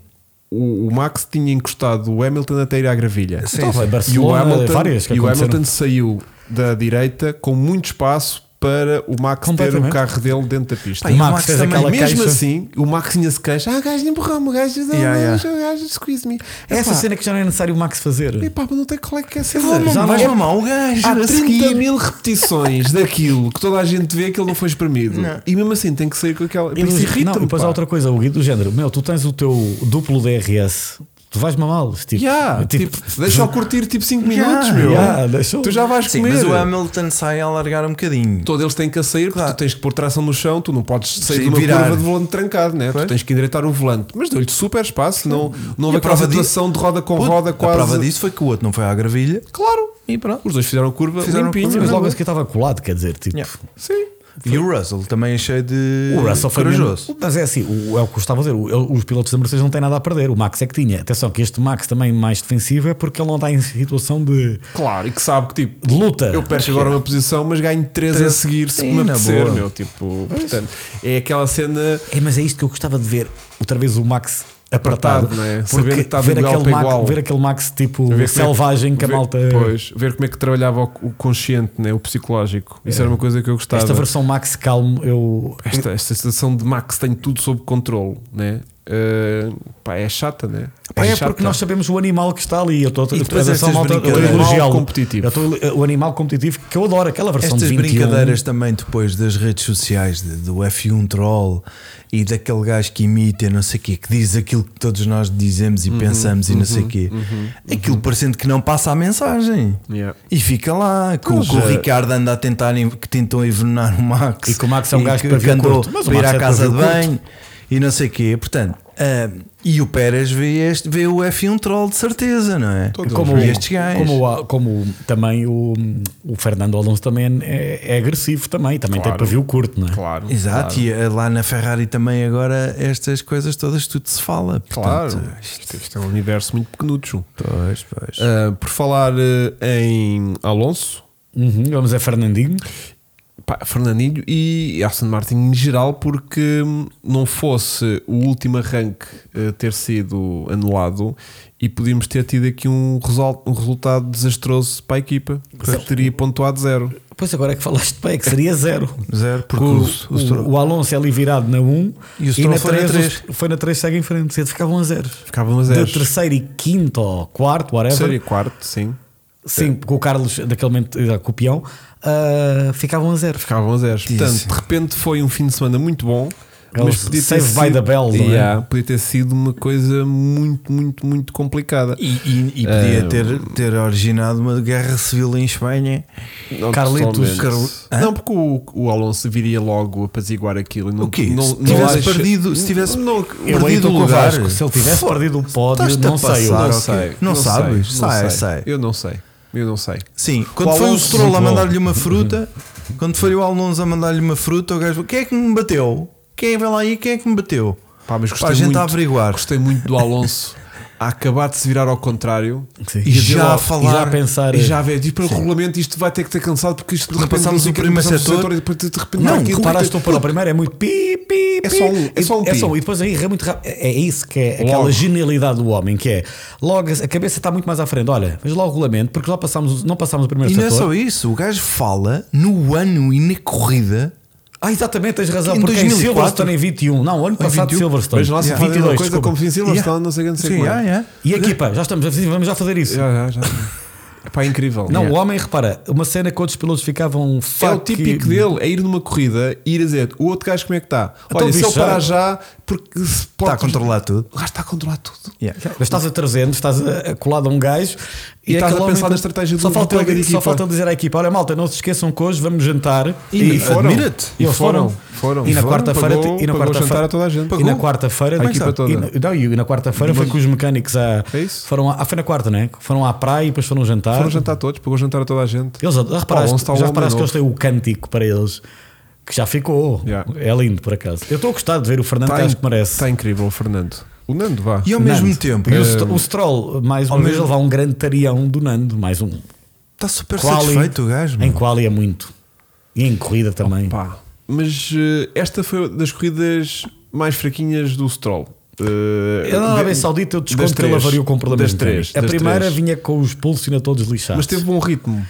Speaker 2: o, o Max tinha encostado o Hamilton até ir à gravilha.
Speaker 1: Sim.
Speaker 3: Então, foi
Speaker 2: E o
Speaker 3: Barcelona,
Speaker 2: Hamilton,
Speaker 3: várias que
Speaker 2: e o
Speaker 3: aconteceram.
Speaker 2: Hamilton saiu da direita com muito espaço para o Max ter o
Speaker 3: Completamente.
Speaker 2: carro dele dentro da pista.
Speaker 1: Pá, e
Speaker 3: o
Speaker 1: o
Speaker 3: Max
Speaker 1: Max
Speaker 3: fez
Speaker 1: também,
Speaker 3: aquela
Speaker 2: mesmo
Speaker 3: caixa.
Speaker 2: assim, o Max tinha se queixa: ah, o gajo empurrou-me, o gajo, ah,
Speaker 1: Yeah, yeah.
Speaker 2: o gajo, squeeze me.
Speaker 3: Essa
Speaker 2: Epá,
Speaker 3: cena que já não é necessário o Max fazer.
Speaker 2: epá, mas não tem qual é que é a
Speaker 1: Vou
Speaker 2: cena.
Speaker 1: mamar-
Speaker 3: não-
Speaker 1: Vais mamar o gajo.
Speaker 2: Há
Speaker 1: a
Speaker 2: 30
Speaker 1: seguir.
Speaker 2: mil repetições daquilo que toda a gente vê que ele não foi espremido. E mesmo assim tem que sair com aquela.
Speaker 3: E
Speaker 2: Isso
Speaker 3: eles-
Speaker 2: irrita-me.
Speaker 3: não, e depois
Speaker 2: pá.
Speaker 3: há outra coisa, o guia do género. Meu, tu tens o teu duplo DRS, tu vais mamá-lo. Tipo,
Speaker 2: Yeah,
Speaker 3: tipo,
Speaker 2: tipo, deixa-o curtir tipo 5
Speaker 1: Yeah,
Speaker 2: minutos, meu.
Speaker 3: yeah, deixa-o.
Speaker 2: tu já vais
Speaker 1: Sim,
Speaker 2: comer.
Speaker 1: mas o Hamilton sai a alargar um bocadinho.
Speaker 2: Todos eles têm que a sair, porque
Speaker 1: Claro.
Speaker 2: tu tens que pôr tração no chão, tu não podes sair
Speaker 1: Sim,
Speaker 2: de uma
Speaker 1: virar.
Speaker 2: curva de volante trancado, né? tu
Speaker 1: Pois.
Speaker 2: tens que endireitar o volante. Mas deu-lhe super espaço, não, não
Speaker 1: E
Speaker 2: houve
Speaker 1: a
Speaker 2: aquela
Speaker 1: prova di-
Speaker 2: situação de roda com
Speaker 1: Puto,
Speaker 2: roda quase.
Speaker 1: A prova disso foi que o outro não foi à gravilha.
Speaker 2: Claro. E pronto. Os dois fizeram curva
Speaker 1: Fizeram
Speaker 2: limpinha.
Speaker 1: curva,
Speaker 3: mas logo a
Speaker 2: não é?
Speaker 3: seguir estava colado, quer dizer, tipo,
Speaker 1: Yeah.
Speaker 2: Sim.
Speaker 1: E o Russell também achei de
Speaker 2: Eh,
Speaker 3: O Russell foi
Speaker 1: corajoso.
Speaker 3: mesmo- Mas é assim, o, é o que eu estava a dizer. o- ele- os pilotos da Mercedes não têm nada a perder. O Max é que tinha. Atenção, que este Max também mais defensivo é porque ele não está em situação de,
Speaker 2: Claro, e que sabe que tipo.
Speaker 3: de luta.
Speaker 2: Eu perco agora uma posição, mas ganho 3 a
Speaker 1: Ah, Três.
Speaker 2: seguir se
Speaker 1: Sim,
Speaker 2: me
Speaker 1: na
Speaker 2: apetecer,
Speaker 1: boa.
Speaker 2: meu. Tipo, portanto, é aquela cena.
Speaker 3: É, mas é isto que eu gostava de ver outra vez o Max
Speaker 2: Apertado,
Speaker 3: apertado.
Speaker 2: não é? Saber que
Speaker 3: Porque
Speaker 2: está de
Speaker 3: ver,
Speaker 2: igual
Speaker 3: aquele
Speaker 2: para
Speaker 3: Max,
Speaker 2: igual.
Speaker 3: ver aquele Max tipo
Speaker 2: ver como é que-
Speaker 3: selvagem que a
Speaker 2: ver-
Speaker 3: malta.
Speaker 2: Pois, ver como é que trabalhava o, o consciente, né? o psicológico.
Speaker 1: É.
Speaker 2: Isso era uma coisa que eu gostava.
Speaker 3: Esta versão Max calmo, eu.
Speaker 2: tá esta, esta sensação de Max tem tudo sob controle, né? Eh, pá, é chata, né?
Speaker 3: Pá, é
Speaker 2: chata.
Speaker 3: porque nós sabemos o animal que está ali. Eu estou
Speaker 1: E depois é
Speaker 3: atenção,
Speaker 1: estas
Speaker 3: malta, eu estou a
Speaker 1: brincadeiras.
Speaker 3: elogiá-lo.
Speaker 2: Animal competitivo.
Speaker 3: Eu estou- O animal competitivo que eu adoro, aquela versão
Speaker 1: Estas
Speaker 3: de 21.
Speaker 1: brincadeiras também depois das redes sociais, de- do F1 Troll e daquele gajo que imita, e não sei o quê, que diz aquilo que todos nós dizemos e
Speaker 3: Uhum,
Speaker 1: pensamos e não sei o quê, aquilo parecendo que não passa a mensagem.
Speaker 2: Yeah.
Speaker 1: E fica lá, que, o-
Speaker 2: Mas,
Speaker 1: que o
Speaker 2: eh,
Speaker 1: Ricardo anda a tentar, en- que tentam envenenar o Max.
Speaker 3: é. E que o Max é um gajo de
Speaker 1: que,
Speaker 3: pavio
Speaker 1: que andou
Speaker 3: curto. Mas o
Speaker 1: para ir
Speaker 3: Max
Speaker 1: à
Speaker 3: é de
Speaker 1: casa de
Speaker 3: pavio curto.
Speaker 1: banho e não sei o quê. Portanto, ah, e o Pérez vê, este, vê o F1 Troll de certeza, não é?
Speaker 3: Como,
Speaker 1: e estes gajos.
Speaker 3: como, o- como o- também o, o Fernando Alonso também é, é agressivo também, também
Speaker 2: Claro.
Speaker 3: tem pavio curto, não é?
Speaker 2: Claro.
Speaker 1: Exato,
Speaker 2: claro.
Speaker 1: e eh, lá na Ferrari também agora estas coisas todas tudo se fala.
Speaker 2: Claro.
Speaker 1: Portanto,
Speaker 2: Isto, isto é um universo muito pequenucho.
Speaker 1: Pois, pois.
Speaker 2: Eh, por falar eh, em Alonso,
Speaker 3: Uhum, vamos a Fernandinho.
Speaker 2: pá, Fernandinho e Aston Martin em geral, porque hum, não fosse o último arranque eh, ter sido anulado e podíamos ter tido aqui um, resol- um resultado desastroso para a equipa, que teria pontuado zero.
Speaker 3: Pois agora é que falaste bem, que seria zero.
Speaker 1: Zero, porque
Speaker 3: O,
Speaker 1: o, o,
Speaker 3: o- o Alonso é ali virado na 1 um,
Speaker 1: E o
Speaker 3: e
Speaker 1: Stroll
Speaker 3: na
Speaker 1: foi na
Speaker 3: 3
Speaker 1: três.
Speaker 3: foi na 3 segue em frente, sempre ficavam a zero.
Speaker 2: Ficavam um a zero.
Speaker 3: De terceiro e quinto ou quarto, whatever.
Speaker 2: Terceiro e quarto, sim.
Speaker 3: Sim, porque o Carlos, daquele momento, eh, era copião, ah, ficavam a zero.
Speaker 2: Ficavam a zero. Portanto,
Speaker 1: Isso.
Speaker 2: de repente foi um fim de semana muito bom.
Speaker 3: Aquelas
Speaker 2: Mas podia ter,
Speaker 3: save
Speaker 2: sido,
Speaker 3: by the bell, não é?
Speaker 2: Yeah, podia ter sido uma coisa muito, muito, muito complicada. Ah,
Speaker 1: e, e- e
Speaker 2: eh,
Speaker 1: podia ter, ter originado uma guerra civil em Espanha.
Speaker 2: Não,
Speaker 3: Carlitos,
Speaker 2: totalmente.
Speaker 1: Carl- Hã?
Speaker 2: Não, porque o, o Alonso viria logo apaziguar aquilo. e Não,
Speaker 1: O quê?
Speaker 2: Não,
Speaker 1: Se
Speaker 2: não
Speaker 1: tivesse
Speaker 2: acha-
Speaker 1: perdido- se tivesse
Speaker 2: não,
Speaker 1: Eu
Speaker 2: perdido
Speaker 1: ainda
Speaker 2: o
Speaker 1: com o
Speaker 2: lugar,
Speaker 1: Vasco,
Speaker 3: Se ele tivesse perdido um pódio,
Speaker 1: Estás-te a
Speaker 3: não sei.
Speaker 1: passar.
Speaker 2: não
Speaker 1: ok.
Speaker 2: sei.
Speaker 1: Não sabes?
Speaker 2: Sei, não
Speaker 1: Sai,
Speaker 2: sei.
Speaker 1: sai.
Speaker 2: Eu não sei. Eu não sei.
Speaker 1: Sim, quando
Speaker 2: é O
Speaker 1: foi o
Speaker 2: Alonso
Speaker 1: Stroll a
Speaker 2: jogou.
Speaker 1: mandar-lhe uma fruta, quando foi o Alonso a mandar-lhe uma fruta, o gajo quem é que me bateu? Quem é, vê lá aí, quem é que me bateu?
Speaker 2: Pá, mas gostei
Speaker 1: a gente
Speaker 2: muito,
Speaker 1: a averiguar.
Speaker 2: Gostei muito do Alonso a acabar de se virar ao contrário
Speaker 3: Sim.
Speaker 2: dizer
Speaker 1: já
Speaker 2: logo-
Speaker 1: a falar-
Speaker 2: e
Speaker 3: já a pensar- é eh,
Speaker 2: e já a ver. Diz para o regulamento isto vai ter que ter cansado porque isto de
Speaker 1: Não
Speaker 2: repente
Speaker 1: passámos
Speaker 2: sei
Speaker 1: o
Speaker 2: quê,
Speaker 1: primeiro
Speaker 2: passámos o
Speaker 1: setor.
Speaker 2: e depois de de repente
Speaker 3: Não,
Speaker 2: aquilo-
Speaker 3: reparaste não para o primeiro, é muito pi, pi,
Speaker 2: É
Speaker 3: pi.
Speaker 2: só um- é só um
Speaker 3: é
Speaker 2: pi.
Speaker 3: só E depois aí é muito rápido. É é isso que é aquela
Speaker 2: Logo.
Speaker 3: genialidade do homem, que é logo a cabeça está muito mais à frente. Olha, veja lá o regulamento, porque já passámos, não passámos o primeiro
Speaker 1: E não é
Speaker 3: setor.
Speaker 1: só isso, o gajo fala no ano e na corrida.
Speaker 3: Ah, exatamente, tens razão,
Speaker 1: Em
Speaker 3: porque é em
Speaker 1: 2004.
Speaker 3: Silverstone em 21. Não, o ano passado
Speaker 1: 21.
Speaker 3: Silverstone.
Speaker 2: Mas lá se fazem uma
Speaker 3: 22,
Speaker 2: coisa
Speaker 3: desculpa.
Speaker 2: como se em Silverstone, não sei o que, não sei
Speaker 1: Sim,
Speaker 2: como é.
Speaker 1: ah, é.
Speaker 3: E a equipa, já estamos, vamos já fazer isso.
Speaker 2: Já, já, já. Epá, é incrível.
Speaker 3: Não,
Speaker 2: É.
Speaker 3: o homem, repara, uma cena que outros pilotos ficavam um
Speaker 2: É o
Speaker 3: fuck
Speaker 2: típico
Speaker 3: e-
Speaker 2: dele, é ir numa corrida e ir a dizer o outro gajo como é que está.
Speaker 3: Então,
Speaker 2: Olha, se
Speaker 3: bicho,
Speaker 2: ele
Speaker 3: já-
Speaker 2: parar já, porque se
Speaker 1: Está
Speaker 2: pode.
Speaker 1: a controlar tudo.
Speaker 2: O gajo está a controlar tudo.
Speaker 3: Mas Estás a 300, estás a, a colado a um gajo
Speaker 2: E é estás
Speaker 3: aquele
Speaker 2: a pensar
Speaker 3: homem-
Speaker 2: na estratégia do-
Speaker 3: só
Speaker 2: do
Speaker 3: falta,
Speaker 2: colega de
Speaker 3: ele, só
Speaker 2: equipa.
Speaker 3: falta ele dizer à equipa: Olha, malta, não se esqueçam que hoje vamos jantar.
Speaker 2: E foram.
Speaker 1: admira-te.
Speaker 2: E
Speaker 3: Eles
Speaker 2: foram.
Speaker 3: foram.
Speaker 2: Foram.
Speaker 3: E na
Speaker 2: Foram,
Speaker 3: quarta-feira.
Speaker 2: pagou-
Speaker 3: E na
Speaker 2: pagou jantar a toda a
Speaker 3: quarta-feira.
Speaker 2: gente.
Speaker 3: E na
Speaker 2: Pagou.
Speaker 3: quarta-feira.
Speaker 2: A
Speaker 3: como é que
Speaker 2: equipa
Speaker 3: sabe?
Speaker 2: toda.
Speaker 3: E na- não, E na quarta-feira foi com os mecânicos a.
Speaker 2: É isso?
Speaker 3: Foram à, ah, foi na quarta, né? Foram à praia e depois foram jantar.
Speaker 2: Foram jantar todos, pagou jantar a toda a gente.
Speaker 3: Eles, já reparaste,
Speaker 2: Alonso está um
Speaker 3: já
Speaker 2: homem
Speaker 3: reparaste
Speaker 2: novo.
Speaker 3: que eles têm o cântico para eles que já ficou.
Speaker 2: Yeah.
Speaker 3: É lindo, por acaso. Eu estou a gostar de ver o Fernando, que
Speaker 2: Está,
Speaker 3: acho que merece.
Speaker 2: está incrível o Fernando. O Nando vá.
Speaker 1: E ao
Speaker 3: Nando.
Speaker 1: mesmo tempo,
Speaker 2: Eh,
Speaker 3: E o, St- o Stroll, mais uma
Speaker 1: ao
Speaker 3: vez,
Speaker 1: mesmo-
Speaker 3: ele vai um grande tarião do Nando, mais um.
Speaker 1: está Tá super
Speaker 3: Quali,
Speaker 1: satisfeito o gajo.
Speaker 3: em
Speaker 1: meu.
Speaker 3: quali é muito. E em corrida também.
Speaker 2: Pá. Mas eh, esta foi das corridas mais fraquinhas do Stroll. Eh,
Speaker 3: Eu na
Speaker 2: de-
Speaker 3: Arábia Saudita eu
Speaker 2: das
Speaker 3: desconto que ele
Speaker 2: três.
Speaker 3: avariou com problemas
Speaker 2: Das três.
Speaker 3: mecânicos. A
Speaker 2: das
Speaker 3: primeira
Speaker 2: três.
Speaker 3: vinha com os pulsos ainda todos lixados.
Speaker 2: Mas um teve bom ritmo.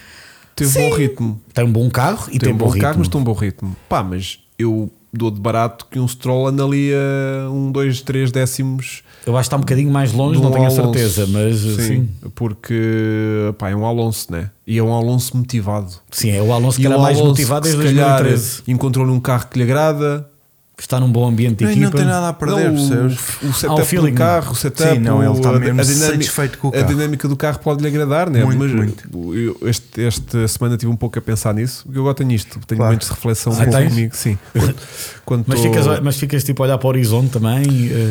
Speaker 2: Teve bom ritmo.
Speaker 3: Tem um bom carro e
Speaker 2: tem,
Speaker 3: tem,
Speaker 2: um bom carro, mas tem um bom ritmo. Pá, mas eu dou de barato que um Stroll anda ali a um, dois, três décimos.
Speaker 3: Eu acho que está um bocadinho mais longe,
Speaker 2: do
Speaker 3: não tenho a
Speaker 2: Alonso.
Speaker 3: certeza, mas eh, sim.
Speaker 2: Porque pá, é um Alonso, né? E é um Alonso motivado.
Speaker 3: Sim, é o Alonso que
Speaker 2: E
Speaker 3: era
Speaker 2: o
Speaker 3: mais
Speaker 2: Alonso
Speaker 3: motivado
Speaker 2: que,
Speaker 3: desde
Speaker 2: se calhar,
Speaker 3: 2013.
Speaker 2: Encontrou num carro que lhe agrada.
Speaker 3: Está num bom ambiente de
Speaker 1: Não, e
Speaker 3: equipa.
Speaker 1: não tem nada a Ah, perder,
Speaker 2: Não,
Speaker 1: percebes?
Speaker 2: o, o
Speaker 3: Há
Speaker 2: setup
Speaker 3: o feeling.
Speaker 2: do carro, o setup,
Speaker 1: Sim, não, ele está
Speaker 2: o- a-
Speaker 1: mesmo
Speaker 2: a dinâmica-
Speaker 1: satisfeito com o
Speaker 2: A
Speaker 1: carro.
Speaker 2: dinâmica do carro pode lhe agradar, né?
Speaker 1: Muito,
Speaker 2: Mas
Speaker 1: muito.
Speaker 2: eu- este- esta semana estive um pouco a pensar nisso, porque eu gosto nisto, tenho
Speaker 1: Claro.
Speaker 2: momentos de reflexão
Speaker 3: Ah, tens?
Speaker 2: comigo. Sim. Quando- quando
Speaker 3: Mas,
Speaker 2: tô-
Speaker 3: ficas, mas ficas tipo a olhar para o horizonte também.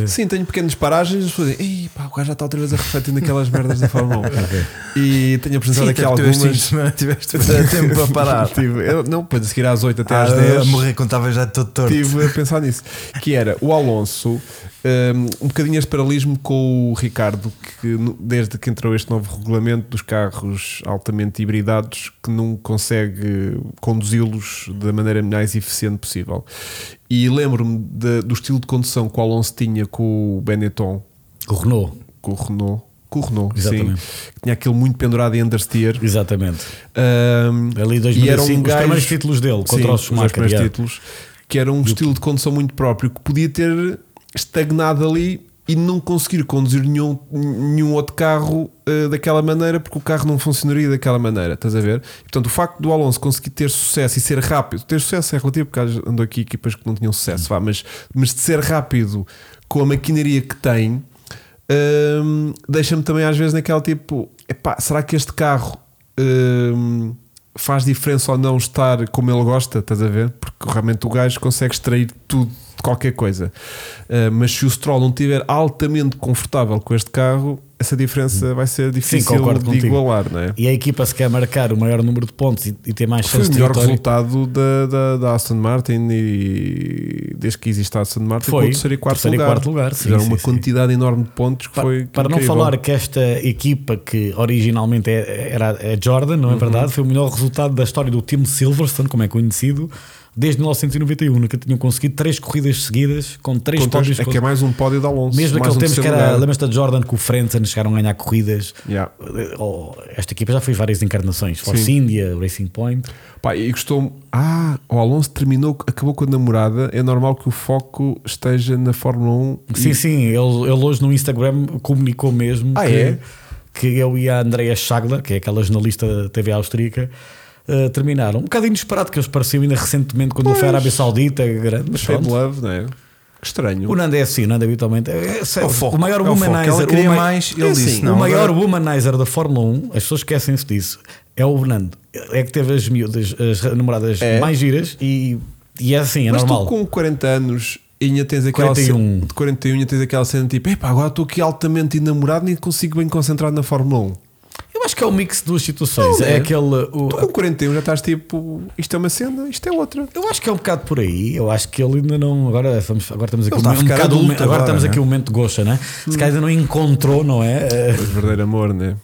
Speaker 3: eh,
Speaker 2: Sim, tenho pequenas paragens, fazem, ei pá, o gajo já está outra vez a refletir naquelas merdas da Fórmula 1.
Speaker 1: É
Speaker 2: E tenho apresentado
Speaker 1: Sim,
Speaker 2: aqui
Speaker 1: até porque tiveste fim de
Speaker 2: algumas.
Speaker 1: semana, Tiveste bastante tempo para parar.
Speaker 2: Tive- eu- não, depois a seguir às 8 até
Speaker 1: Ah,
Speaker 2: às 10.
Speaker 1: a morrer quando estava já todo torto.
Speaker 2: Estive a pensar nisso. Que era o Alonso, um, um bocadinho este paralelismo com o Ricardo, que no- desde que entrou este novo regulamento dos carros altamente hibridados, que não consegue conduzi-los da maneira mais eficiente possível. E lembro-me de- do estilo de condução que o Alonso tinha com o Benetton,
Speaker 3: o Renault.
Speaker 2: com o Renault. Com o Renault,
Speaker 3: Exatamente.
Speaker 2: sim. Tinha aquilo muito pendurado em understeer.
Speaker 3: Exatamente.
Speaker 2: Um,
Speaker 3: Ali
Speaker 2: e era
Speaker 3: 2005,
Speaker 2: um
Speaker 3: os
Speaker 2: gajo-
Speaker 3: primeiros títulos dele contra
Speaker 2: Sim,
Speaker 3: o
Speaker 2: os
Speaker 3: Schumacher,
Speaker 2: primeiros
Speaker 3: yeah.
Speaker 2: títulos, que era um estilo de condução muito próprio que podia ter estagnado ali e não conseguir conduzir nenhum, nenhum outro carro eh, daquela maneira porque o carro não funcionaria daquela maneira, estás a ver? Portanto, o facto do Alonso conseguir ter sucesso e ser rápido, ter sucesso é relativo porque às- andou aqui equipas que não tinham
Speaker 3: Hum.
Speaker 2: sucesso, vá, mas, mas de ser rápido com a maquinaria que tem, hum, deixa-me também às vezes naquela tipo, epá, será que este carro hum, faz diferença ou não estar como ele gosta, estás a ver? Porque realmente o gajo consegue extrair tudo de qualquer coisa. Uh, mas se o Stroll não estiver altamente confortável com este carro, essa diferença vai ser difícil
Speaker 3: Hum. concordo
Speaker 2: de
Speaker 3: contigo.
Speaker 2: igualar, não é?
Speaker 3: E a equipa se quer marcar o maior número de pontos e, e ter mais
Speaker 2: Foi
Speaker 3: chance
Speaker 2: o
Speaker 3: de
Speaker 2: melhor
Speaker 3: vitória.
Speaker 2: resultado da, da, da Aston Martin e desde que existe a Aston Martin
Speaker 3: Foi,
Speaker 2: foi o terceiro e quarto
Speaker 3: terceiro e
Speaker 2: lugar.
Speaker 3: quarto lugar, sim,
Speaker 2: Fizeram
Speaker 3: sim,
Speaker 2: uma
Speaker 3: sim.
Speaker 2: quantidade enorme de pontos que
Speaker 3: Pa-
Speaker 2: foi
Speaker 3: para não
Speaker 2: incrível.
Speaker 3: falar que esta equipa que originalmente é- era é Jordan,
Speaker 2: Uhum.
Speaker 3: não é verdade? Foi o melhor resultado da história do time Silverstone, como é conhecido, desde 1991, nunca um, tinham conseguido três corridas seguidas com três
Speaker 2: Com três-
Speaker 3: pódios.
Speaker 2: é que é mais um pódio de Alonso.
Speaker 3: Mesmo
Speaker 2: mais
Speaker 3: aquele
Speaker 2: um
Speaker 3: tempo que
Speaker 2: terceiro
Speaker 3: era,
Speaker 2: lugar.
Speaker 3: lembras da Jordan com o Frentzen chegaram a ganhar corridas.
Speaker 2: Yeah.
Speaker 3: Oh, Esta equipa já fez várias encarnações: Force
Speaker 2: Sim.
Speaker 3: India, Racing Point.
Speaker 2: Pá, e gostou Ah, o Alonso terminou, acabou com a namorada. É normal que o foco esteja na Fórmula 1.
Speaker 3: Sim,
Speaker 2: e-
Speaker 3: sim, ele, ele hoje no Instagram comunicou mesmo
Speaker 2: Ah,
Speaker 3: que,
Speaker 2: é?
Speaker 3: que eu e a Andrea Schagler, que é aquela jornalista da TV austríaca, eh, terminaram. Um bocado inesperado, que eles pareciam ainda recentemente quando ele foi à Arábia Saudita, grande, mas
Speaker 2: Shade
Speaker 3: pronto.
Speaker 2: Love, não é? Que estranho.
Speaker 3: O Nando é assim, o Nando habitualmente. É, é, sério,
Speaker 1: o foco,
Speaker 3: maior
Speaker 1: é o foco.
Speaker 3: womanizer.
Speaker 1: Ela queria
Speaker 3: o mai-
Speaker 1: mais, ele
Speaker 3: é
Speaker 1: disse,
Speaker 3: assim,
Speaker 1: não,
Speaker 3: O maior
Speaker 1: agora-
Speaker 3: womanizer da Fórmula 1, as pessoas esquecem-se disso, é o Nando. É que teve as miúdas, as namoradas
Speaker 2: É.
Speaker 3: mais giras e, e é assim, é
Speaker 2: Mas
Speaker 3: normal.
Speaker 2: tu com 40 anos ainda tens aquela
Speaker 3: 41.
Speaker 2: cena de 41 ainda tens aquela cena tipo, epá, agora estou aqui altamente enamorado nem consigo bem concentrar na Fórmula 1.
Speaker 3: Eu acho que é o mix de duas situações.
Speaker 2: Não,
Speaker 3: é
Speaker 2: é.
Speaker 3: aquele. o-
Speaker 1: Então,
Speaker 2: Tu com 41 já estás tipo, isto é uma cena, isto é outra.
Speaker 3: Eu acho que é um bocado por aí. Eu acho que ele ainda não. Agora, vamos, agora estamos aqui
Speaker 1: Ele está a
Speaker 3: um
Speaker 1: ficar
Speaker 3: bocado.
Speaker 1: adulto
Speaker 3: agora,
Speaker 1: agora,
Speaker 3: estamos
Speaker 1: né?
Speaker 3: aqui um momento de gosta, né? Se calhar ainda não encontrou, não é? Eh,
Speaker 2: Mas verdadeiro amor, né?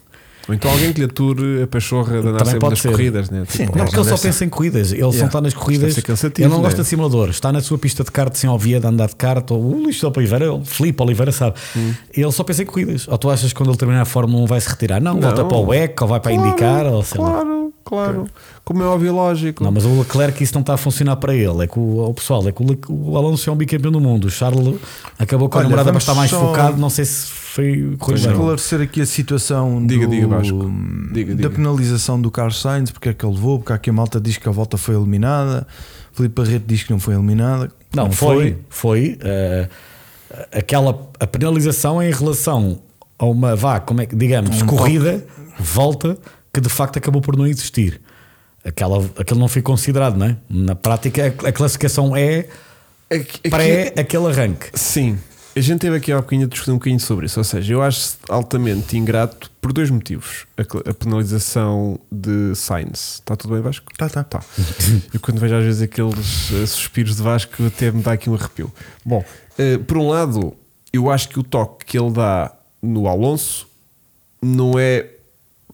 Speaker 2: Ou então alguém que lhe ature a pachorra de andar
Speaker 3: Também
Speaker 2: sempre
Speaker 3: pode
Speaker 2: nas
Speaker 3: ser.
Speaker 2: corridas, né?
Speaker 1: Sim,
Speaker 2: Tipo,
Speaker 3: não,
Speaker 1: Não,
Speaker 3: porque ele só
Speaker 1: deve ser.
Speaker 3: pensa em corridas. Ele só
Speaker 2: Yeah.
Speaker 3: está nas
Speaker 2: Deve
Speaker 3: corridas.
Speaker 2: ser cansativo,
Speaker 3: Ele não
Speaker 2: né?
Speaker 3: gosta de simulador. Está na sua pista de kart sem ovia de andar de kart. Ou uh, é o Luís de Oliveira, o Filipe Oliveira, sabe?
Speaker 2: Hum.
Speaker 3: Ele só pensa em corridas. Ou tu achas que quando ele terminar a Fórmula 1 vai se retirar? Não, volta
Speaker 2: Não.
Speaker 3: para o EC ou vai para a indicar. Ou sei lá.
Speaker 2: claro, claro. Como é óbvio e lógico.
Speaker 3: Não, mas o Leclerc isso não está a funcionar para ele. É que o, o pessoal, é que o, Le- o Alonso é um bicampeão do mundo. O Charles acabou com a
Speaker 1: Olha,
Speaker 3: namorada,
Speaker 1: vamos
Speaker 3: mas está mais
Speaker 1: só-
Speaker 3: focado. Não sei se foi
Speaker 1: Vamos
Speaker 3: corrido bem.
Speaker 1: esclarecer aqui a situação
Speaker 2: Diga,
Speaker 1: do-
Speaker 2: diga, Vasco. Diga,
Speaker 1: da
Speaker 2: diga.
Speaker 1: penalização do Carlos Sainz, porque é que ele levou, porque há aqui a malta diz que a volta foi eliminada, Felipe Barreto diz que não foi eliminada.
Speaker 3: Não, foi. Foi. eh, aquela a penalização é em relação a uma, vá, como é que, digamos, corrida, volta, que de facto acabou por não existir. Aquela, aquele não foi considerado, não é? Na prática, a, a classificação é
Speaker 2: Aqui- é aqui-
Speaker 3: pré aquele arranque.
Speaker 2: Sim, a gente teve aqui há bocadinho a discutir um bocadinho sobre isso. Ou seja, eu acho altamente ingrato por dois motivos. A, cl- a penalização de Sainz. Está tudo bem, Vasco?
Speaker 1: Tá, tá.
Speaker 2: Tá. Eu quando vejo às vezes aqueles eh, suspiros de Vasco, até me dá aqui um arrepio. Bom, eh, por um lado, eu acho que o toque que ele dá no Alonso não é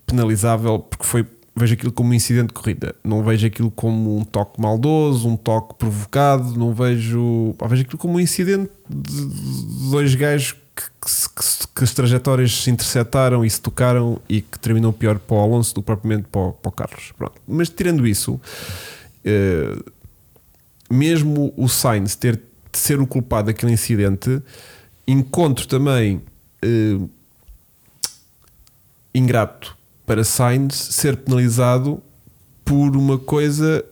Speaker 2: penalizável porque foi. Vejo aquilo como um incidente de corrida, não vejo aquilo como um toque maldoso, um toque provocado, não vejo. pá, vejo aquilo como um incidente de de dois gajos que, que se- que se- que as trajetórias se interceptaram e se tocaram e que terminou pior para o Alonso do que propriamente para o, para o Carlos. Pronto. Mas tirando isso, eh, mesmo o Sainz ter de ser o culpado daquele incidente, encontro também eh, ingrato para Sainz ser penalizado por uma coisa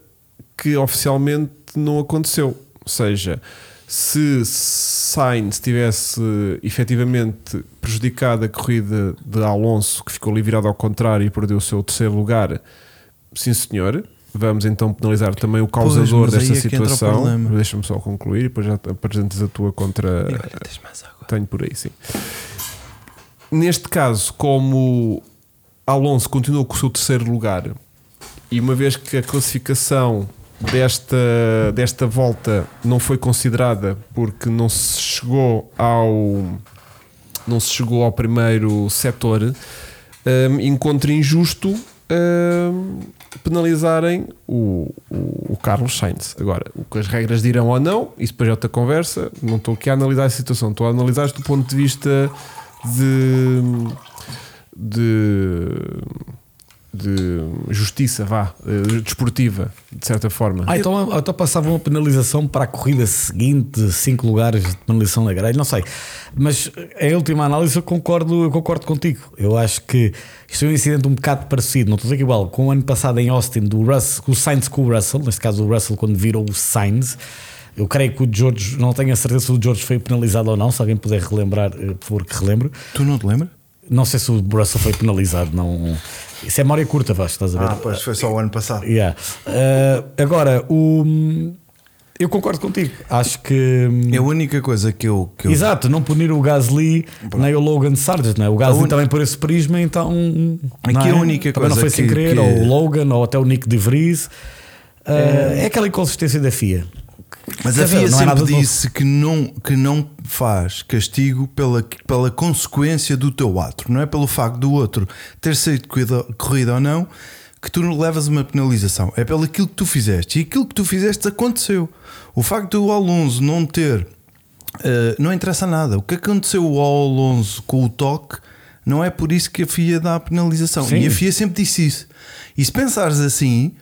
Speaker 2: que oficialmente não aconteceu. Ou seja, se Sainz tivesse efetivamente prejudicado a corrida de Alonso, que ficou ali virado ao contrário e perdeu o seu terceiro lugar, sim senhor. Vamos então penalizar também o causador
Speaker 1: mas aí
Speaker 2: desta
Speaker 1: é que entra o
Speaker 2: situação.
Speaker 1: problema.
Speaker 2: Deixa-me só concluir e depois já apresentas a tua contra.
Speaker 1: Agora tens mais água.
Speaker 2: Tenho por aí, sim. Neste caso, como Alonso continuou com o seu terceiro lugar, e uma vez que a classificação desta, desta volta não foi considerada porque não se chegou ao não se chegou ao primeiro setor, hum, encontro injusto hum, penalizarem o, o, o Carlos Sainz. Agora, o que as regras dirão ou não, isso depois é outra conversa. Não estou aqui a analisar a situação, estou a analisar isto do ponto de vista de. de de justiça, vá, eh, desportiva, de certa forma.
Speaker 3: Ah, então, então passavam a penalização para a corrida seguinte, cinco lugares de penalização na grelha, não sei. Mas em última análise eu concordo, eu concordo contigo. Eu acho que isto é um incidente um bocado parecido, não estou a dizer que é igual, com o ano passado em Austin, do Russell, com o Sainz com o Russell, neste caso o Russell quando virou o Sainz. Eu creio que o George, não tenho a certeza se o George foi penalizado ou não, se alguém puder relembrar, eh, por favor, que relembre.
Speaker 1: Tu não te lembras?
Speaker 3: Não sei se o Russell foi penalizado, não. Isso é memória curta, Vasco, estás a ver?
Speaker 1: pois Ah, foi só o ano passado.
Speaker 3: Yeah. Ah, agora, o... eu concordo contigo. Acho que.
Speaker 1: É a única coisa que eu. Que eu
Speaker 3: Exato, não punir o Gasly nem o Logan Sargent, não é? O Gasly
Speaker 1: un-
Speaker 3: também por esse prisma, então.
Speaker 1: Aqui
Speaker 3: não é?
Speaker 1: a única
Speaker 3: também não
Speaker 1: coisa
Speaker 3: foi sem
Speaker 1: que-
Speaker 3: querer,
Speaker 1: que-
Speaker 3: ou o Logan, ou até o Nick de Vries. Ah, é... aquela inconsistência da FIA.
Speaker 1: Mas
Speaker 3: Quer
Speaker 1: a
Speaker 3: dizer,
Speaker 1: FIA
Speaker 3: não é
Speaker 1: sempre
Speaker 3: nada de novo.
Speaker 1: disse que não, que não faz castigo pela, pela consequência do teu ato, não é pelo facto do outro ter saído corrida, corrida ou não, que tu não levas uma penalização. É pelo aquilo que tu fizeste. E aquilo que tu fizeste aconteceu. O facto do Alonso não ter. eh, não interessa nada. O que aconteceu ao Alonso com o toque não é por isso que a FIA dá a penalização.
Speaker 3: Sim.
Speaker 1: E a FIA sempre disse isso. E se pensares assim,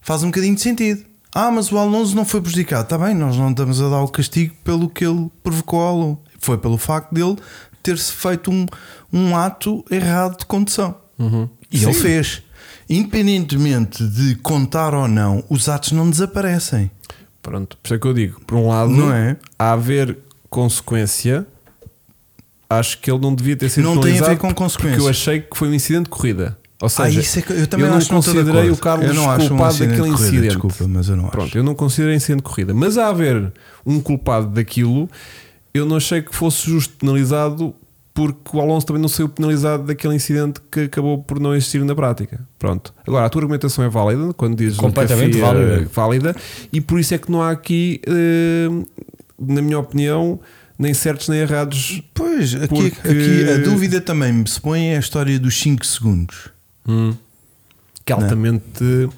Speaker 1: faz um bocadinho de sentido. Ah, mas o Alonso não foi prejudicado. Está bem, nós não estamos a dar o castigo pelo que ele provocou ao Alonso. Foi pelo facto dele ter-se feito um, um ato errado de condução.
Speaker 2: Uhum.
Speaker 1: E ele fez. Independentemente de contar ou não, os atos não desaparecem.
Speaker 2: Pronto, por isso é que eu digo, por um lado,
Speaker 1: Não é?
Speaker 2: a haver consequência, acho que ele não devia ter sido
Speaker 1: Não tem a ver
Speaker 2: penalizado
Speaker 1: com consequência.
Speaker 2: Porque eu achei que foi um incidente de corrida. Ou
Speaker 1: Ah,
Speaker 2: seja,
Speaker 1: isso é que eu também
Speaker 2: não
Speaker 1: acho que não estou de
Speaker 2: considerei o
Speaker 1: acordo.
Speaker 2: Carlos
Speaker 1: Eu não acho um
Speaker 2: culpado
Speaker 1: incidente de
Speaker 2: daquele
Speaker 1: corrida,
Speaker 2: incidente.
Speaker 1: desculpa, mas eu não acho.
Speaker 2: Pronto, eu não considerei incidente de corrida. Mas a haver um culpado daquilo, eu não achei que fosse justo penalizado porque o Alonso também não saiu penalizado daquele incidente que acabou por não existir na prática. Pronto. Agora, a tua argumentação é válida quando dizes
Speaker 3: Completamente
Speaker 2: nunca fui, eh,
Speaker 3: válida.
Speaker 2: válida e por isso é que não há aqui, eh, na minha opinião, nem certos nem errados.
Speaker 1: Pois, aqui,
Speaker 2: Porque-
Speaker 1: aqui a dúvida também me se põe é a história dos 5 segundos.
Speaker 2: Que é altamente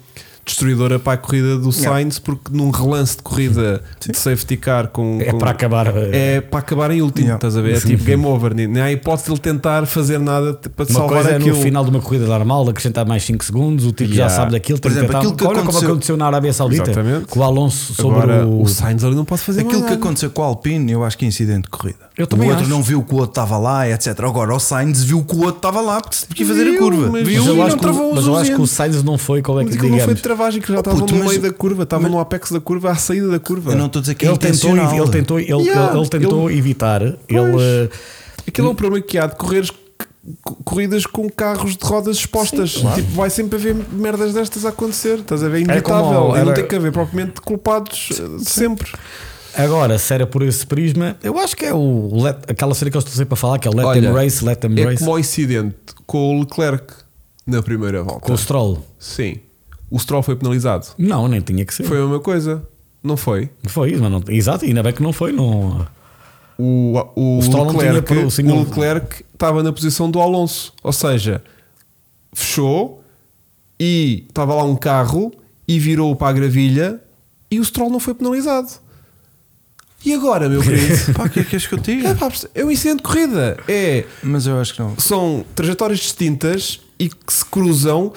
Speaker 2: destruidora para a corrida do Sainz, porque num relance de corrida de safety car com.
Speaker 3: É
Speaker 2: com-
Speaker 3: para acabar. eh,
Speaker 2: é para acabar em último,
Speaker 1: Yeah.
Speaker 2: estás a ver? É tipo game over, nem nem há hipótese de ele tentar fazer nada t- para
Speaker 3: Uma
Speaker 2: salvar
Speaker 3: coisa é no
Speaker 2: aquilo.
Speaker 3: final de uma corrida normal, acrescentar mais 5 segundos, o tipo
Speaker 2: Yeah.
Speaker 3: já sabe daquilo,
Speaker 1: Por
Speaker 3: tem
Speaker 1: exemplo,
Speaker 3: que tentar.
Speaker 1: aquilo que
Speaker 3: Olha como
Speaker 1: aconteceu-
Speaker 3: aconteceu na Arábia Saudita,
Speaker 2: Exatamente.
Speaker 3: com o Alonso sobre
Speaker 2: Agora o...
Speaker 3: o
Speaker 2: Sainz ali não pode fazer mais
Speaker 1: Aquilo que
Speaker 2: nada.
Speaker 1: aconteceu com o Alpine, eu acho que é incidente de corrida.
Speaker 3: Eu também
Speaker 1: o outro
Speaker 3: acho.
Speaker 1: não viu que o outro estava lá, etc. Agora o Sainz viu que o outro estava lá porque se podia fazer
Speaker 2: Viu,
Speaker 1: a curva.
Speaker 2: mas-
Speaker 1: viu
Speaker 3: mas
Speaker 2: e
Speaker 3: eu,
Speaker 2: não
Speaker 3: acho que,
Speaker 2: travou
Speaker 3: o-
Speaker 2: os
Speaker 3: mas eu acho que o
Speaker 2: ausentes.
Speaker 3: Sainz não foi, como é que
Speaker 2: Mas aquilo não foi
Speaker 3: digamos?
Speaker 2: de travagem, que já
Speaker 1: Oh,
Speaker 2: estava
Speaker 1: puto,
Speaker 2: no
Speaker 1: mas-
Speaker 2: meio da curva, estava no apex da curva, à saída da curva.
Speaker 1: Eu não estou a dizer que é
Speaker 3: Ele tentou,
Speaker 1: intencional.
Speaker 3: ele tentou, ele,
Speaker 2: Yeah,
Speaker 3: ele- ele tentou evitar. Ele, eh,
Speaker 2: Aquilo é um problema que há de correr corridas com carros de rodas expostas. Tipo, vai sempre haver merdas destas a acontecer. Estás a ver? É
Speaker 3: Era como
Speaker 2: inevitável.
Speaker 3: ao-
Speaker 2: E não
Speaker 3: era-
Speaker 2: tem que haver propriamente culpados eh, sempre.
Speaker 3: eh, agora, se era por esse prisma, eu acho que é o let- aquela cena que eu estou sempre a falar, que é o let
Speaker 2: Olha,
Speaker 3: them race, let them
Speaker 2: É
Speaker 3: race,
Speaker 2: como o incidente com o Leclerc na primeira volta.
Speaker 3: com o Stroll.
Speaker 2: Sim. O Stroll foi penalizado.
Speaker 3: Não, nem tinha que ser. Foi,
Speaker 2: Foi a mesma coisa. Não foi?
Speaker 3: isso, mas não, exato, ainda bem que não foi. Não,
Speaker 2: O, o,
Speaker 3: O Stroll não tinha
Speaker 2: Leclerc,
Speaker 3: pro- sinal.
Speaker 2: o Leclerc estava na posição do Alonso. Ou seja, fechou e estava lá um carro e virou para a gravilha e o Stroll não foi penalizado. E agora, meu querido?
Speaker 1: Pá, o que é que és que eu
Speaker 2: é,
Speaker 1: diga?
Speaker 2: pá, é um incidente de corrida. É
Speaker 1: Mas eu acho que não.
Speaker 2: são trajetórias distintas e que se cruzam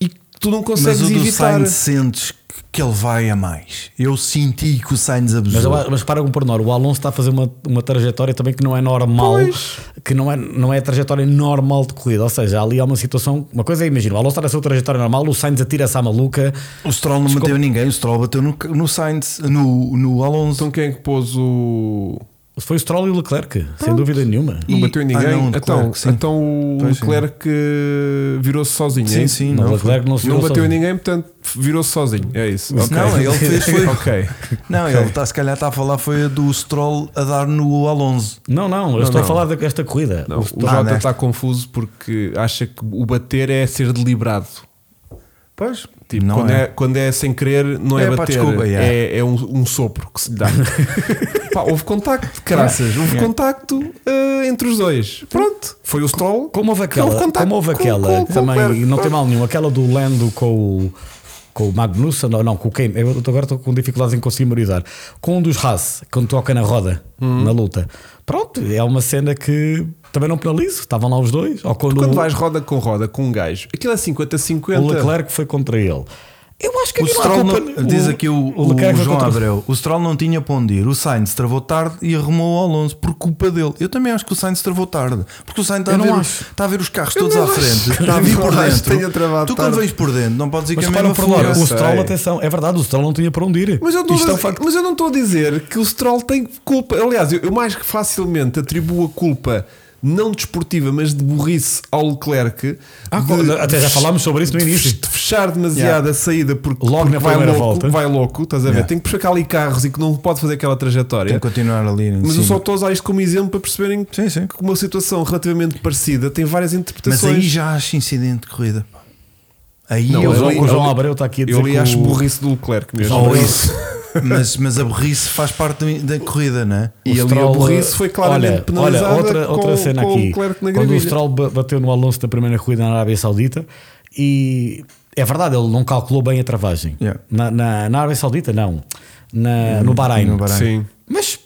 Speaker 2: e tu não
Speaker 1: Mas
Speaker 2: consegues
Speaker 1: o do
Speaker 2: evitar.
Speaker 1: Sainz sentes que- que ele vai a mais. Eu senti que o Sainz
Speaker 3: Mas,
Speaker 1: abusou.
Speaker 3: agora- mas para com pormenor, o Alonso está a fazer uma, uma trajetória também que não é normal,
Speaker 2: Pois.
Speaker 3: que não é, não é a trajetória normal de corrida. Ou seja, ali há uma situação, uma coisa é, imagina, o Alonso está na sua trajetória normal, o Sainz atira-se à maluca,
Speaker 1: o Stroll não bateu em ninguém, o Stroll bateu no, no Sainz, no, no Alonso.
Speaker 2: Então quem é que pôs o.
Speaker 3: foi o Stroll e o Leclerc, sem dúvida nenhuma.
Speaker 2: Não
Speaker 1: E-
Speaker 2: bateu em ninguém?
Speaker 1: Ah, não,
Speaker 2: então,
Speaker 1: Leclerc, sim.
Speaker 2: então o
Speaker 1: Pois, sim.
Speaker 2: Leclerc eh, virou-se sozinho. é
Speaker 1: Sim,
Speaker 2: isso?
Speaker 1: sim,
Speaker 3: Não, o
Speaker 1: não. foi-
Speaker 3: Leclerc não se
Speaker 2: Não
Speaker 3: virou
Speaker 2: bateu em
Speaker 3: sozinho.
Speaker 2: ninguém, portanto virou-se sozinho. É isso.
Speaker 1: Não,
Speaker 2: Ok.
Speaker 1: ele fez foi-
Speaker 2: Ok.
Speaker 1: Não, ele está, se calhar está a falar foi a do Stroll a dar no Alonso.
Speaker 3: Não, não, eu estou a falar da- desta corrida.
Speaker 2: Não,
Speaker 3: O
Speaker 2: o
Speaker 3: Stroll-
Speaker 1: Ah,
Speaker 2: Jota
Speaker 1: né?
Speaker 2: está confuso porque acha que o bater é ser deliberado.
Speaker 1: Pois,
Speaker 2: Tipo,
Speaker 1: não
Speaker 2: quando, é.
Speaker 1: é.
Speaker 2: quando é sem querer, não é,
Speaker 1: É, pá,
Speaker 2: bater,
Speaker 1: desculpa, yeah.
Speaker 2: é, é um, um sopro que se lhe dá. Pá, houve contacto, caraças, houve
Speaker 1: É.
Speaker 2: contacto eh, entre os dois. Pronto, foi o Stroll.
Speaker 3: Como houve
Speaker 2: que
Speaker 3: aquela,
Speaker 2: houve contacto
Speaker 3: como
Speaker 2: com-
Speaker 3: houve aquela
Speaker 2: com- com
Speaker 3: também,
Speaker 2: o Leclerc.
Speaker 3: e não tem mal nenhum, aquela do Lando com o, com o Magnussen, não, não, com o Kane, eu tô- agora estou com dificuldades em conseguir memorizar, com um dos Haas, quando toca na roda, na luta. Pronto, é uma cena que também não penalizo, estavam lá os dois, ou quando,
Speaker 2: Quando
Speaker 3: o-
Speaker 2: vais roda com roda com um gajo, aquilo é 50-50.
Speaker 3: o Leclerc foi contra ele. Eu acho é que
Speaker 1: O
Speaker 3: ali não há
Speaker 1: Stroll
Speaker 3: culpa-
Speaker 1: não- diz aqui o, o,
Speaker 3: Leclerc foi
Speaker 1: João
Speaker 3: contra-
Speaker 1: Abreu. O Stroll não tinha para onde ir. O Sainz travou tarde e arrumou o Alonso por culpa dele. Eu também acho que o Sainz travou tarde. Porque o Sainz está,
Speaker 3: Eu
Speaker 1: a
Speaker 3: não
Speaker 1: ver, o-
Speaker 3: acho.
Speaker 1: está a ver os carros todos à frente. Está a
Speaker 2: Eu
Speaker 1: vir
Speaker 2: não
Speaker 1: por
Speaker 2: acho que tenha
Speaker 1: dentro.
Speaker 2: travado
Speaker 1: Tu quando
Speaker 2: tarde.
Speaker 1: vês por dentro não podes dizer
Speaker 3: Mas
Speaker 1: que é a
Speaker 3: repara
Speaker 1: mesma
Speaker 3: por lá,
Speaker 1: folga.
Speaker 3: o
Speaker 2: sei.
Speaker 3: Stroll, atenção, é verdade, o Stroll não tinha para onde ir.
Speaker 2: Mas eu, não
Speaker 3: Isto é um
Speaker 2: estou
Speaker 3: facto.
Speaker 2: mas eu não estou a dizer que o Stroll tem culpa. Aliás, eu, eu mais que facilmente atribuo a culpa não desportiva, mas de burrice ao Leclerc.
Speaker 3: Ah,
Speaker 2: de-
Speaker 3: até já falámos sobre isso no
Speaker 2: de
Speaker 3: início.
Speaker 2: fech- De fechar demasiado
Speaker 1: Yeah.
Speaker 2: a saída porque,
Speaker 3: Logo
Speaker 2: porque
Speaker 3: na
Speaker 2: vai
Speaker 3: primeira
Speaker 2: louco,
Speaker 3: volta.
Speaker 2: vai louco, estás a ver?
Speaker 1: Yeah.
Speaker 2: Tem que puxar ali carros e que não pode fazer aquela
Speaker 1: Tem
Speaker 2: trajetória.
Speaker 1: que continuar ali. em
Speaker 2: Mas eu
Speaker 1: cima.
Speaker 2: só estou a usar isto como exemplo para perceberem
Speaker 1: Sim, sim.
Speaker 2: que uma situação relativamente parecida tem várias
Speaker 1: Mas
Speaker 2: interpretações.
Speaker 1: aí já acho incidente de corrida. pá. Aí
Speaker 2: Não, é um
Speaker 1: eu
Speaker 3: o
Speaker 2: eu
Speaker 3: João,
Speaker 2: li-
Speaker 3: o João
Speaker 2: eu li-
Speaker 3: Abreu está aqui a dizer
Speaker 2: eu li
Speaker 3: que
Speaker 2: acho
Speaker 3: o-
Speaker 2: burrice do Leclerc mesmo.
Speaker 1: Ou isso. mas, mas a burrice faz parte da da corrida, não é?
Speaker 2: E
Speaker 3: O
Speaker 2: ali a
Speaker 3: Stroll,
Speaker 2: burrice foi claramente
Speaker 3: olha,
Speaker 2: penalizada
Speaker 3: Olha, outra,
Speaker 2: com-
Speaker 3: outra cena
Speaker 2: com o
Speaker 3: aqui.
Speaker 2: Leclerc na
Speaker 3: Quando o
Speaker 2: gravilha.
Speaker 3: Stroll ba- bateu no Alonso da primeira corrida na Arábia Saudita e é verdade, ele não calculou bem a travagem.
Speaker 1: Yeah.
Speaker 3: Na, na, na Arábia Saudita, não. Na, no Bahrein.
Speaker 1: no Bahrein.
Speaker 2: Sim.
Speaker 3: Mas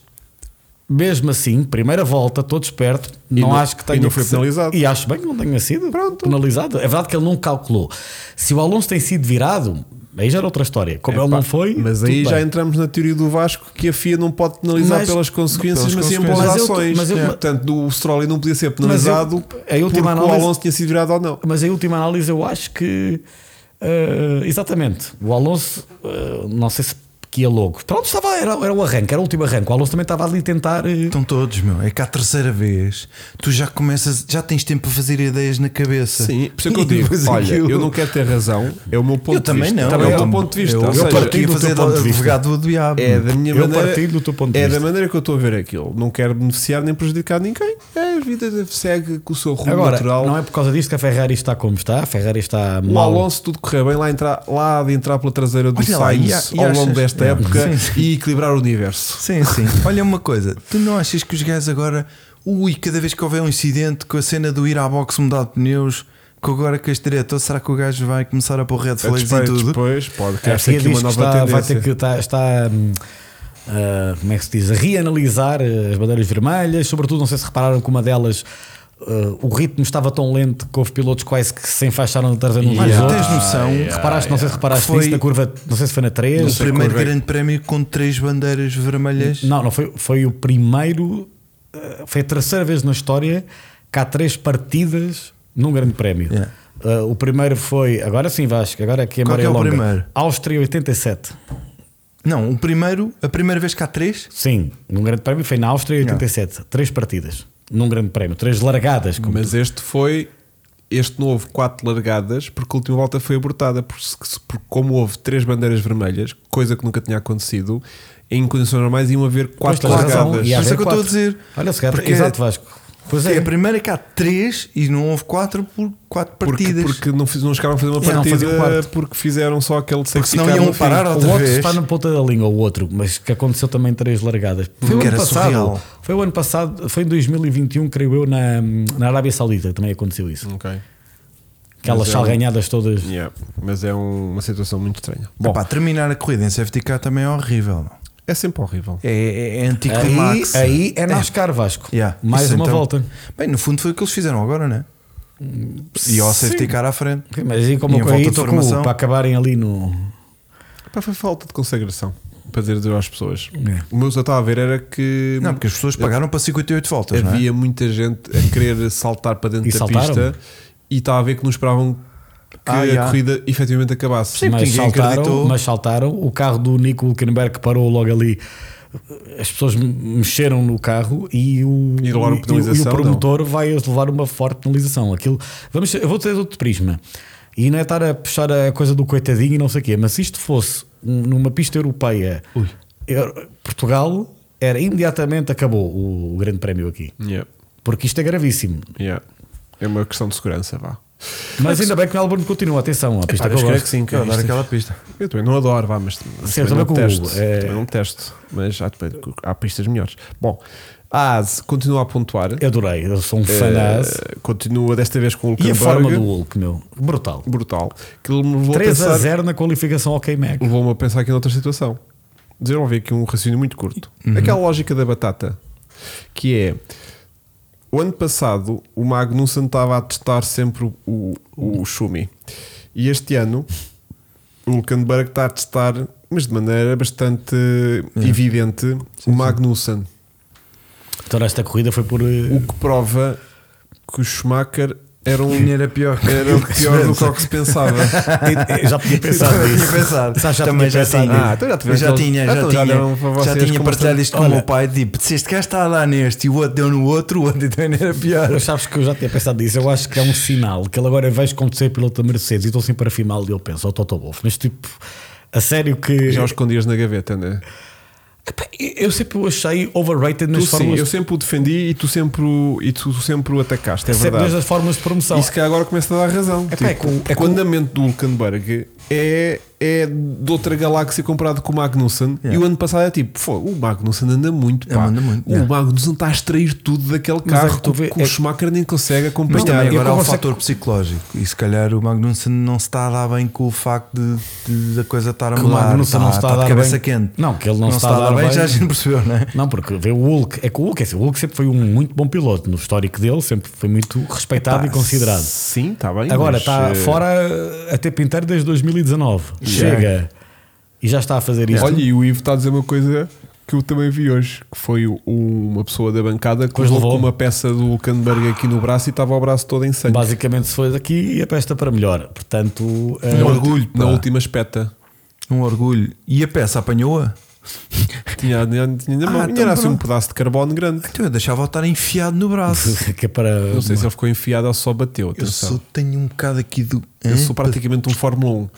Speaker 3: mesmo assim, primeira volta, todo esperto,
Speaker 2: E
Speaker 3: não,
Speaker 2: não-
Speaker 3: acho que
Speaker 2: e
Speaker 3: tenha
Speaker 2: não
Speaker 3: que
Speaker 2: foi
Speaker 3: ser-
Speaker 2: penalizado.
Speaker 3: E acho bem que não tenha sido penalizado. É verdade que ele não calculou. Se o Alonso tem sido virado, aí já era outra história. Como ele
Speaker 2: Epá,
Speaker 3: não foi,
Speaker 2: Mas
Speaker 3: tudo
Speaker 2: aí já
Speaker 3: bem.
Speaker 2: entramos na teoria do Vasco que a FIA não pode penalizar
Speaker 3: Mas-
Speaker 2: pelas consequências,
Speaker 1: pelas
Speaker 2: mas sim
Speaker 1: consequências.
Speaker 2: pelas
Speaker 3: Mas eu-
Speaker 2: ações.
Speaker 3: mas eu-
Speaker 2: É. Portanto, do Stroll não podia ser penalizado
Speaker 3: Mas eu- a última
Speaker 2: porque o
Speaker 3: análise-
Speaker 2: Alonso tinha sido virado ou não.
Speaker 3: Mas em última análise, eu acho que. eh, exatamente. O Alonso, eh, não sei se que ia logo. Pronto, estava, era, era o arranque, era o último arranque. O Alonso também estava ali a tentar. eh,
Speaker 2: Então,
Speaker 1: Estão todos, meu. É que à terceira vez tu já começas, já tens tempo para fazer ideias na cabeça.
Speaker 2: Sim, por isso é que eu
Speaker 1: E depois
Speaker 2: digo: olha,
Speaker 1: aquilo-
Speaker 2: eu não quero ter razão, é o meu ponto
Speaker 1: Eu
Speaker 2: de
Speaker 1: também
Speaker 2: vista.
Speaker 1: não.
Speaker 2: Também
Speaker 1: eu
Speaker 2: é o
Speaker 1: tam-
Speaker 2: meu ponto de vista.
Speaker 1: Eu,
Speaker 2: ou seja,
Speaker 1: eu partilho
Speaker 3: do
Speaker 1: do fazer
Speaker 3: teu ponto de vista.
Speaker 1: advogado do diabo.
Speaker 2: É da minha
Speaker 3: Eu
Speaker 2: maneira.
Speaker 3: partilho do teu ponto de
Speaker 2: é
Speaker 3: vista.
Speaker 2: da maneira que eu estou a ver aquilo. Não quero beneficiar nem prejudicar ninguém. É, a vida segue com o seu rumo
Speaker 3: Agora,
Speaker 2: natural.
Speaker 3: não é por causa disto que a Ferrari está como está. A Ferrari está
Speaker 2: O
Speaker 3: mal.
Speaker 2: Alonso, tudo correr bem lá, entrar, lá de entrar pela traseira do
Speaker 1: Olha lá,
Speaker 2: Sainz
Speaker 1: e a- e
Speaker 2: ao
Speaker 1: achas-
Speaker 2: longo
Speaker 1: É.
Speaker 2: desta época
Speaker 1: Sim, sim.
Speaker 2: e equilibrar o universo.
Speaker 1: Sim, sim. Olha uma coisa, tu não achas que os gajos agora, ui, cada vez que houver um incidente com a cena do ir à boxe mudar de pneus, que agora com este diretor, será que o gajo vai começar a pôr red flags e
Speaker 2: Depois,
Speaker 1: tudo?
Speaker 2: depois, pode
Speaker 3: A
Speaker 2: criar
Speaker 3: FIA
Speaker 2: aqui
Speaker 3: É, diz
Speaker 2: uma
Speaker 3: que
Speaker 2: nova
Speaker 3: está, vai
Speaker 2: tendência.
Speaker 3: ter que está, está, hum, ah, como é que se diz, a reanalisar eh, as bandeiras vermelhas, sobretudo não sei se repararam que uma delas ah, o ritmo estava tão lento que houve pilotos quase que se enfaixaram de trazer nos
Speaker 1: Olha,
Speaker 3: outros.
Speaker 1: tens noção?
Speaker 3: reparaste, não sei se reparaste
Speaker 1: Foi-
Speaker 3: nisso, na curva, não sei se foi na
Speaker 1: O
Speaker 3: 3.
Speaker 1: primeiro
Speaker 2: correr.
Speaker 1: grande prémio com três bandeiras vermelhas.
Speaker 3: Não, não foi, foi o primeiro, ah, foi a terceira vez na história que há três partidas num grande prémio.
Speaker 1: Yeah.
Speaker 3: Ah, o primeiro foi, agora sim Vasco, agora aqui a
Speaker 1: Qual que
Speaker 3: memória
Speaker 1: é o
Speaker 3: longa.
Speaker 1: primeiro?
Speaker 3: Áustria 87.
Speaker 1: Não, o primeiro, a primeira vez que há três,
Speaker 3: Sim, num grande prémio foi na Áustria em 87. Três partidas num grande prémio, três largadas. Como
Speaker 2: Mas este foi. Este não houve quatro largadas porque a última volta foi abortada. Porque, se- porque como houve três bandeiras vermelhas, coisa que nunca tinha acontecido, em condições normais iam haver quatro
Speaker 3: tens razão,
Speaker 2: largadas.
Speaker 3: e há
Speaker 1: Mas é
Speaker 3: haver
Speaker 1: que eu estou a
Speaker 3: quatro.
Speaker 1: dizer.
Speaker 3: Olha, se calhar,
Speaker 1: Porque-
Speaker 3: exato, Vasco. Pois
Speaker 1: é
Speaker 3: é,
Speaker 1: a primeira que há três e não houve quatro por quatro
Speaker 2: Porque,
Speaker 1: partidas.
Speaker 2: porque não, fiz- não chegaram a fazer uma
Speaker 3: Yeah, não
Speaker 2: partida
Speaker 3: faziam quatro.
Speaker 2: porque fizeram só aquele safety
Speaker 1: senão
Speaker 2: car
Speaker 1: iam
Speaker 2: no fim.
Speaker 1: parar
Speaker 3: o
Speaker 1: outra
Speaker 3: outro
Speaker 1: vez.
Speaker 3: está na ponta da língua, o outro, mas que aconteceu também três largadas. Foi o
Speaker 1: Que era
Speaker 3: ano passado.
Speaker 1: surreal.
Speaker 3: Foi o ano passado, foi em 2021, creio eu, na, na Arábia Saudita também aconteceu isso.
Speaker 2: Ok.
Speaker 3: Aquelas
Speaker 2: Mas é um-
Speaker 3: salganhadas todas.
Speaker 2: Yeah, Mas é um- uma situação muito estranha. Bom,
Speaker 1: Epá, terminar a corrida em safety car também é horrível. não.
Speaker 2: é sempre horrível.
Speaker 1: É, é, é
Speaker 3: Aí,
Speaker 1: anticlimax.
Speaker 3: aí é NASCAR Vasco.
Speaker 1: Yeah.
Speaker 3: Mais
Speaker 1: Isso
Speaker 3: uma
Speaker 1: então-
Speaker 3: volta.
Speaker 1: Bem, no fundo foi o que eles fizeram agora, não é? E ao safety car à frente.
Speaker 3: Mas e como
Speaker 1: E em
Speaker 3: eu aí
Speaker 1: volta de
Speaker 3: estou com
Speaker 1: formação?
Speaker 3: o- para acabarem ali no.
Speaker 2: Pá, foi falta de consagração para dizer às pessoas.
Speaker 3: É.
Speaker 2: O meu que eu estava a ver era que
Speaker 1: Não, porque as pessoas pagaram para 58 voltas, não é?
Speaker 2: havia muita gente a querer saltar para dentro
Speaker 3: E
Speaker 2: da
Speaker 3: saltaram?
Speaker 2: pista e estava a ver que não esperavam que
Speaker 1: Ah,
Speaker 2: a
Speaker 1: já.
Speaker 2: corrida efetivamente acabasse.
Speaker 1: Sim, porque
Speaker 3: mas,
Speaker 1: ninguém
Speaker 3: saltaram,
Speaker 1: acreditou.
Speaker 3: mas saltaram. O carro do Nico Hülkenberg parou logo ali. As pessoas me- mexeram no carro e o,
Speaker 2: E levaram penalização,
Speaker 3: e o
Speaker 2: não?
Speaker 3: promotor vai levar uma forte penalização. Aquilo, vamos, eu vou ter outro prisma. E não é estar a puxar a coisa do coitadinho e não sei o quê, mas se isto fosse um- numa pista europeia, eu- Portugal era imediatamente acabou o, o Grande Prémio aqui.
Speaker 2: Yeah,
Speaker 3: Porque isto é gravíssimo.
Speaker 2: yeah. É uma questão de segurança, vá.
Speaker 3: Mas ainda bem que o Melbourne continua, atenção, a
Speaker 2: Pá,
Speaker 3: pista que eu
Speaker 2: Deus queira
Speaker 3: gosto.
Speaker 2: que sim, que
Speaker 1: Eu adoro
Speaker 2: isto-
Speaker 1: aquela pista.
Speaker 2: Eu também não adoro, vá, mas mas
Speaker 3: Sim,
Speaker 2: também
Speaker 3: eu também
Speaker 2: não
Speaker 3: com o
Speaker 2: testo.
Speaker 3: Hugo, é-
Speaker 2: Também não testo, mas há, há pistas melhores. Bom, a AS continua a pontuar.
Speaker 3: Eu adorei, eu sou um fã da AS.
Speaker 2: Eh, continua desta vez com o
Speaker 3: E a
Speaker 2: Hulkenberg.
Speaker 3: forma do Hulk, meu, brutal.
Speaker 2: Brutal. Que ele me levou a
Speaker 3: 3 a
Speaker 2: pensar-
Speaker 3: 0 na qualificação ao K-Mac.
Speaker 2: levou-me a pensar aqui noutra situação. Desenvolvi aqui um raciocínio muito curto.
Speaker 1: Uhum.
Speaker 2: Aquela lógica da batata, que é o ano passado o Magnussen estava a testar sempre o, o, o Schumi. E este ano o Hülkenberg está a testar, mas de maneira bastante
Speaker 1: É.
Speaker 2: evidente, o Magnussen.
Speaker 3: Então esta corrida foi por.
Speaker 2: O
Speaker 3: eh,
Speaker 2: que prova que o Schumacher era um.
Speaker 1: Era pior.
Speaker 2: Era pior do que o que se pensava.
Speaker 3: eu já tinha pensado
Speaker 1: Eu
Speaker 3: nisso.
Speaker 1: tinha pensado.
Speaker 3: Sabes, já
Speaker 1: Também
Speaker 3: tinha
Speaker 1: já
Speaker 3: pensado
Speaker 1: tinha.
Speaker 3: nisso.
Speaker 2: Ah, então já
Speaker 1: Eu
Speaker 2: tivemos
Speaker 1: já
Speaker 2: aqueles-
Speaker 1: tinha, já
Speaker 2: então já
Speaker 1: tinha.
Speaker 2: deram para
Speaker 1: Já
Speaker 2: vocês
Speaker 1: tinha
Speaker 2: como
Speaker 1: partilhado isto com o
Speaker 3: Olha.
Speaker 1: meu pai. Tipo, se este gajo está a dar neste e o outro deu no outro, o outro então ainda era pior.
Speaker 3: Mas sabes que eu já tinha pensado nisso. Eu acho que é um sinal que ele agora vejo como de ser piloto da Mercedes e estou sempre a final dele. Eu penso, oh, Toto Wolff, mas tipo, a sério que.
Speaker 2: Já o escondias na gaveta, não é?
Speaker 3: Epá, Eu sempre o achei overrated
Speaker 2: Tu
Speaker 3: nas
Speaker 2: sim,
Speaker 3: fórmulas.
Speaker 2: eu sempre o defendi e tu sempre o, e tu sempre o atacaste, é
Speaker 3: sempre
Speaker 2: verdade.
Speaker 3: nas fórmulas de promoção.
Speaker 2: Isso que agora começa a dar razão. Tipo,
Speaker 3: É pá, é com- é
Speaker 2: porque o
Speaker 3: com-
Speaker 2: andamento do Hulkenberg é, é de outra galáxia comparado com o Magnussen. E o ano passado é tipo, pô, o Magnussen anda muito, pá.
Speaker 1: Ele anda muito,
Speaker 2: o
Speaker 1: yeah.
Speaker 2: Magnussen está a extrair tudo daquele
Speaker 3: é. Mas é
Speaker 2: carro
Speaker 3: que tu
Speaker 2: que,
Speaker 3: vê-
Speaker 2: que o
Speaker 3: é-
Speaker 2: Schumacher nem consegue
Speaker 1: Mas
Speaker 2: acompanhar. é
Speaker 1: também agora há
Speaker 3: eu
Speaker 1: um
Speaker 3: consigo-
Speaker 1: fator psicológico. E se calhar o Magnussen não se está a dar bem com o facto de, de- da coisa estar a
Speaker 3: Que o
Speaker 1: mudar. tá-
Speaker 3: Magnussen não se está a
Speaker 1: de
Speaker 3: dar
Speaker 1: cabeça
Speaker 3: bem.
Speaker 1: quente.
Speaker 3: Não, que ele não se
Speaker 1: está a dar bem, já a gente percebeu, não é?
Speaker 3: Não, porque vê o Hulk. É que o Hulk, é assim, o Hulk sempre foi um muito bom piloto. No histórico dele, sempre foi muito respeitado e considerado.
Speaker 2: Sim, está bem.
Speaker 3: Agora
Speaker 2: mas,
Speaker 3: está
Speaker 2: eh,
Speaker 3: fora a tempo inteiro desde 2019. Chega e já está a fazer isto.
Speaker 2: É. Olha, e o Ivo está a dizer uma coisa que eu também vi hoje, que foi o- uma pessoa da bancada que
Speaker 3: Pois
Speaker 2: levou
Speaker 3: levou.
Speaker 2: uma peça do Hulkenberg aqui no braço e estava o braço todo em sangue.
Speaker 3: Basicamente, se foi daqui e a pesta para melhor. Portanto, eh,
Speaker 1: Não. orgulho,
Speaker 2: Um Na
Speaker 1: pá.
Speaker 2: última espeta.
Speaker 1: Um orgulho. E a peça apanhou-a?
Speaker 2: Tinha, tinha, tinha na
Speaker 1: Ah,
Speaker 2: mão. E
Speaker 1: então
Speaker 2: era assim um
Speaker 1: pronto.
Speaker 2: pedaço de carbono grande.
Speaker 1: Então eu deixava-o estar enfiado no braço.
Speaker 3: que é para.
Speaker 2: Não sei se ele ficou enfiado ou só bateu.
Speaker 1: Eu
Speaker 2: Atenção.
Speaker 1: sou, tenho um bocado aqui do.
Speaker 2: Eu
Speaker 1: Hã?
Speaker 2: sou praticamente um Fórmula 1.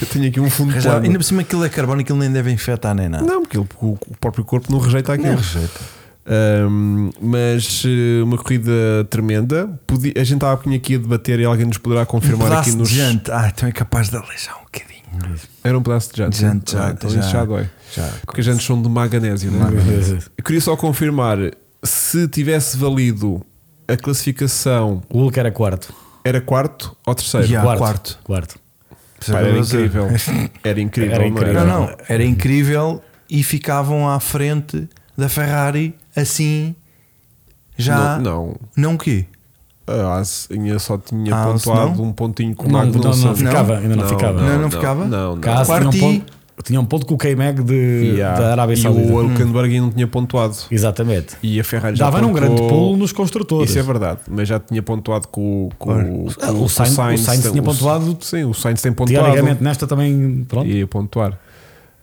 Speaker 2: eu tenho aqui um fundo de
Speaker 1: Arranjar-
Speaker 2: plano.
Speaker 1: Ainda por cima aquilo é carbono, aquilo nem deve infectar nem nada.
Speaker 2: Não, porque ele- o, o próprio corpo não rejeita aquilo.
Speaker 1: Não rejeita.
Speaker 2: Ahm, mas eh, uma corrida tremenda. Podia- a gente estava aqui a debater e alguém nos poderá confirmar
Speaker 1: Pedaço
Speaker 2: aqui nos.
Speaker 1: de jante. Ah, então é capaz de aleijar um bocadinho.
Speaker 2: Era um pedaço de jante.
Speaker 1: Jante,
Speaker 2: Ah,
Speaker 1: já-
Speaker 2: então isso
Speaker 1: já-
Speaker 2: já dói.
Speaker 1: já-
Speaker 2: Porque as jantes são de magnésio, não é? Eu queria só confirmar se tivesse valido a classificação
Speaker 3: O Hulk era quarto.
Speaker 2: era quarto ou terceiro.
Speaker 1: Yeah. Ah,
Speaker 3: quarto.
Speaker 1: quarto.
Speaker 3: quarto.
Speaker 2: Pá, era incrível. Era incrível. não
Speaker 3: Era
Speaker 2: era?
Speaker 3: incrível.
Speaker 1: Não, não, era incrível e ficavam à frente da Ferrari assim já.
Speaker 2: Não, não.
Speaker 1: Não o quê?
Speaker 2: A Asinha só tinha
Speaker 1: Ah,
Speaker 2: pontuado
Speaker 1: senão?
Speaker 2: um pontinho com o
Speaker 3: Não,
Speaker 2: Magnussen.
Speaker 3: não, não ficava, ainda não ficava.
Speaker 1: Não, não ficava?
Speaker 2: Não, não.
Speaker 3: Caso
Speaker 1: Quarto
Speaker 3: tinha um
Speaker 1: e-
Speaker 3: ponto, tinha um ponto com o K-Mag de-
Speaker 2: Yeah.
Speaker 3: da Arábia
Speaker 2: e
Speaker 3: Saudita.
Speaker 2: o Hülkenberg ainda não tinha pontuado.
Speaker 3: Exatamente.
Speaker 2: E a Ferrari já
Speaker 3: Dava num
Speaker 2: pontuou.
Speaker 3: um grande pulo nos construtores.
Speaker 2: Isso é verdade, mas já tinha pontuado com, com, com-
Speaker 3: Ah, o
Speaker 2: com
Speaker 3: Sainz- o Sainz tinha pontuado-
Speaker 2: Sim, o Sainz tem pontuado.
Speaker 3: Teoricamente, nesta também. Pronto.
Speaker 2: E ia pontuar.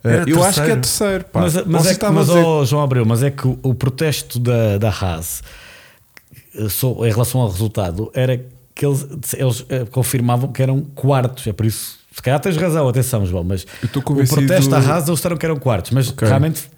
Speaker 1: Era
Speaker 2: Eh, eu acho
Speaker 1: terceiro.
Speaker 2: que é terceiro. Pá.
Speaker 3: Mas, mas,
Speaker 2: Vocês
Speaker 3: é que,
Speaker 2: estavam a
Speaker 3: mas
Speaker 2: dizer-
Speaker 3: ó, João Abreu, mas é que o, o protesto da, da Haas eh, só- em relação ao resultado era que eles, eles, eh, confirmavam que eram quartos, é por isso. Se calhar tens razão, atenção, João, mas
Speaker 2: Eu estou
Speaker 3: o
Speaker 2: convencido-
Speaker 3: protesto da Haas eles disseram que eram quartos, mas realmente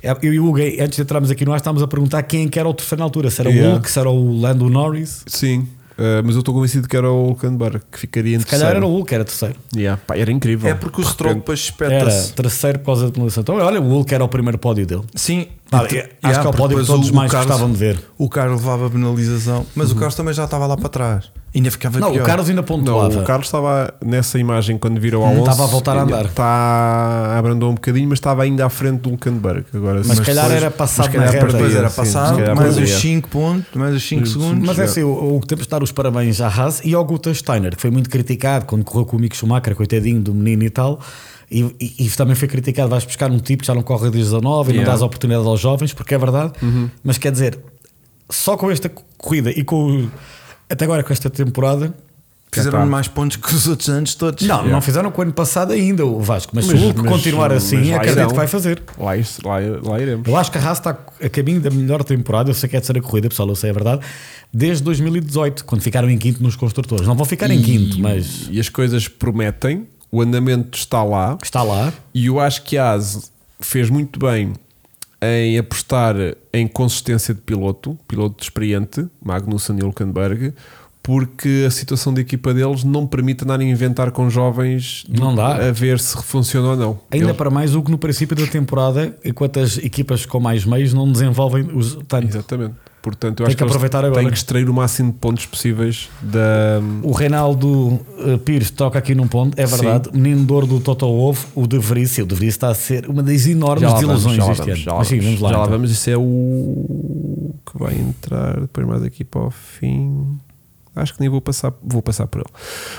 Speaker 3: eh, eu e o Hugo, antes de entrarmos aqui no ar, estávamos a perguntar quem é que era o terceiro na altura, se era
Speaker 2: Yeah.
Speaker 3: o Hulk, se era o Lando Norris,
Speaker 2: Sim, eh, mas eu estou convencido que era o Hülkenberg que ficaria em
Speaker 3: se calhar
Speaker 2: terceiro.
Speaker 3: era o Hulk, era terceiro.
Speaker 2: Yeah, pá, era incrível.
Speaker 1: É porque o
Speaker 2: De
Speaker 1: Stroll
Speaker 2: repente-
Speaker 1: depois
Speaker 3: Era
Speaker 1: espeta-se.
Speaker 3: terceiro por causa da penalização. Então, olha, o Hulk era o primeiro pódio dele.
Speaker 1: Sim, E-
Speaker 3: Ah, é, acho
Speaker 1: yeah,
Speaker 3: que é o
Speaker 1: porque
Speaker 3: pódio que
Speaker 1: depois
Speaker 3: todos
Speaker 1: o
Speaker 3: mais
Speaker 1: Carlos-
Speaker 3: gostavam de ver.
Speaker 1: O Carlos levava a penalização, mas o Carlos também já estava lá para trás. Ainda ficava
Speaker 3: Não,
Speaker 1: pior.
Speaker 3: o Carlos ainda
Speaker 2: Não,
Speaker 3: pontuava.
Speaker 2: o Carlos estava nessa imagem quando virou ao
Speaker 3: Hum,
Speaker 2: 11.
Speaker 3: estava a voltar a
Speaker 2: ainda
Speaker 3: andar.
Speaker 2: Está, abrandou um bocadinho, mas estava ainda à frente do Luckenberg. Agora,
Speaker 3: Mas se calhar
Speaker 2: depois-
Speaker 3: era passado
Speaker 2: mas calhar
Speaker 3: na reta.
Speaker 2: perdia,
Speaker 1: Depois era
Speaker 2: sim,
Speaker 1: passado,
Speaker 2: se calhar
Speaker 1: mais
Speaker 2: perdia.
Speaker 1: os 5 pontos, mais os 5 segundos.
Speaker 3: Mas é assim, o, o que temos de dar os parabéns à Haas e ao Guter Steiner, que foi muito criticado quando correu com o Mick Schumacher, coitadinho do menino e tal. E, e- e também foi criticado: vais buscar um tipo que já não corre desde 19 e não
Speaker 4: Yeah.
Speaker 3: dás oportunidade aos jovens, porque é verdade.
Speaker 2: Uhum.
Speaker 3: Mas quer dizer, só com esta corrida e com o- até agora com esta temporada,
Speaker 1: Fizeram
Speaker 4: Epá.
Speaker 1: mais pontos que os outros anos todos.
Speaker 3: não, não fizeram com o ano passado ainda o Vasco, mas,
Speaker 2: Mas-
Speaker 3: se o Hulk
Speaker 2: mas-
Speaker 3: continuar
Speaker 2: mas
Speaker 3: assim,
Speaker 2: vai um-
Speaker 3: acredito
Speaker 2: não.
Speaker 3: que vai fazer.
Speaker 2: Lá, is- lá, lá iremos.
Speaker 3: Eu acho que a Haas está a caminho da melhor temporada, eu sei que é a terceira corrida, pessoal, eu sei, é verdade, desde 2018, quando ficaram em quinto nos construtores. Não vão ficar em
Speaker 2: E-
Speaker 3: quinto, mas
Speaker 2: E as coisas prometem, o andamento está lá.
Speaker 3: está lá.
Speaker 2: E eu acho que a ASE fez muito bem em apostar em consistência de piloto, piloto experiente, Magnussen e Hülkenberg, porque a situação da equipa deles não permite andarem a inventar com jovens
Speaker 3: Não dá.
Speaker 2: a ver se funciona ou não.
Speaker 3: Ainda
Speaker 2: Eles-
Speaker 3: para mais o que no princípio da temporada, enquanto as equipas com mais meios não desenvolvem os tanto.
Speaker 2: Exatamente. Portanto, eu
Speaker 3: Tem
Speaker 2: acho
Speaker 3: que
Speaker 2: eles
Speaker 3: aproveitar agora.
Speaker 2: Têm que extrair o máximo de pontos possíveis da.
Speaker 3: O Reinaldo eh, Pires toca aqui num ponto, é verdade. O menino de ouro do Toto Ovo, o De Vries, o De Vries está a ser uma das enormes desilusões
Speaker 2: já lá vamos,
Speaker 3: deste ano.
Speaker 2: já lá
Speaker 3: Mas sim, vamos lá.
Speaker 2: Já lá
Speaker 3: então.
Speaker 2: vamos, isso é o que vai entrar depois mais aqui para o fim. Acho que nem vou passar, vou passar por ele.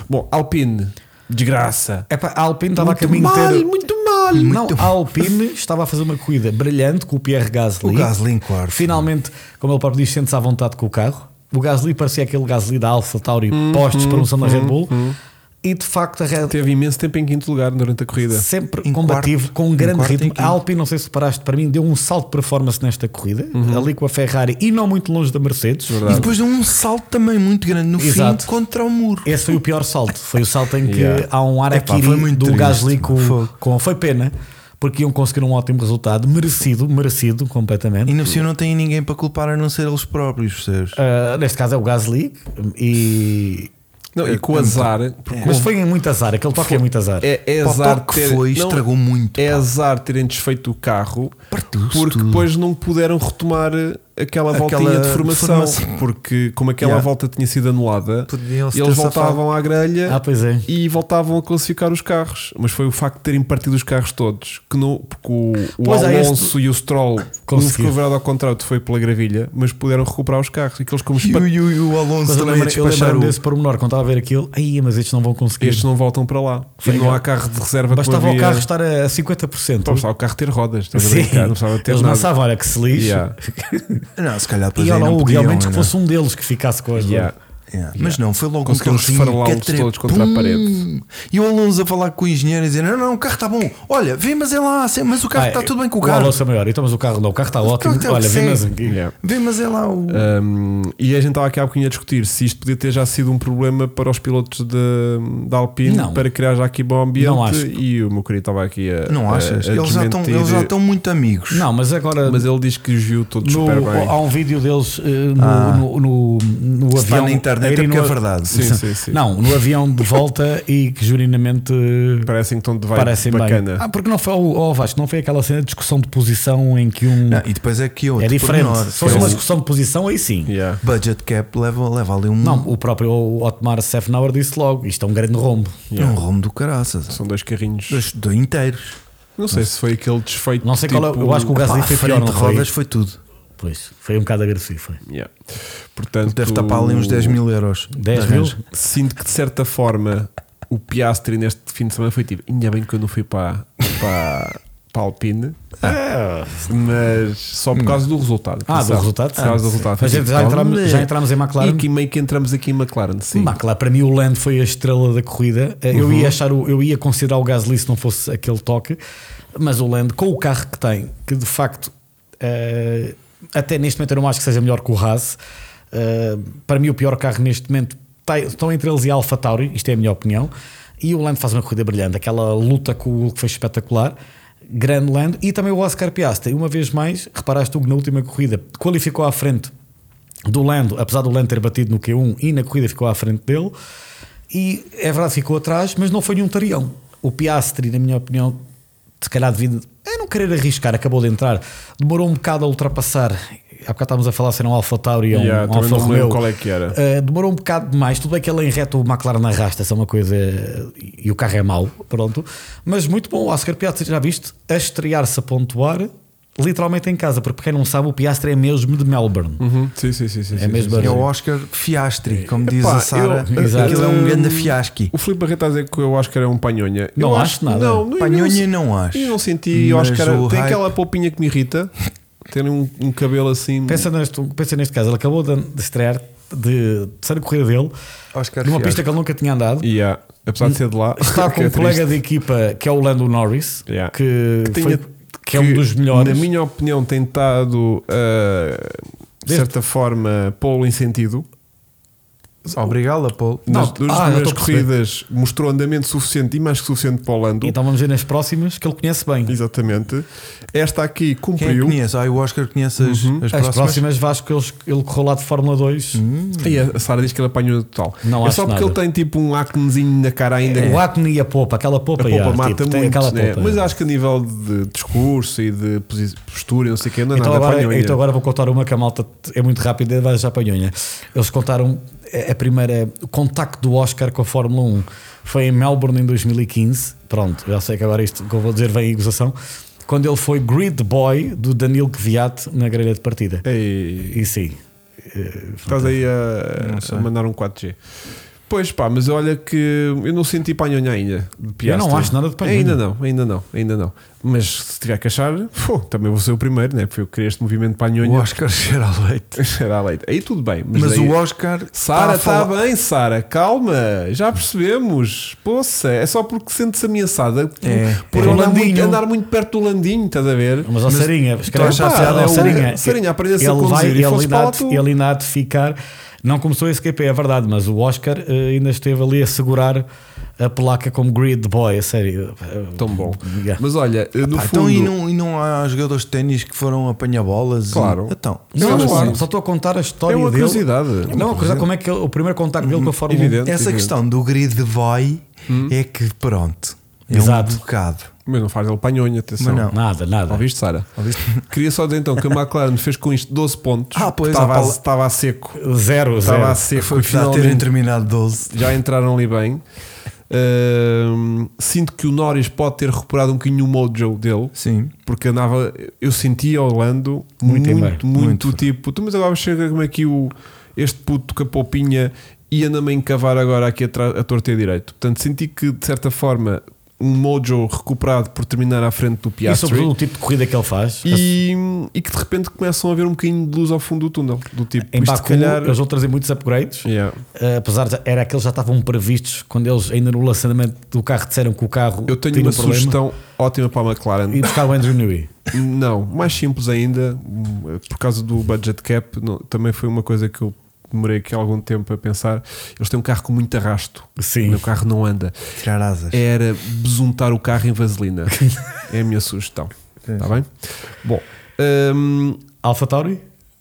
Speaker 2: Bom, Alpine, desgraça.
Speaker 3: Epá, a Alpine estava
Speaker 2: Muito
Speaker 3: a caminho de
Speaker 2: mal,
Speaker 3: ter.
Speaker 2: muito mal.
Speaker 3: Não, a Alpine estava a fazer uma corrida brilhante com o Pierre Gasly.
Speaker 1: O Gasly em quarto.
Speaker 3: Finalmente, como ele próprio diz, sente-se à vontade com o carro. O Gasly parecia aquele Gasly da Alfa Tauri,
Speaker 1: Hum,
Speaker 3: postos para um som da Red Bull. E de facto, a Red
Speaker 2: Teve imenso tempo em quinto lugar durante a corrida.
Speaker 3: sempre
Speaker 1: Em
Speaker 3: combativo,
Speaker 1: quarto.
Speaker 3: com um
Speaker 1: Em
Speaker 3: grande
Speaker 1: quarto e
Speaker 3: ritmo.
Speaker 1: quinto.
Speaker 3: A Alpine, não sei se paraste para mim, deu um salto de performance nesta corrida,
Speaker 1: Uhum.
Speaker 3: ali com a Ferrari e não muito longe da Mercedes.
Speaker 1: E depois deu um salto também muito grande no
Speaker 3: Exato.
Speaker 1: fim contra o muro.
Speaker 3: Esse foi o pior salto. Foi o salto em que
Speaker 2: Yeah.
Speaker 3: há um
Speaker 1: Epá, foi
Speaker 3: araquiri
Speaker 1: muito
Speaker 3: do
Speaker 1: triste,
Speaker 3: Gasly com,
Speaker 1: fogo.
Speaker 3: com. Foi pena, porque iam conseguir um ótimo resultado, merecido, merecido completamente.
Speaker 1: E no fim não tem ninguém para culpar a não ser eles próprios, percebes?
Speaker 3: Ah, neste caso é o Gasly e.
Speaker 2: Não, e com o azar, porque
Speaker 3: Mas foi em muito azar, aquele toque é muito azar.
Speaker 2: é, é
Speaker 1: Pá, o
Speaker 2: azar
Speaker 1: toque que foi, estragou muito,
Speaker 2: É
Speaker 1: pá.
Speaker 2: azar terem desfeito o carro
Speaker 1: Partiu-se
Speaker 2: porque
Speaker 1: tudo.
Speaker 2: depois não puderam retomar eh, aquela voltinha
Speaker 1: Aquela
Speaker 2: de formação,
Speaker 1: formação.
Speaker 2: porque como aquela
Speaker 1: Yeah.
Speaker 2: volta tinha sido anulada,
Speaker 1: Podiam-se ter
Speaker 2: eles
Speaker 1: safado.
Speaker 2: voltavam à grelha
Speaker 3: Ah, pois é.
Speaker 2: e voltavam a classificar os carros. Mas foi o facto de terem partido os carros todos que não, porque o, o
Speaker 3: Pois é,
Speaker 2: Alonso e o Stroll um
Speaker 3: Conseguiu.
Speaker 2: ficou virado ao contrário, foi pela gravilha, mas puderam recuperar os carros. E aqueles como
Speaker 1: E
Speaker 2: espa-
Speaker 1: o, e o- e o
Speaker 3: Mas
Speaker 1: Alonso
Speaker 3: eu
Speaker 1: também a
Speaker 3: lembrei- eu
Speaker 1: despachar
Speaker 3: lembrei-me
Speaker 1: o.
Speaker 3: desse pormenor, quando estava a ver aquilo, aí, mas estes não vão conseguir.
Speaker 2: estes não voltam para lá. E
Speaker 3: Foi-
Speaker 2: não há carro de reserva
Speaker 3: Bastava
Speaker 2: como
Speaker 3: o
Speaker 2: havia.
Speaker 3: carro estar a 50%.
Speaker 2: Pá, precisava o carro ter rodas, estás a
Speaker 3: Sim.
Speaker 2: brincar, não precisava ter
Speaker 3: Eles
Speaker 2: nada.
Speaker 3: lançavam, olha que se lixe.
Speaker 2: Yeah. é,
Speaker 1: Não, se calhar depois
Speaker 3: E
Speaker 1: aí
Speaker 3: olha,
Speaker 1: não
Speaker 3: o
Speaker 1: podiam,
Speaker 3: realmente que
Speaker 1: não. é?
Speaker 3: fosse um deles que ficasse com as
Speaker 2: né? Yeah.
Speaker 1: Yeah. Mas não, foi logo
Speaker 2: Conseguiram
Speaker 1: um toquezinho,
Speaker 2: esfarelá-los
Speaker 1: catré,
Speaker 2: todos contra a
Speaker 1: pum.
Speaker 2: parede.
Speaker 1: E o Alonso a falar com o engenheiro e dizer: Não, não, o carro está bom. Olha, vê, mas é lá, assim, mas o carro
Speaker 3: Ah,
Speaker 1: está tudo bem com o
Speaker 3: O
Speaker 1: carro.
Speaker 3: Alonso é maior. Então, mas o carro não, o carro está ótimo.
Speaker 1: carro tem o
Speaker 3: Olha,
Speaker 1: que
Speaker 3: vem mas
Speaker 1: ser.
Speaker 3: aqui.
Speaker 2: Yeah.
Speaker 1: Vê, mas é lá
Speaker 3: Ah,
Speaker 1: o.
Speaker 2: Um, e a gente estava aqui há bocadinho a discutir se isto podia ter já sido um problema para os pilotos de- da Alpine
Speaker 3: Não.
Speaker 2: para criar já aqui bom ambiente.
Speaker 3: Não acho.
Speaker 2: E o meu querido estava aqui a.
Speaker 1: não achas?
Speaker 2: a- a
Speaker 1: eles, já estão,
Speaker 2: desmentir.
Speaker 1: eles já estão muito amigos.
Speaker 3: ah, Não, mas agora.
Speaker 2: Mas ele diz que os viu todos
Speaker 3: no-
Speaker 2: super bem. Ah.
Speaker 3: há um vídeo deles eh, no, no, no, no
Speaker 1: Está
Speaker 3: avião.
Speaker 1: na internet,
Speaker 3: a irem
Speaker 1: é porque
Speaker 3: no
Speaker 1: é
Speaker 3: a-
Speaker 1: verdade.
Speaker 2: Sim, sim, sim.
Speaker 3: Não, no avião de volta e que jurinamente eh,
Speaker 2: Parecem que estão de vibe
Speaker 3: parecem
Speaker 2: bacana.
Speaker 3: bem. Ah, porque não foi o oh, Vasco, não foi aquela cena de discussão de posição em que um.
Speaker 1: Não, e depois é que outro.
Speaker 3: é diferente.
Speaker 1: pormenor,
Speaker 3: Se fosse
Speaker 1: que é
Speaker 3: uma
Speaker 1: o
Speaker 3: discussão de posição, aí sim.
Speaker 2: Yeah.
Speaker 1: Budget cap leva, leva ali um,
Speaker 3: Não, o próprio Otmar Sefnauer disse logo: isto é um grande rombo.
Speaker 1: um rumo do caraças.
Speaker 2: São dois carrinhos.
Speaker 1: Dos do inteiros.
Speaker 2: Não sei se foi aquele desfeito.
Speaker 3: Não sei qual é-
Speaker 2: tipo-
Speaker 3: eu acho que o Gasly
Speaker 1: Pá,
Speaker 3: foi pior,
Speaker 1: frente
Speaker 3: não
Speaker 1: de
Speaker 3: foi?
Speaker 1: rodas foi tudo.
Speaker 3: Pois, foi um bocado agressivo. Foi.
Speaker 2: Yeah. Portanto,
Speaker 1: Deve estar para ali uns 10 mil euros.
Speaker 3: 10
Speaker 1: de
Speaker 3: mil?
Speaker 1: arranjo.
Speaker 2: Sinto que de certa forma o Piastri neste fim de semana foi tipo, ainda bem que eu não fui para, para, para a Alpine, mas só por causa do resultado.
Speaker 3: Hum. Ah, do
Speaker 2: atenção.
Speaker 3: resultado.
Speaker 2: Por causa do
Speaker 3: sim.
Speaker 2: resultado.
Speaker 3: Mas
Speaker 2: Foi
Speaker 3: já
Speaker 2: tipo,
Speaker 3: entramos, já
Speaker 2: "Olha."
Speaker 3: entramos em
Speaker 2: E
Speaker 3: McLaren.
Speaker 2: aqui meio que entramos aqui em McLaren, sim.
Speaker 3: McLaren, para mim, o Lando foi a estrela da corrida. Eh, Eu ia achar, o- eu ia considerar o Gasly se não fosse aquele toque, mas o Lando, com o carro que tem, que de facto, eh, até neste momento eu não acho que seja melhor que o Haas. Eh, para mim, o pior carro neste momento tá- estão entre eles e a Alfa Tauri, isto é a minha opinião. E o Lando faz uma corrida brilhante, aquela luta com o Hulk foi espetacular. Grande Lando e também o Oscar Piastri. Uma vez mais, reparaste o que na última corrida qualificou à frente do Lando, apesar do Lando ter batido no Q1 e na corrida ficou à frente dele, e é verdade ficou atrás, mas não foi nenhum tarião. O Piastri, na minha opinião, se calhar devido a não querer arriscar, acabou de entrar, demorou um bocado a ultrapassar há bocado estávamos a falar se era um Alfa Tauri ou um,
Speaker 2: Yeah,
Speaker 3: um
Speaker 2: também
Speaker 3: Alfa
Speaker 2: não me lembro
Speaker 3: Romeo.
Speaker 2: qual é que era.
Speaker 3: Uh, demorou um bocado demais. Tudo bem que ele enreta o McLaren na rasta, isso é uma coisa. E o carro é mau, pronto. Mas muito bom, o Oscar Piastri, já viste? A estrear-se a pontuar, literalmente em casa, porque quem não sabe, o Piastri é mesmo de Melbourne.
Speaker 2: Uhum, Sim, sim, sim. sim
Speaker 3: É
Speaker 2: sim,
Speaker 3: mesmo
Speaker 2: sim,
Speaker 1: É
Speaker 2: sim.
Speaker 1: o Oscar Fiastri, como diz
Speaker 2: Epá,
Speaker 1: a Sara.
Speaker 2: eu-
Speaker 1: Aquilo é um
Speaker 2: Hum,
Speaker 1: grande fiasqui.
Speaker 2: O Filipe Barreto está a dizer que eu acho que era um panhonha.
Speaker 3: Não
Speaker 2: eu
Speaker 3: acho nada.
Speaker 2: Não, não, eu
Speaker 1: Panhonha
Speaker 2: não,
Speaker 1: não acho.
Speaker 2: Eu não senti, eu acho
Speaker 1: Mas
Speaker 2: que era.
Speaker 1: o
Speaker 2: Tem
Speaker 1: hype-
Speaker 2: aquela polpinha que me irrita. Ter um, um cabelo assim.
Speaker 3: Pensa, neste, pensa neste caso, ele acabou de, de estrear, de terceira corrida dele,
Speaker 1: Oscar
Speaker 3: numa
Speaker 1: Piastri.
Speaker 3: pista que ele nunca tinha andado.
Speaker 2: Yeah, apesar de ser de lá.
Speaker 3: Está com
Speaker 2: que é
Speaker 3: um colega
Speaker 2: triste.
Speaker 3: de equipa que é o Lando Norris,
Speaker 2: Yeah.
Speaker 3: que,
Speaker 2: Que
Speaker 3: foi-
Speaker 2: tenha-
Speaker 3: que é um
Speaker 2: que,
Speaker 3: dos melhores.
Speaker 2: Na minha opinião, tem estado, ah, de
Speaker 3: Desde-
Speaker 2: certa forma, polo em sentido.
Speaker 1: Obrigá-la, Paulo.
Speaker 3: Não,
Speaker 2: nas duas
Speaker 3: ah, não
Speaker 2: primeiras
Speaker 3: estou a perceber.
Speaker 2: corridas mostrou andamento suficiente e mais que suficiente para o Lando.
Speaker 3: Então vamos ver nas próximas que ele conhece bem.
Speaker 2: Exatamente. Esta aqui
Speaker 1: Quem é que
Speaker 2: cumpriu.
Speaker 1: conhece? Ah, o Oscar conhece as, as
Speaker 3: Uhum. As
Speaker 1: próximas.
Speaker 3: próximas, Vasco, ele, ele correu lá de Fórmula 2.
Speaker 2: Aí a Sara diz que ele apanhou total.
Speaker 3: Não
Speaker 2: é
Speaker 3: acho
Speaker 2: só porque
Speaker 3: nada.
Speaker 2: ele tem tipo um acnezinho na cara ainda.
Speaker 3: É. O acne e a popa, aquela
Speaker 2: É. A
Speaker 3: popa,
Speaker 2: polpa
Speaker 3: yeah,
Speaker 2: mata
Speaker 3: tipo, tem
Speaker 2: muitos,
Speaker 3: aquela
Speaker 2: né?
Speaker 3: popa.
Speaker 2: Mas acho que a nível de discurso e de posi- postura, e não sei o que, não é
Speaker 3: então,
Speaker 2: nada
Speaker 3: agora,
Speaker 2: panhonha.
Speaker 3: então agora vou contar uma que a malta t- é muito rápida, vai já panhonha. Eles contaram é, a a primeira, o contacto do Oscar com a Fórmula 1 foi em Melbourne em 2015. Pronto, já sei que agora isto que eu vou dizer vem em gozação. Quando ele foi grid boy do Danilo Kvyat na grelha de partida.
Speaker 2: Ei,
Speaker 3: E sim,
Speaker 2: estás aí a, a mandar um 4G. Pois pá, mas olha que eu não senti panhonha ainda. De Piastri.
Speaker 3: acho nada de panhonha.
Speaker 2: Ainda não, ainda não, ainda não. Mas se tiver que achar, pô, também vou ser o primeiro, né? Porque eu queria este movimento de panhonha.
Speaker 1: O Oscar cheira a leite.
Speaker 2: Era a leite. Aí tudo bem. Mas,
Speaker 1: Mas
Speaker 2: aí-
Speaker 1: o Oscar.
Speaker 2: Sara,
Speaker 1: está a
Speaker 2: está
Speaker 1: falar-
Speaker 2: bem, Sara, calma, já percebemos. Poça, é só porque sente-se ameaçada por- um-
Speaker 1: É.
Speaker 2: por
Speaker 3: É.
Speaker 2: andar,
Speaker 3: Landinho.
Speaker 2: muito, andar muito perto do Landinho, estás a ver?
Speaker 3: Mas ó Sarinha, escreve
Speaker 1: acha a
Speaker 3: pá,
Speaker 1: piada
Speaker 3: ó
Speaker 1: é o-
Speaker 3: Sarinha,
Speaker 2: então Sarinha, aprenda-se a
Speaker 3: ele
Speaker 2: conduzir
Speaker 3: vai,
Speaker 2: e
Speaker 3: ele,
Speaker 2: fosse
Speaker 3: ainda
Speaker 2: para
Speaker 3: há
Speaker 2: lá
Speaker 3: de,
Speaker 2: tu.
Speaker 3: ele ainda há de ficar. Não começou esse GP, é verdade, mas o Oscar eh, ainda esteve ali a segurar a placa como grid boy, a sério.
Speaker 2: Tão bom.
Speaker 3: Yeah.
Speaker 2: Mas olha, no
Speaker 1: Pá,
Speaker 2: fundo,
Speaker 1: então,
Speaker 2: é
Speaker 1: e não, e não há jogadores de ténis que foram apanhar bolas? E-
Speaker 2: Claro.
Speaker 1: Então,
Speaker 3: Não,
Speaker 2: Sim,
Speaker 3: não,
Speaker 2: claro.
Speaker 3: só estou a contar a
Speaker 2: é
Speaker 3: história
Speaker 2: uma
Speaker 3: dele.
Speaker 2: curiosidade.
Speaker 3: Não, a curiosidade, como é que ele- o primeiro contacto dele com a Fórmula é- 1.
Speaker 2: Evidente.
Speaker 1: essa
Speaker 2: evidente.
Speaker 1: questão do grid boy é que, pronto, é
Speaker 3: Hum. Exato.
Speaker 1: um bocado.
Speaker 2: Mas não faz ele panhonha,
Speaker 1: Mas
Speaker 2: atenção.
Speaker 1: não.
Speaker 3: Nada, nada.
Speaker 2: Ouviste, Sara? Queria só dizer então que a McLaren fez com isto 12 pontos.
Speaker 1: Ah, pois,
Speaker 2: estava,
Speaker 1: a
Speaker 2: a,
Speaker 1: Paula-
Speaker 2: estava a seco.
Speaker 3: Zero,
Speaker 2: Estava a
Speaker 3: zero.
Speaker 2: seco.
Speaker 1: Foi
Speaker 2: e
Speaker 1: apesar de
Speaker 2: finalmente-
Speaker 1: terem terminado 12.
Speaker 2: já entraram ali bem. Ahm, sinto que o Norris pode ter recuperado um bocadinho o mojo dele,
Speaker 1: Sim.
Speaker 2: porque andava, eu sentia o Lando muito,
Speaker 3: Muito em
Speaker 2: muito,
Speaker 3: bem,
Speaker 1: muito.
Speaker 2: tipo, "Tu, mas agora chega como aqui o, este puto com a poupinha e anda-me a encavar agora aqui atrás, a torta e a direito. Portanto, senti que de certa forma um mojo recuperado por terminar à frente do
Speaker 3: E
Speaker 2: Piastri.
Speaker 3: sobretudo o tipo de corrida que ele faz.
Speaker 2: E, e que de repente começam a ver um bocadinho de luz ao fundo do túnel. Do tipo,
Speaker 3: em
Speaker 2: isto
Speaker 3: Baku,
Speaker 2: se calhar.
Speaker 3: eles vão trazer muitos upgrades.
Speaker 2: Yeah.
Speaker 3: Uh, apesar de era aqueles que já estavam previstos quando eles ainda no lançamento do carro disseram que o carro
Speaker 2: Eu tenho
Speaker 3: tinha
Speaker 2: uma
Speaker 3: um problema
Speaker 2: sugestão ótima para a McLaren.
Speaker 3: e buscar o Andrew Newey
Speaker 2: Não, mais simples ainda, hum, por causa do budget cap, não- também foi uma coisa que eu demorei aqui algum tempo a pensar. Eles têm um carro com muito arrasto. O
Speaker 3: sim
Speaker 2: meu carro não anda.
Speaker 1: Tirar asas.
Speaker 2: Era besuntar o carro em vaselina. é a minha sugestão.
Speaker 3: É.
Speaker 2: Está bem? Bom, hum,
Speaker 3: Alpha Tauri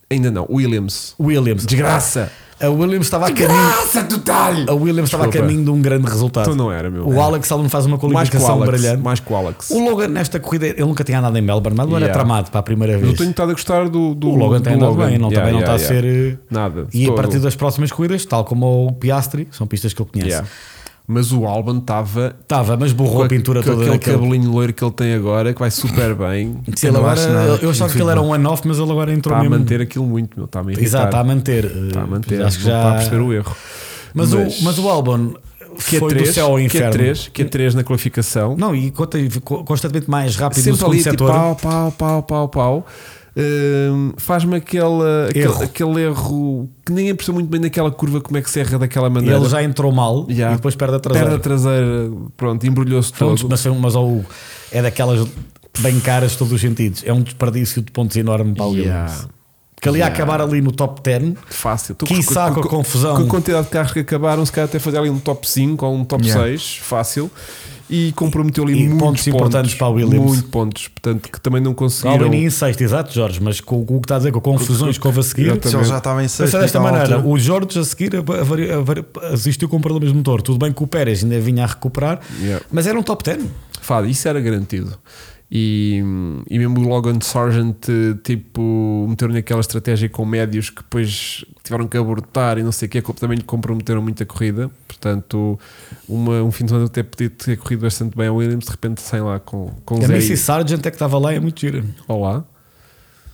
Speaker 2: ainda não. Williams.
Speaker 3: Williams
Speaker 2: Desgraça!
Speaker 3: a Williams estava a caminho
Speaker 2: Desgraça total!
Speaker 3: a Williams estava a
Speaker 2: Desculpa.
Speaker 3: caminho de um grande resultado
Speaker 2: Então não era, meu.
Speaker 3: o Alex Albon faz uma
Speaker 2: mais com o
Speaker 3: qualificação
Speaker 2: Alex.
Speaker 3: brilhante
Speaker 2: Mais com o Alex.
Speaker 3: o Logan nesta corrida ele nunca tinha andado em Melbourne mas não era
Speaker 2: Yeah.
Speaker 3: tramado para a primeira
Speaker 2: Eu
Speaker 3: vez
Speaker 2: tenho estado a gostar do, do
Speaker 3: o Logan tem
Speaker 2: do
Speaker 3: andado bem não,
Speaker 2: Yeah,
Speaker 3: também não
Speaker 2: yeah,
Speaker 3: está
Speaker 2: yeah.
Speaker 3: a ser uh,
Speaker 2: Nada.
Speaker 3: e a
Speaker 2: todo.
Speaker 3: partir das próximas corridas tal como o Piastri são pistas que ele conhece
Speaker 2: Yeah. Mas o Alban estava
Speaker 3: estava mas borrou
Speaker 2: com
Speaker 3: a pintura
Speaker 2: com
Speaker 3: toda
Speaker 2: aquele
Speaker 3: naquele-
Speaker 2: cabelinho loiro que ele tem agora, que vai super bem.
Speaker 3: Sim,
Speaker 1: Eu
Speaker 3: ele
Speaker 1: não
Speaker 3: agora,
Speaker 1: acho nada
Speaker 3: eu- eu achava que ele era um one-off, mas ele agora entrou
Speaker 2: Está Tá a
Speaker 3: mesmo.
Speaker 2: manter aquilo muito, meu. Está a me irritar.
Speaker 3: Exato, está a manter. eh,
Speaker 2: Está a manter.
Speaker 3: Acho que
Speaker 2: Não
Speaker 3: já...
Speaker 2: está a perceber o erro.
Speaker 3: mas, o, mas o Albon
Speaker 2: que é
Speaker 3: foi
Speaker 2: 3,
Speaker 3: do céu ao
Speaker 2: que é
Speaker 3: inferno.
Speaker 2: 3, que é 3 na qualificação.
Speaker 3: Não, e conta- co- constantemente mais rápido no
Speaker 2: Sempre
Speaker 3: segundo
Speaker 2: ali, tipo,
Speaker 3: setor.
Speaker 2: pau, pau, pau, pau, pau. Hum, Faz-me aquele, aquele
Speaker 3: Erro.
Speaker 2: erro. aquele erro que ninguém percebeu muito bem naquela curva como é que se erra daquela
Speaker 3: e
Speaker 2: maneira.
Speaker 3: ele já entrou mal
Speaker 2: Yeah.
Speaker 3: e depois perde a
Speaker 2: Perde a
Speaker 3: traseira.
Speaker 2: traseira, pronto, embrulhou-se
Speaker 3: Foi um
Speaker 2: todo.
Speaker 3: des- mas foi um- mas ao- é daquelas bem caras de todos os sentidos. É um desperdício de pontos enorme para o
Speaker 2: Yeah.
Speaker 3: Williams. Que ele ia
Speaker 2: Yeah.
Speaker 3: acabar ali no top 10
Speaker 2: Fácil. Tu,
Speaker 3: Quiçá com a confusão.
Speaker 2: Com a quantidade de carros que acabaram, se calhar até fazer ali um top 5 ou um top
Speaker 1: Yeah.
Speaker 2: 6, fácil. E comprometeu ali
Speaker 3: E
Speaker 2: muitos
Speaker 3: pontos importantes para o Williams.
Speaker 2: Muito pontos, portanto, que também não conseguiram.
Speaker 3: Albon em sexto, exato, Jorge, mas com o que está a dizer, com confusões que houve a seguir,
Speaker 1: Se ele já estava em sexto.
Speaker 3: Pensa
Speaker 2: então,
Speaker 3: desta
Speaker 1: naquela
Speaker 3: maneira,
Speaker 1: altura.
Speaker 3: o Jorge a seguir avari- avari- assistiu com problemas de motor. Tudo bem que o Pérez ainda vinha a recuperar,
Speaker 2: Yeah.
Speaker 3: mas era um top 10.
Speaker 2: Fala, isso era garantido. E, e mesmo o Logan Sargent, eh, tipo, meteram naquela estratégia com médios que depois tiveram que abortar e não sei o que, também lhe comprometeram muito a corrida. Portanto, uma- um fim de semana até podia ter corrido bastante bem ao Williams, de repente saem lá com, com
Speaker 3: A
Speaker 2: zero.
Speaker 3: Missy Sargent é que estava lá, é muito gira.
Speaker 2: Olá,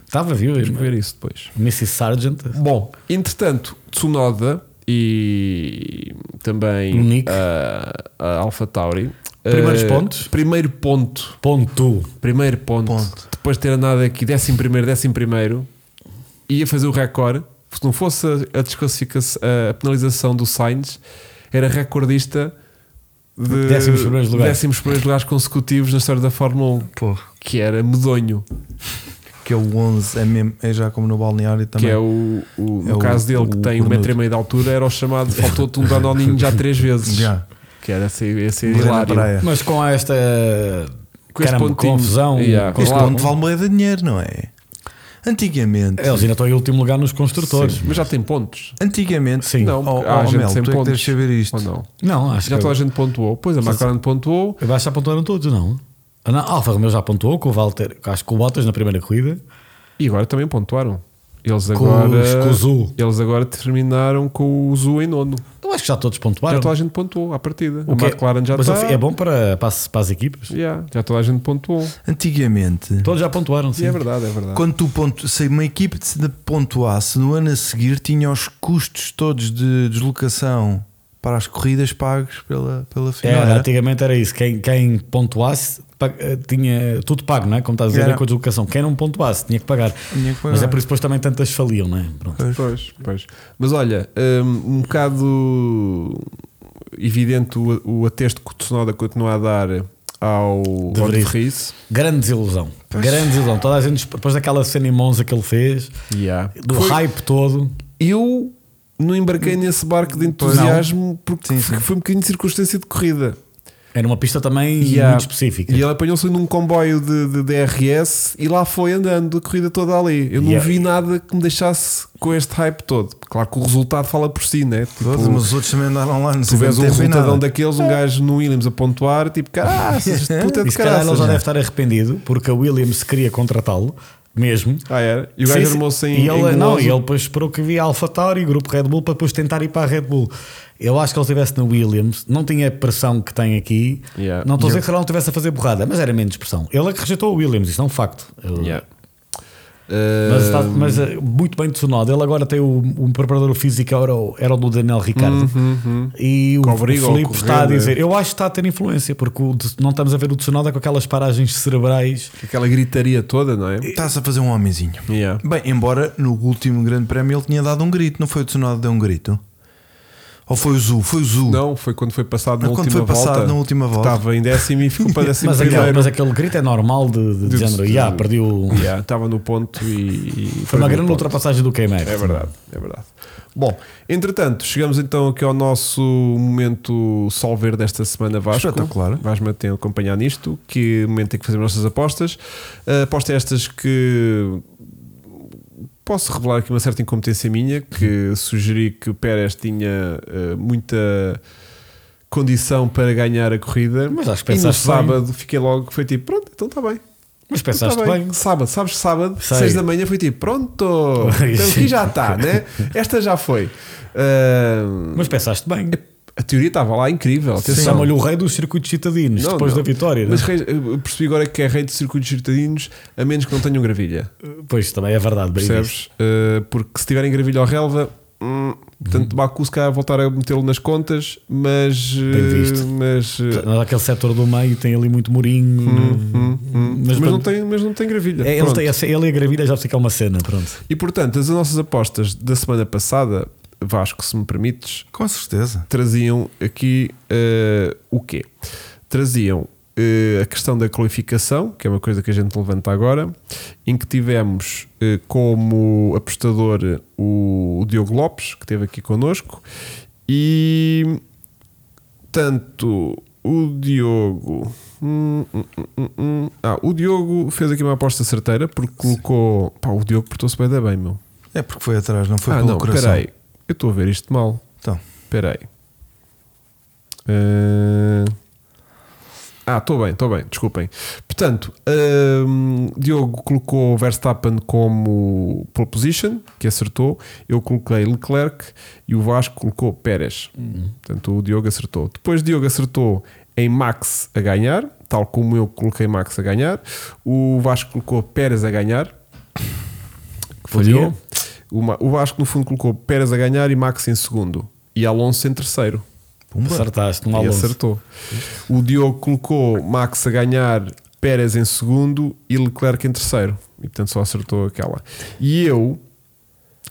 Speaker 3: Estava, viu?
Speaker 2: vamos ver isso depois.
Speaker 3: Missy Sargent.
Speaker 2: Bom, entretanto, Tsunoda e também
Speaker 3: O Nick.
Speaker 2: ah, a, Alpha Tauri.
Speaker 3: Primeiros
Speaker 2: ah,
Speaker 3: pontos?
Speaker 2: Primeiro ponto.
Speaker 3: Ponto.
Speaker 2: Primeiro ponto.
Speaker 1: Ponto.
Speaker 2: Depois de ter andado aqui décimo primeiro, décimo primeiro, ia fazer o recorde. Se não fosse a, a desclassificação, a penalização do Sainz, era recordista de
Speaker 3: Décimos primeiros lugares.
Speaker 2: décimos primeiros lugares consecutivos na história da Fórmula 1,
Speaker 1: Porra,
Speaker 2: que era medonho.
Speaker 1: que é o 11, é, mesmo, é já como no balneário também.
Speaker 2: que é o, o-
Speaker 1: É
Speaker 2: no
Speaker 1: o-
Speaker 2: caso dele que
Speaker 1: o
Speaker 2: tem um
Speaker 1: cornudo.
Speaker 2: metro e meio de altura era o chamado faltou-te um danoninho já três vezes
Speaker 1: Já,
Speaker 2: que era assim, esse
Speaker 1: morrer na
Speaker 2: hilário
Speaker 1: praia.
Speaker 3: Mas com esta
Speaker 2: Com este
Speaker 3: caramba,
Speaker 2: pontinho.
Speaker 3: confusão,
Speaker 2: Yeah.
Speaker 3: com-
Speaker 1: Este
Speaker 2: Claro. É,
Speaker 1: onde vale moeda de dinheiro, não é? Antigamente.
Speaker 3: eles ainda estão em último lugar nos construtores.
Speaker 2: Sim, mas já tem pontos
Speaker 1: Antigamente.
Speaker 3: Sim.
Speaker 1: Não, oh,
Speaker 2: há
Speaker 1: oh,
Speaker 2: gente
Speaker 1: Mel,
Speaker 2: sem
Speaker 1: tu é que
Speaker 2: pontos.
Speaker 1: deves saber isto.
Speaker 2: ou não
Speaker 3: Não, acho
Speaker 2: já
Speaker 3: que.
Speaker 2: toda a gente pontuou pois a McLaren pontuou
Speaker 3: Eu acho que já pontuaram todos, não? Ah, não, Alfa Romeo já pontuou com o Walter, acho que com o Bottas na primeira corrida.
Speaker 2: e agora também pontuaram eles
Speaker 3: Com os-
Speaker 2: agora
Speaker 3: com o Zu.
Speaker 2: eles agora terminaram com o Zu em nono
Speaker 3: Eu acho que já todos
Speaker 2: já
Speaker 3: pontuaram.
Speaker 2: toda a gente pontuou à partida
Speaker 3: O
Speaker 2: a
Speaker 3: que é-
Speaker 2: McLaren já tá-
Speaker 3: Mas
Speaker 2: está
Speaker 3: é bom para, para, as, para as equipas.
Speaker 2: Yeah, já toda a gente pontuou
Speaker 1: Antigamente.
Speaker 3: Todos já pontuaram, sim.
Speaker 2: e é verdade é verdade
Speaker 1: Quando tu pontu... se uma equipe se de- pontuasse no ano a seguir, tinha os custos todos de deslocação para as corridas pagos pela, pela FIA.
Speaker 3: Era,
Speaker 1: não
Speaker 2: é?
Speaker 1: era?
Speaker 3: É,
Speaker 2: tipo
Speaker 3: Antigamente era isso. Quem, quem pontuasse pa- eh, tinha tudo pago, não é? Como estás a dizer,
Speaker 1: Era.
Speaker 3: com a deslocação. Quem não pontuasse tinha que pagar.
Speaker 1: Tinha que pagar.
Speaker 3: Mas é por isso que depois também tantas faliam, não é? Pronto.
Speaker 2: Pois, pois. Mas olha, um, um bocado evidente o, o atesto que o Tsunoda continua a dar ao
Speaker 3: De
Speaker 2: ao
Speaker 3: Vries.
Speaker 2: Vries.
Speaker 3: Grande desilusão. Grande desilusão. Toda a gente, depois daquela cena em Monza que ele fez,
Speaker 2: Yeah.
Speaker 3: do
Speaker 2: Foi-
Speaker 3: hype todo.
Speaker 2: Eu não embarquei nesse barco de entusiasmo porque
Speaker 1: Sim, sim.
Speaker 2: foi um bocadinho de circunstância de corrida.
Speaker 3: Era uma pista também
Speaker 2: Yeah.
Speaker 3: muito específica.
Speaker 2: E ele apanhou-se num comboio de, de DRS e lá foi andando a corrida toda ali. Eu não
Speaker 3: Yeah.
Speaker 2: vi nada que me deixasse com este hype todo. Claro que o resultado fala por si, né? Tipo,
Speaker 1: Todos, mas os outros também andaram lá, não
Speaker 2: Tu
Speaker 1: sei
Speaker 2: vês um
Speaker 1: não teve
Speaker 2: resultadão
Speaker 1: nada.
Speaker 2: daqueles, um gajo no Williams a pontuar, tipo, cara, este puto é
Speaker 3: E
Speaker 2: de
Speaker 3: se calhar ele
Speaker 2: caraças.
Speaker 3: já deve estar arrependido porque a Williams queria contratá-lo mesmo.
Speaker 2: Ah, era? E o
Speaker 3: Sim,
Speaker 2: gajo
Speaker 3: sim.
Speaker 2: armou-se
Speaker 3: E
Speaker 2: em,
Speaker 3: ele,
Speaker 2: em
Speaker 3: não,
Speaker 2: Goloso.
Speaker 3: e ele depois esperou que via AlphaTauri e grupo Red Bull para depois tentar ir para a Red Bull. Eu acho que ele estivesse na Williams, não tinha a pressão que tem aqui.
Speaker 2: Yeah.
Speaker 3: Não estou a dizer que se calhar não estivesse a fazer borrada, mas era menos pressão. Ele é que rejeitou o Williams, isto é um facto. Eu-
Speaker 2: Yeah. Uh,
Speaker 3: Mas, está- mas, eh, muito bem de Tsunoda. Ele agora tem o, um preparador físico, era o, era o do Daniel Ricardo.
Speaker 2: Uhum,
Speaker 3: E o,
Speaker 2: Que
Speaker 3: o
Speaker 2: obriga a
Speaker 3: Filipe
Speaker 2: correr,
Speaker 3: está a
Speaker 2: né?
Speaker 3: dizer: Eu acho que está a ter influência, porque o de- não estamos a ver o Tsunoda com aquelas paragens cerebrais.
Speaker 2: Aquela gritaria toda, não é?
Speaker 1: Estás a fazer um homenzinho.
Speaker 2: Yeah.
Speaker 1: Bem, embora no último grande prémio ele tinha dado um grito, não foi o Tsunoda que deu um grito? Ou foi o Zu? Foi o Zu.
Speaker 2: Não, foi quando foi passado na
Speaker 1: Quando
Speaker 2: última
Speaker 1: foi passado
Speaker 2: volta.
Speaker 1: na última volta.
Speaker 2: Estava em décimo e ficou para décimo
Speaker 3: Mas aquele,
Speaker 2: primeiro.
Speaker 3: mas aquele grito é normal de, de, de
Speaker 2: De-
Speaker 3: género.
Speaker 2: de-
Speaker 3: "Ya, perdi o.
Speaker 2: Yeah, Estava no ponto e... e
Speaker 3: Foi
Speaker 2: perdeu
Speaker 3: uma
Speaker 2: o
Speaker 3: grande
Speaker 2: ponto.
Speaker 3: ultrapassagem do K-Max.
Speaker 2: É verdade, é verdade. Bom, entretanto, chegamos então aqui ao nosso momento sol verde desta semana, Vasco.
Speaker 1: Espetacular.
Speaker 2: Vais-me a ter- acompanhar nisto, que momento em que fazemos as nossas apostas. Ah, apostas estas que posso revelar aqui uma certa incompetência minha, que sugeri que o Pérez tinha ah, muita condição para ganhar a corrida.
Speaker 3: Mas acho que
Speaker 2: e no
Speaker 3: pensaste bem.
Speaker 2: sábado fiquei logo, foi tipo, pronto, então está bem.
Speaker 3: Mas
Speaker 2: Tá
Speaker 3: pensaste bem.
Speaker 2: Sábado, sabes, sábado,
Speaker 3: Sei.
Speaker 2: 6 da manhã foi tipo, pronto, então aqui já está, né? Esta já foi. Ah,
Speaker 3: Mas pensaste bem.
Speaker 2: a teoria estava lá incrível. atenção.
Speaker 3: Chama-lhe o rei dos circuitos citadinos
Speaker 2: Não,
Speaker 3: depois
Speaker 2: não.
Speaker 3: da vitória.
Speaker 2: Mas
Speaker 3: né?
Speaker 2: rei- eu percebi agora que é rei de circuitos cirtadinos, a menos que não tenham gravilha.
Speaker 3: Pois também é verdade, bem visto.
Speaker 2: Percebes? Ah, porque se tiverem gravilha ou relva, hum,
Speaker 3: Uhum.
Speaker 2: tanto Baku se calhar voltar a metê-lo nas contas, mas.
Speaker 3: Bem visto. Tá.
Speaker 2: ah, Mas, ah,
Speaker 3: Mas Aquele setor do meio tem ali muito murinho.
Speaker 2: hum, Uhum. mas, não,
Speaker 3: pronto,
Speaker 2: tem, mas não tem gravilha.
Speaker 3: é, ele,
Speaker 2: Pronto.
Speaker 3: tem, essa- ele e a gravilha já sei que é uma cena. Pronto.
Speaker 2: E portanto, as nossas apostas da semana passada, Vasco, se me permites,
Speaker 1: Com certeza.
Speaker 2: traziam aqui eh, o quê? Traziam eh, a questão da qualificação, que é uma coisa que a gente levanta agora, em que tivemos eh, como apostador o, o Diogo Lopes, que esteve aqui connosco, e tanto o Diogo. hum, hum, hum, hum. Ah, o Diogo fez aqui uma aposta certeira porque colocou. Pá, o Diogo portou-se bem, da bem, meu.
Speaker 1: É porque foi atrás, não foi
Speaker 2: ah,
Speaker 1: pelo
Speaker 2: não,
Speaker 1: coração.
Speaker 2: peraí. Eu estou a ver isto mal.
Speaker 1: Então,
Speaker 2: Espera aí. Ah, Eh, Ah, estou bem, estou bem, desculpem. Portanto, hum, Diogo colocou Verstappen como proposition, que acertou. Eu coloquei Leclerc e o Vasco colocou Pérez. Portanto, o Diogo acertou. Depois, Diogo acertou em Max a ganhar, tal como eu coloquei Max a ganhar. O Vasco colocou Pérez a ganhar, que falhou. O, Ma- o Vasco, no fundo, colocou Pérez a ganhar e Max em segundo. E Alonso em terceiro.
Speaker 3: Acertaste, não há
Speaker 2: E
Speaker 3: Alonso.
Speaker 2: acertou. O Diogo colocou Max a ganhar, Pérez em segundo e Leclerc em terceiro. E portanto só acertou aquela. E eu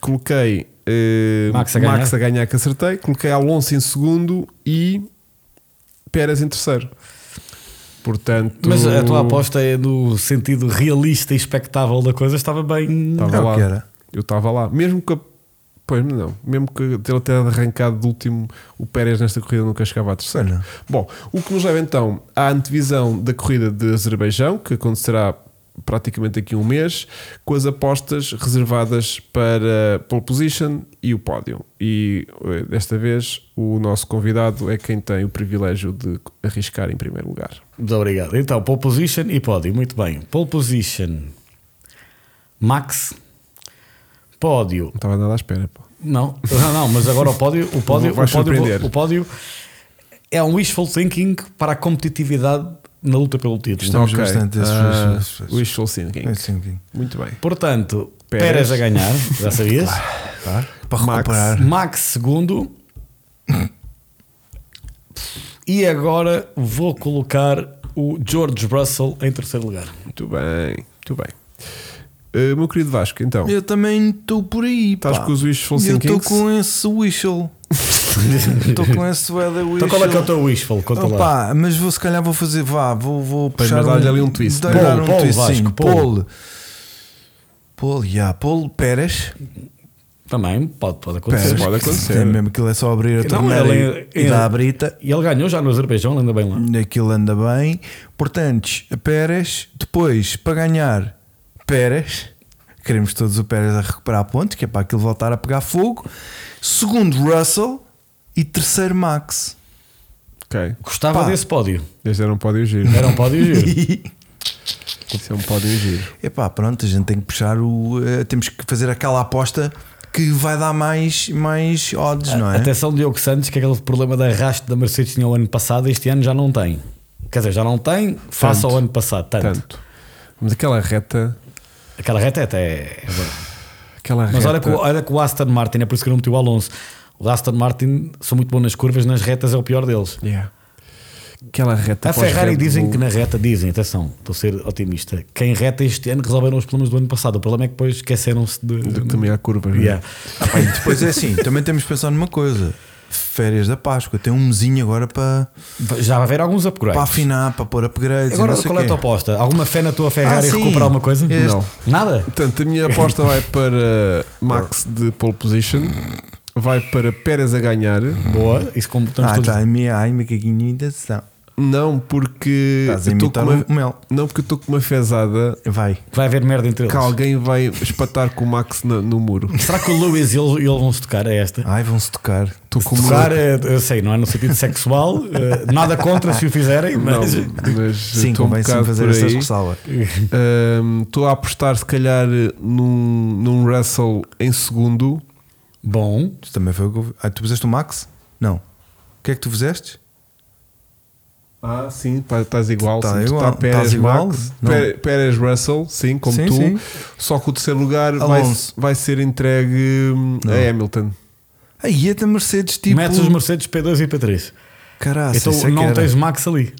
Speaker 2: coloquei eh,
Speaker 3: Max a
Speaker 2: Max a ganhar que acertei, coloquei Alonso em segundo e Pérez em terceiro. Portanto,
Speaker 3: Mas a tua aposta é no sentido realista e expectável da coisa, estava Tá bem.
Speaker 2: estava
Speaker 1: É o
Speaker 2: lá.
Speaker 1: que era.
Speaker 2: Eu estava lá. Mesmo que. a- Pois não, mesmo que ter até arrancado do último, o Pérez nesta corrida nunca chegava a terceiro.
Speaker 1: Pois não.
Speaker 2: Bom, o que nos leva então à antevisão da corrida de Azerbaijão, que acontecerá praticamente aqui um mês, com as apostas reservadas para pole position e o pódio. E eh, desta vez o nosso convidado é quem tem o privilégio de arriscar em primeiro lugar.
Speaker 3: Muito obrigado. Então, pole position e pódio. Muito bem. Pole position, Max. Pódio,
Speaker 2: Não estava nada à espera. pá.
Speaker 3: Não, não, não, mas agora o pódio, o pódio,
Speaker 2: Vai
Speaker 3: o pódio,
Speaker 2: surpreender.
Speaker 3: o pódio é um wishful thinking para a competitividade na luta pelo título.
Speaker 1: Estamos
Speaker 2: Ok.
Speaker 1: bastante desses-
Speaker 2: Ah,
Speaker 1: desses- desses-
Speaker 2: Wishful thinking.
Speaker 1: É assim, enfim.
Speaker 2: Muito bem.
Speaker 3: Portanto, Pérez.
Speaker 2: Pérez.
Speaker 3: a ganhar, já sabias?
Speaker 1: Claro. Para
Speaker 2: Max.
Speaker 1: recuperar.
Speaker 3: Max segundo. E agora vou colocar o George Russell em terceiro lugar.
Speaker 2: Muito bem, muito bem. Eh, meu querido Vasco, então,
Speaker 1: Eu também estou por aí.
Speaker 2: estás
Speaker 1: pá.
Speaker 2: com os wishful
Speaker 1: Eu estou
Speaker 2: thinkings?
Speaker 1: com esse whistle. Estou com esse weather whistle.
Speaker 3: Então qual é que é o teu wishful? Conta lá.
Speaker 1: Opa, mas vou se calhar vou fazer, vá, vou, vou
Speaker 2: Pois,
Speaker 1: puxar.
Speaker 2: mas dá-lhe ali um twist,
Speaker 1: dá-
Speaker 2: né?
Speaker 1: dar
Speaker 3: Polo,
Speaker 1: um
Speaker 3: Polo,
Speaker 1: twist, sim.
Speaker 3: Vasco, Polo.
Speaker 1: Polo. Polo, yeah, Polo Pérez.
Speaker 3: Também pode, pode acontecer.
Speaker 2: Pera. pode acontecer. é-
Speaker 1: É mesmo aquilo é só abrir a
Speaker 3: Não,
Speaker 1: torneira
Speaker 3: ele-
Speaker 1: e,
Speaker 3: ele-
Speaker 1: e dá a brita.
Speaker 3: E ele ganhou já no Azerbaijão, ele anda bem lá.
Speaker 1: Aquilo anda bem. Portanto, Pérez, depois, para ganhar Pérez, queremos todos o Pérez a recuperar pontos, que é para aquilo voltar a pegar fogo. Segundo, Russell. E terceiro, Max.
Speaker 2: Ok,
Speaker 3: Gostava
Speaker 1: Pá.
Speaker 3: desse pódio.
Speaker 2: este era um pódio giro.
Speaker 3: Era um pódio giro.
Speaker 2: Este é um pódio giro.
Speaker 1: Epá, pronto, a gente tem que puxar o. eh, temos que fazer aquela aposta que vai dar mais, mais
Speaker 3: Ah,
Speaker 1: odds, não é?
Speaker 3: Atenção, Diogo Santos, que aquele problema de arraste da Mercedes tinha o ano passado, este ano já não tem. Quer dizer, já não tem, face ao ano passado, tanto.
Speaker 2: Tanto. Mas aquela reta.
Speaker 3: Aquela reta é até. é boa.
Speaker 2: Aquela
Speaker 3: Mas
Speaker 2: reta.
Speaker 3: olha que, o- olha que o Aston Martin, é por isso que eu não meti o Alonso. O Aston Martin são muito bom nas curvas, nas retas é o pior deles.
Speaker 2: Yeah. Aquela reta.
Speaker 3: A Ferrari dizem que na reta, dizem, atenção, estou a ser otimista, que em reta este ano resolveram os problemas do ano passado. O problema é que depois esqueceram-se de.
Speaker 2: que. Também há curva. não é?
Speaker 3: Yeah.
Speaker 1: Epá, e depois é assim, também temos de pensar numa coisa: férias da Páscoa, tem um mesinho agora para,
Speaker 3: Já vai haver alguns upgrades.
Speaker 1: para afinar, para pôr upgrades. e
Speaker 3: Agora,
Speaker 1: não sei
Speaker 3: qual é a
Speaker 1: quê.
Speaker 3: tua aposta? Alguma fé na tua Ferrari
Speaker 1: Ah, sim.
Speaker 3: recuperar alguma coisa?
Speaker 1: Este-
Speaker 2: Não.
Speaker 3: Nada?
Speaker 2: Portanto, a minha aposta vai para Max de pole position, vai para Pérez a ganhar.
Speaker 3: Boa, isso como estamos
Speaker 1: Ah,
Speaker 3: todos.
Speaker 1: está, a minha, ai, macaquinho ainda são.
Speaker 2: Não porque.
Speaker 1: Estás a
Speaker 2: eu tô com
Speaker 1: imitar
Speaker 2: uma-
Speaker 1: o mel.
Speaker 2: Não porque eu estou com uma fezada
Speaker 1: Vai.
Speaker 3: Vai haver merda entre eles.
Speaker 2: que alguém vai espatar com o Max na- no muro.
Speaker 3: Será que o Lewis e ele, ele vão se tocar a esta?
Speaker 1: Ai, vão-se tocar.
Speaker 2: Estou com uma.
Speaker 3: Tocar, eh, eu sei, não é no sentido sexual, eh, nada contra se o fizerem,
Speaker 2: Não,
Speaker 3: mas.
Speaker 2: mas
Speaker 1: Sim,
Speaker 2: estou um
Speaker 1: convém sempre
Speaker 2: bocado
Speaker 1: fazer
Speaker 2: por
Speaker 1: essa
Speaker 2: aí.
Speaker 1: ressalva.
Speaker 2: Ahm, Estou a apostar, se calhar, num, num Russell em segundo.
Speaker 3: Bom,
Speaker 1: Tu também foi o que eu- ah, Tu fizeste o Max? Não. O que é que tu fizeste?
Speaker 2: Ah, sim, estás igual.
Speaker 1: Tá
Speaker 2: sim. Tu
Speaker 1: igual,
Speaker 2: tá Pérez,
Speaker 1: tás igual,
Speaker 2: Max,
Speaker 1: não.
Speaker 2: Pé- Pérez Russell, sim, como
Speaker 1: Sim,
Speaker 2: tu.
Speaker 1: sim.
Speaker 2: Só que o terceiro lugar vai,
Speaker 1: Alonso.
Speaker 2: vai ser entregue hum,
Speaker 1: Não.
Speaker 2: a Hamilton.
Speaker 1: Aí é da Mercedes, tipo.
Speaker 3: metes os Mercedes P2 e
Speaker 2: Ah,
Speaker 3: P3.
Speaker 1: Caraca,
Speaker 3: então
Speaker 1: isso é que
Speaker 3: não
Speaker 1: era.
Speaker 3: tens Max ali.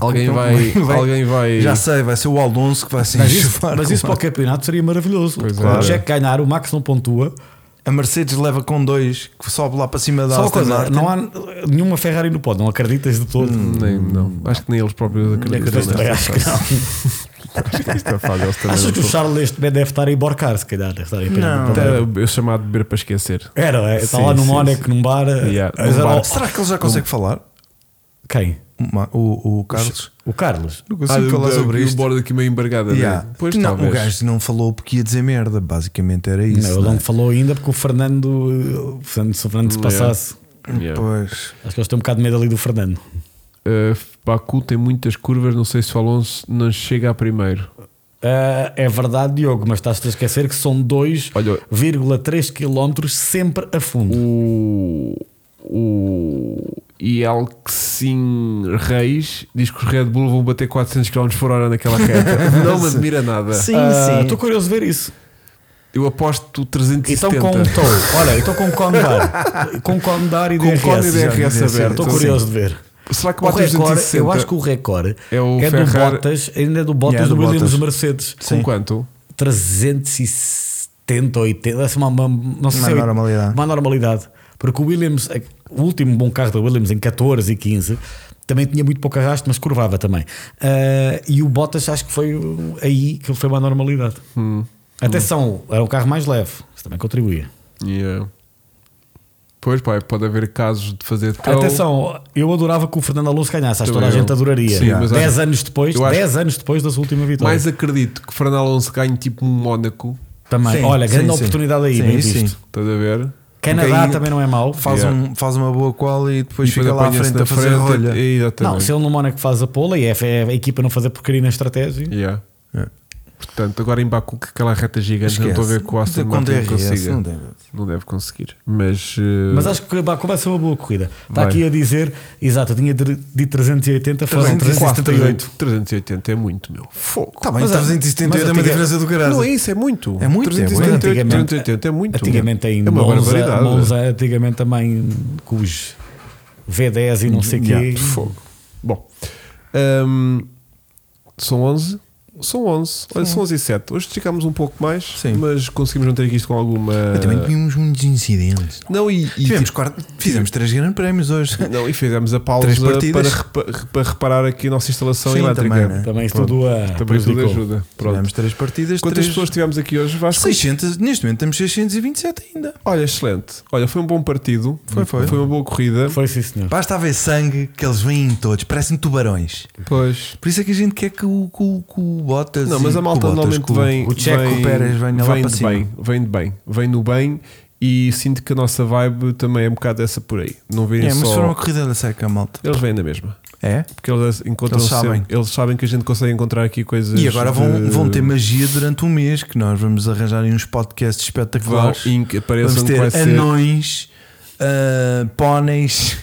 Speaker 2: Alguém
Speaker 1: então
Speaker 2: vai,
Speaker 1: vai-
Speaker 2: alguém vai.
Speaker 1: Já sei, vai ser o Alonso que vai se
Speaker 3: Mas isso,
Speaker 1: enxovar
Speaker 3: mas
Speaker 1: com
Speaker 3: isso para
Speaker 1: a-
Speaker 3: o campeonato seria maravilhoso.
Speaker 2: Pois é.
Speaker 3: o Jack ganhar, o Max não pontua.
Speaker 1: A Mercedes leva com dois, que sobe lá para cima da
Speaker 3: Só uma
Speaker 1: Aston
Speaker 3: coisa,
Speaker 1: Martin.
Speaker 3: não há nenhuma Ferrari no pódio, não acreditas de todo.
Speaker 1: Hum.
Speaker 2: Nem, não, acho que nem eles próprios acreditam.
Speaker 3: Acho que
Speaker 2: nesta fase.
Speaker 3: não.
Speaker 2: Acho que
Speaker 1: é
Speaker 2: esta fase eles também
Speaker 3: Achas
Speaker 2: não
Speaker 3: que o
Speaker 2: estão-
Speaker 3: Charles neste bem deve estar a emborcar, se calhar. Deve estar a ir para-
Speaker 1: Não.
Speaker 3: para-
Speaker 2: Era é o chamado de beber para esquecer.
Speaker 3: Era, é, está
Speaker 2: Sim,
Speaker 3: lá no
Speaker 2: sim,
Speaker 3: Mónaco, num bar. eh,
Speaker 2: Yeah,
Speaker 3: mas
Speaker 2: num
Speaker 3: era-
Speaker 2: bar.
Speaker 1: Será que ele já consegue
Speaker 2: Um
Speaker 1: falar?
Speaker 3: "Oh, Quem?
Speaker 1: O Ma- O, o Carlos?
Speaker 3: O Carlos.
Speaker 1: Não consigo
Speaker 2: o-
Speaker 1: falar
Speaker 2: o-
Speaker 1: sobre
Speaker 2: Ah, e
Speaker 1: isto.
Speaker 2: O bordo aqui meio embargada.
Speaker 1: Yeah.
Speaker 2: Né? Pois
Speaker 1: não, o
Speaker 2: talvez.
Speaker 1: gajo não falou porque ia dizer merda, basicamente era isso.
Speaker 3: não, ele
Speaker 1: não é?
Speaker 3: não falou ainda porque o Fernando. eh, o Fernando se o Fernando se
Speaker 2: Yeah.
Speaker 3: passasse.
Speaker 2: Yeah.
Speaker 1: Pois.
Speaker 3: Acho que eles têm um bocado de medo ali do Fernando.
Speaker 2: Uh, eh, Baku tem muitas curvas, não sei se o Alonso não chega a primeiro.
Speaker 3: Ah, é verdade, Diogo, mas estás-te a esquecer que são
Speaker 2: Olha-
Speaker 3: 2,3 km sempre a fundo.
Speaker 2: O, o Yeltsin Reis diz que os Red Bull vão bater 400 km por hora naquela reta. não me admira nada.
Speaker 1: Sim,
Speaker 3: Ah,
Speaker 1: sim.
Speaker 3: Estou curioso de ver isso.
Speaker 2: Eu aposto
Speaker 3: Então
Speaker 2: 370.
Speaker 3: com um tow, olha, então com um cone dar, com um cone dar e
Speaker 2: Com
Speaker 3: DRS.
Speaker 2: cone e DRS
Speaker 3: já.
Speaker 2: aberto,
Speaker 3: Estou
Speaker 2: sim.
Speaker 3: curioso de ver.
Speaker 2: Será que
Speaker 3: O
Speaker 2: bate os
Speaker 3: recorde,
Speaker 2: 260?
Speaker 3: eu acho que o recorde
Speaker 2: É o
Speaker 3: é do
Speaker 2: Ferrari-
Speaker 3: Bottas, ainda é do Bottas
Speaker 1: Yeah,
Speaker 3: do
Speaker 1: do
Speaker 3: Williams
Speaker 1: Bottas.
Speaker 3: Mercedes.
Speaker 2: Com quanto?
Speaker 3: 370, 80, essa é uma, uma, não sei,
Speaker 1: Uma
Speaker 3: se é oit-
Speaker 1: normalidade.
Speaker 3: Uma normalidade. Porque o Williams, é o último bom carro da Williams em 14 e 15, também tinha muito pouco arrasto, mas curvava também. Ah, e o Bottas, acho que foi o- aí que foi uma normalidade.
Speaker 2: Hum.
Speaker 3: Atenção, era um carro mais leve, isso também contribuía.
Speaker 2: Yeah. Pois, pá, pode haver casos de fazer tão-
Speaker 3: Atenção, eu adorava que o Fernando Alonso ganhasse, acho que toda a
Speaker 2: Também eu.
Speaker 3: gente adoraria.
Speaker 2: Sim, mas
Speaker 3: 10
Speaker 2: acho-
Speaker 3: anos depois,
Speaker 2: eu acho-
Speaker 3: 10 anos depois da sua última vitória.
Speaker 2: Mais acredito que Fernando Alonso ganhe tipo um Mónaco.
Speaker 3: também.
Speaker 1: Sim,
Speaker 3: Olha,
Speaker 1: sim,
Speaker 3: grande
Speaker 1: sim.
Speaker 3: oportunidade aí,
Speaker 1: Sim,
Speaker 3: bem
Speaker 1: isso
Speaker 3: visto.
Speaker 1: sim.
Speaker 2: Estás a ver?
Speaker 3: Canadá
Speaker 1: Porque aí
Speaker 3: também não é mau.
Speaker 1: Faz, um, faz uma boa qual e depois
Speaker 2: E
Speaker 1: fica lá à
Speaker 2: apanha-se
Speaker 1: frente
Speaker 2: na
Speaker 1: a fazer rolha.
Speaker 2: e- Exatamente.
Speaker 3: Não, se ele no Mónaco faz a pola e é é a equipa não fazer porcaria na estratégia.
Speaker 2: Yeah.
Speaker 1: É.
Speaker 2: Portanto, agora em Baku, que aquela reta gigante,
Speaker 1: Esquece.
Speaker 2: não estou a ver que o Aston
Speaker 1: Com
Speaker 2: Martin
Speaker 1: DRS,
Speaker 2: consiga.
Speaker 1: é não é
Speaker 2: Não
Speaker 1: tem-
Speaker 2: deve. conseguir. Mas, eh,
Speaker 3: Mas acho que Baku vai ser uma boa corrida. Está
Speaker 2: Vai.
Speaker 3: aqui a dizer, exato, eu tinha de, de 380, foram 378.
Speaker 2: 380 é muito, meu. Fogo.
Speaker 1: Está bem,
Speaker 3: Mas,
Speaker 1: 378 é
Speaker 3: mas
Speaker 1: uma
Speaker 3: antiga-
Speaker 1: diferença do caralho.
Speaker 2: Não é isso, é muito.
Speaker 1: É muito, é muito.
Speaker 2: 378,
Speaker 3: Antigamente-
Speaker 2: 380 é muito.
Speaker 3: Antigamente em
Speaker 2: é uma
Speaker 3: Monza,
Speaker 2: barbaridade.
Speaker 3: Monza, antigamente também com os V10 e não sei o quê.
Speaker 2: Yeah, fogo. Bom, hum, são 11. São 11. Olha, são 11 e 7. Hoje esticámos um pouco mais,
Speaker 1: Sim.
Speaker 2: mas conseguimos manter aqui isto com alguma.
Speaker 1: Eu também tínhamos muitos incidentes.
Speaker 2: Não, e, e
Speaker 1: Tivemos quatro- fizemos três grandes prémios hoje.
Speaker 2: Não, e fizemos a pausa
Speaker 1: Três
Speaker 2: para,
Speaker 1: partidas.
Speaker 2: repa- para reparar aqui a nossa instalação
Speaker 1: Sim,
Speaker 2: elétrica.
Speaker 1: também, né?
Speaker 3: Também isso tudo a
Speaker 2: Também isso tudo
Speaker 3: prejudicou.
Speaker 2: ajuda. Pronto.
Speaker 1: Tivemos três partidas.
Speaker 2: Quantas
Speaker 1: três...
Speaker 2: pessoas tivemos aqui hoje, Vasco?
Speaker 1: 600, neste momento temos 627 ainda.
Speaker 2: Olha, excelente. Olha, foi um bom partido.
Speaker 1: Foi, foi.
Speaker 2: Foi uma boa corrida.
Speaker 3: Foi sim, senhor.
Speaker 1: Basta haver sangue que eles vêm todos, parecem tubarões.
Speaker 2: Pois.
Speaker 1: Por isso é que a gente quer que o, que o, que o Bottas.
Speaker 2: Não, mas
Speaker 1: e-
Speaker 2: a
Speaker 1: que
Speaker 2: malta
Speaker 1: o Bottas,
Speaker 2: normalmente
Speaker 1: que o-
Speaker 2: vem.
Speaker 1: O Checo
Speaker 2: vem,
Speaker 1: o Pérez vem lá
Speaker 2: vem
Speaker 1: para
Speaker 2: de
Speaker 1: cima.
Speaker 2: bem, vem de bem, vem no bem e sinto que a nossa vibe também é um bocado dessa por aí. Não virem
Speaker 1: É, mas
Speaker 2: só.
Speaker 1: foram uma corrida da seca, malta.
Speaker 2: Eles vêm na mesma.
Speaker 1: É?
Speaker 2: Porque eles encontram
Speaker 1: Eles sabem.
Speaker 2: sempre- eles sabem que a gente consegue encontrar aqui coisas.
Speaker 1: E agora vão,
Speaker 2: de-
Speaker 1: vão ter magia durante um mês que nós vamos arranjar aí uns podcasts
Speaker 2: Vão,
Speaker 1: espetaculares.
Speaker 2: em que
Speaker 1: Vamos
Speaker 2: apareçam que
Speaker 1: ter
Speaker 2: vai ser.
Speaker 1: anões, ah, póneis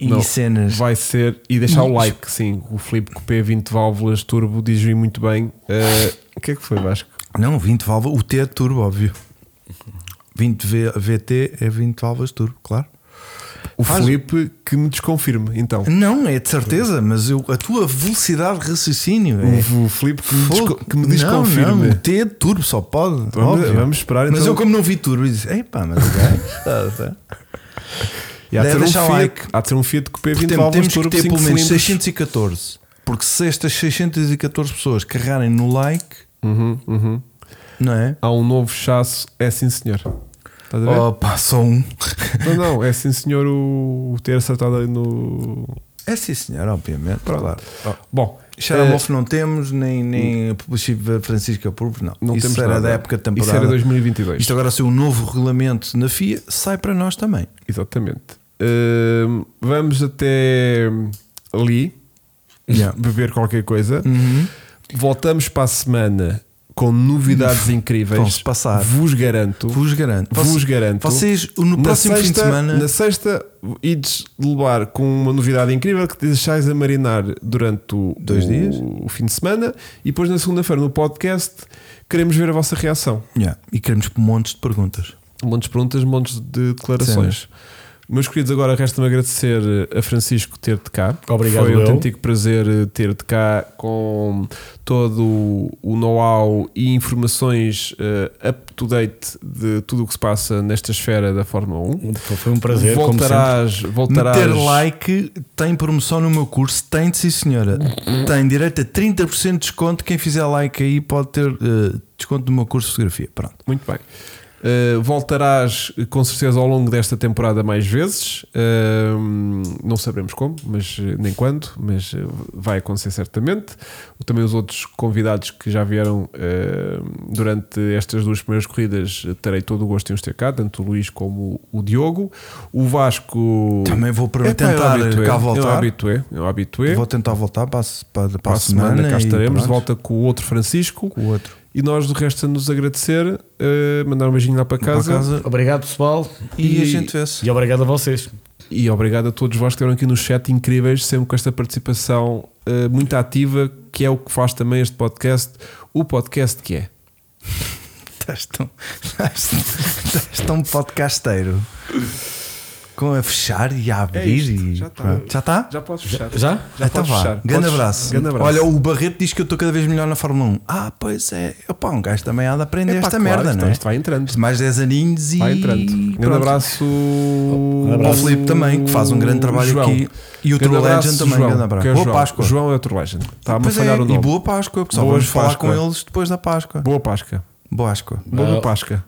Speaker 1: e
Speaker 2: Não,
Speaker 1: cenas.
Speaker 2: Vai ser. E deixar o like, sim. O Filipe com P20 válvulas turbo diz me muito bem. Eh, o que é que foi, Vasco?
Speaker 1: Não, 20 válvulas. O T é turbo, óbvio. 20 V- VT é 20 válvulas turbo, claro.
Speaker 2: O
Speaker 1: Faz-
Speaker 2: Filipe que me desconfirme, então.
Speaker 1: Não, é de certeza, mas eu, a tua velocidade de raciocínio é.
Speaker 2: O, o Filipe Hum. que me,
Speaker 1: Fogo.
Speaker 2: desco- que me
Speaker 1: não, não,
Speaker 2: desconfirme.
Speaker 1: o T é turbo só pode.
Speaker 2: Vamos,
Speaker 1: óbvio.
Speaker 2: vamos esperar então.
Speaker 1: Mas eu, como não vi turbo, disse: Epá, mas ok. tá, tá."
Speaker 2: E há, de
Speaker 1: Deve
Speaker 2: ser um
Speaker 1: deixar
Speaker 2: Fiat,
Speaker 1: like.
Speaker 2: há de ser um Fiat Coupé 20
Speaker 1: Portanto,
Speaker 2: válvulas
Speaker 1: temos que
Speaker 2: turbo
Speaker 1: ter
Speaker 2: 5
Speaker 1: pelo menos
Speaker 2: cilindros.
Speaker 1: 614. Porque se estas 614 pessoas carregarem no like,
Speaker 2: Uhum, uhum.
Speaker 1: não é?
Speaker 2: Há um novo chasso, é sim senhor. Estás a ver?
Speaker 1: Opa, só um.
Speaker 2: Não, não, é sim senhor o, o ter acertado ali no.
Speaker 1: É sim, senhor, obviamente. Claro.
Speaker 2: Bom, eh,
Speaker 1: Xaramoff não temos, nem, nem a Francisca Purpo, não.
Speaker 2: não
Speaker 1: Isso
Speaker 2: temos
Speaker 1: era
Speaker 2: nada.
Speaker 1: da época da temporada.
Speaker 2: Isso era 2022.
Speaker 1: Isto agora ser um novo regulamento na FIA, sai para nós também.
Speaker 2: Exatamente. Hum, vamos até ali beber qualquer coisa.
Speaker 1: Uhum.
Speaker 2: Voltamos para a semana com novidades incríveis.
Speaker 1: Vão-se passar.
Speaker 2: Vos garanto.
Speaker 1: Vos garanto.
Speaker 2: Vos
Speaker 1: Vocês-
Speaker 2: garanto.
Speaker 1: Vocês, no
Speaker 2: Na
Speaker 1: próximo fim de
Speaker 2: sexta-
Speaker 1: semana.
Speaker 2: Na sexta, ides levar com uma novidade incrível que te deixais a marinar durante o,
Speaker 1: Dois
Speaker 2: o-
Speaker 1: dias.
Speaker 2: o fim de semana e depois na segunda-feira no podcast queremos ver a vossa reação.
Speaker 1: Yeah. E queremos montes de perguntas.
Speaker 2: Montes de perguntas, montes de declarações. Meus queridos, agora resta-me agradecer a Francisco ter-te cá.
Speaker 3: Obrigado,
Speaker 2: Foi um
Speaker 3: eu.
Speaker 2: autêntico prazer ter-te cá com todo o know-how e informações eh, up-to-date de tudo o que se passa nesta esfera da Fórmula 1.
Speaker 3: Foi um prazer, como sempre.
Speaker 2: voltarás, voltarás.
Speaker 1: Meter like tem promoção no meu curso, tem sim senhora. Tem direito a 30% de desconto. Quem fizer like aí pode ter eh, desconto no meu curso de fotografia. Pronto.
Speaker 2: Muito bem. Uh, voltarás com certeza ao longo desta temporada mais vezes. Uh, não sabemos como, mas uh, nem quando, mas uh, vai acontecer certamente. Também os outros convidados que já vieram uh, durante estas duas primeiras corridas uh, terei todo o gosto em os ter cá, tanto o Luís como o, o Diogo. O Vasco
Speaker 1: Também vou para
Speaker 2: Epá,
Speaker 1: tentar eh,
Speaker 2: eu habituei,
Speaker 1: cá
Speaker 2: Eu
Speaker 1: voltar.
Speaker 2: habituei, eu habituei.
Speaker 1: Vou tentar voltar para, a- para, para
Speaker 2: Para a semana, cá
Speaker 1: e
Speaker 2: estaremos de
Speaker 1: pronto.
Speaker 2: volta com o outro Francisco.
Speaker 1: com o outro.
Speaker 2: E nós, do resto, a nos agradecer, eh, mandar um beijinho lá para casa,
Speaker 1: Para casa
Speaker 3: Obrigado, pessoal,
Speaker 1: e,
Speaker 2: e-
Speaker 1: a gente vê-se.
Speaker 3: e obrigado a vocês.
Speaker 2: E obrigado a todos vós que estiveram aqui no chat, incríveis, sempre com esta participação eh, muito ativa, que é o que faz também este podcast, o podcast que é.
Speaker 1: Estás tão, estás, estás tão podcasteiro. Com a fechar e a abrir.
Speaker 2: É isto,
Speaker 1: e,
Speaker 2: já está.
Speaker 1: pronto. Já está?
Speaker 2: Já podes fechar.
Speaker 3: Já?
Speaker 1: então
Speaker 2: podes
Speaker 1: vá.
Speaker 2: fechar.
Speaker 1: Grande
Speaker 2: Podes-
Speaker 1: abraço.
Speaker 2: grande abraço.
Speaker 1: Olha, o Barreto diz que eu estou cada vez melhor na Fórmula 1. Ah, pois é. Opa, um gajo também há de aprender
Speaker 2: Epá,
Speaker 1: esta
Speaker 2: claro,
Speaker 1: merda,
Speaker 2: isto-
Speaker 1: não é?
Speaker 2: Isto vai entrando.
Speaker 1: Mais 10 aninhos e.
Speaker 2: Vai entrando. Um Grande
Speaker 1: pronto.
Speaker 2: abraço.
Speaker 1: Ao Filipe também, que faz um grande trabalho
Speaker 2: João.
Speaker 1: aqui. E o
Speaker 2: Grande
Speaker 1: True
Speaker 2: abraço,
Speaker 1: Legend também.
Speaker 2: João,
Speaker 1: grande abraço.
Speaker 2: que é o
Speaker 1: boa
Speaker 2: João.
Speaker 1: Páscoa.
Speaker 2: João é o True Legend. Está-me a
Speaker 1: Pois é,
Speaker 2: falhar o
Speaker 1: e
Speaker 2: nome.
Speaker 1: boa Páscoa, pessoal.
Speaker 2: Boa
Speaker 1: vamos falar
Speaker 2: Páscoa.
Speaker 1: com eles depois da Páscoa.
Speaker 2: Boa Páscoa.
Speaker 1: Boa Páscoa.
Speaker 2: Boa Páscoa.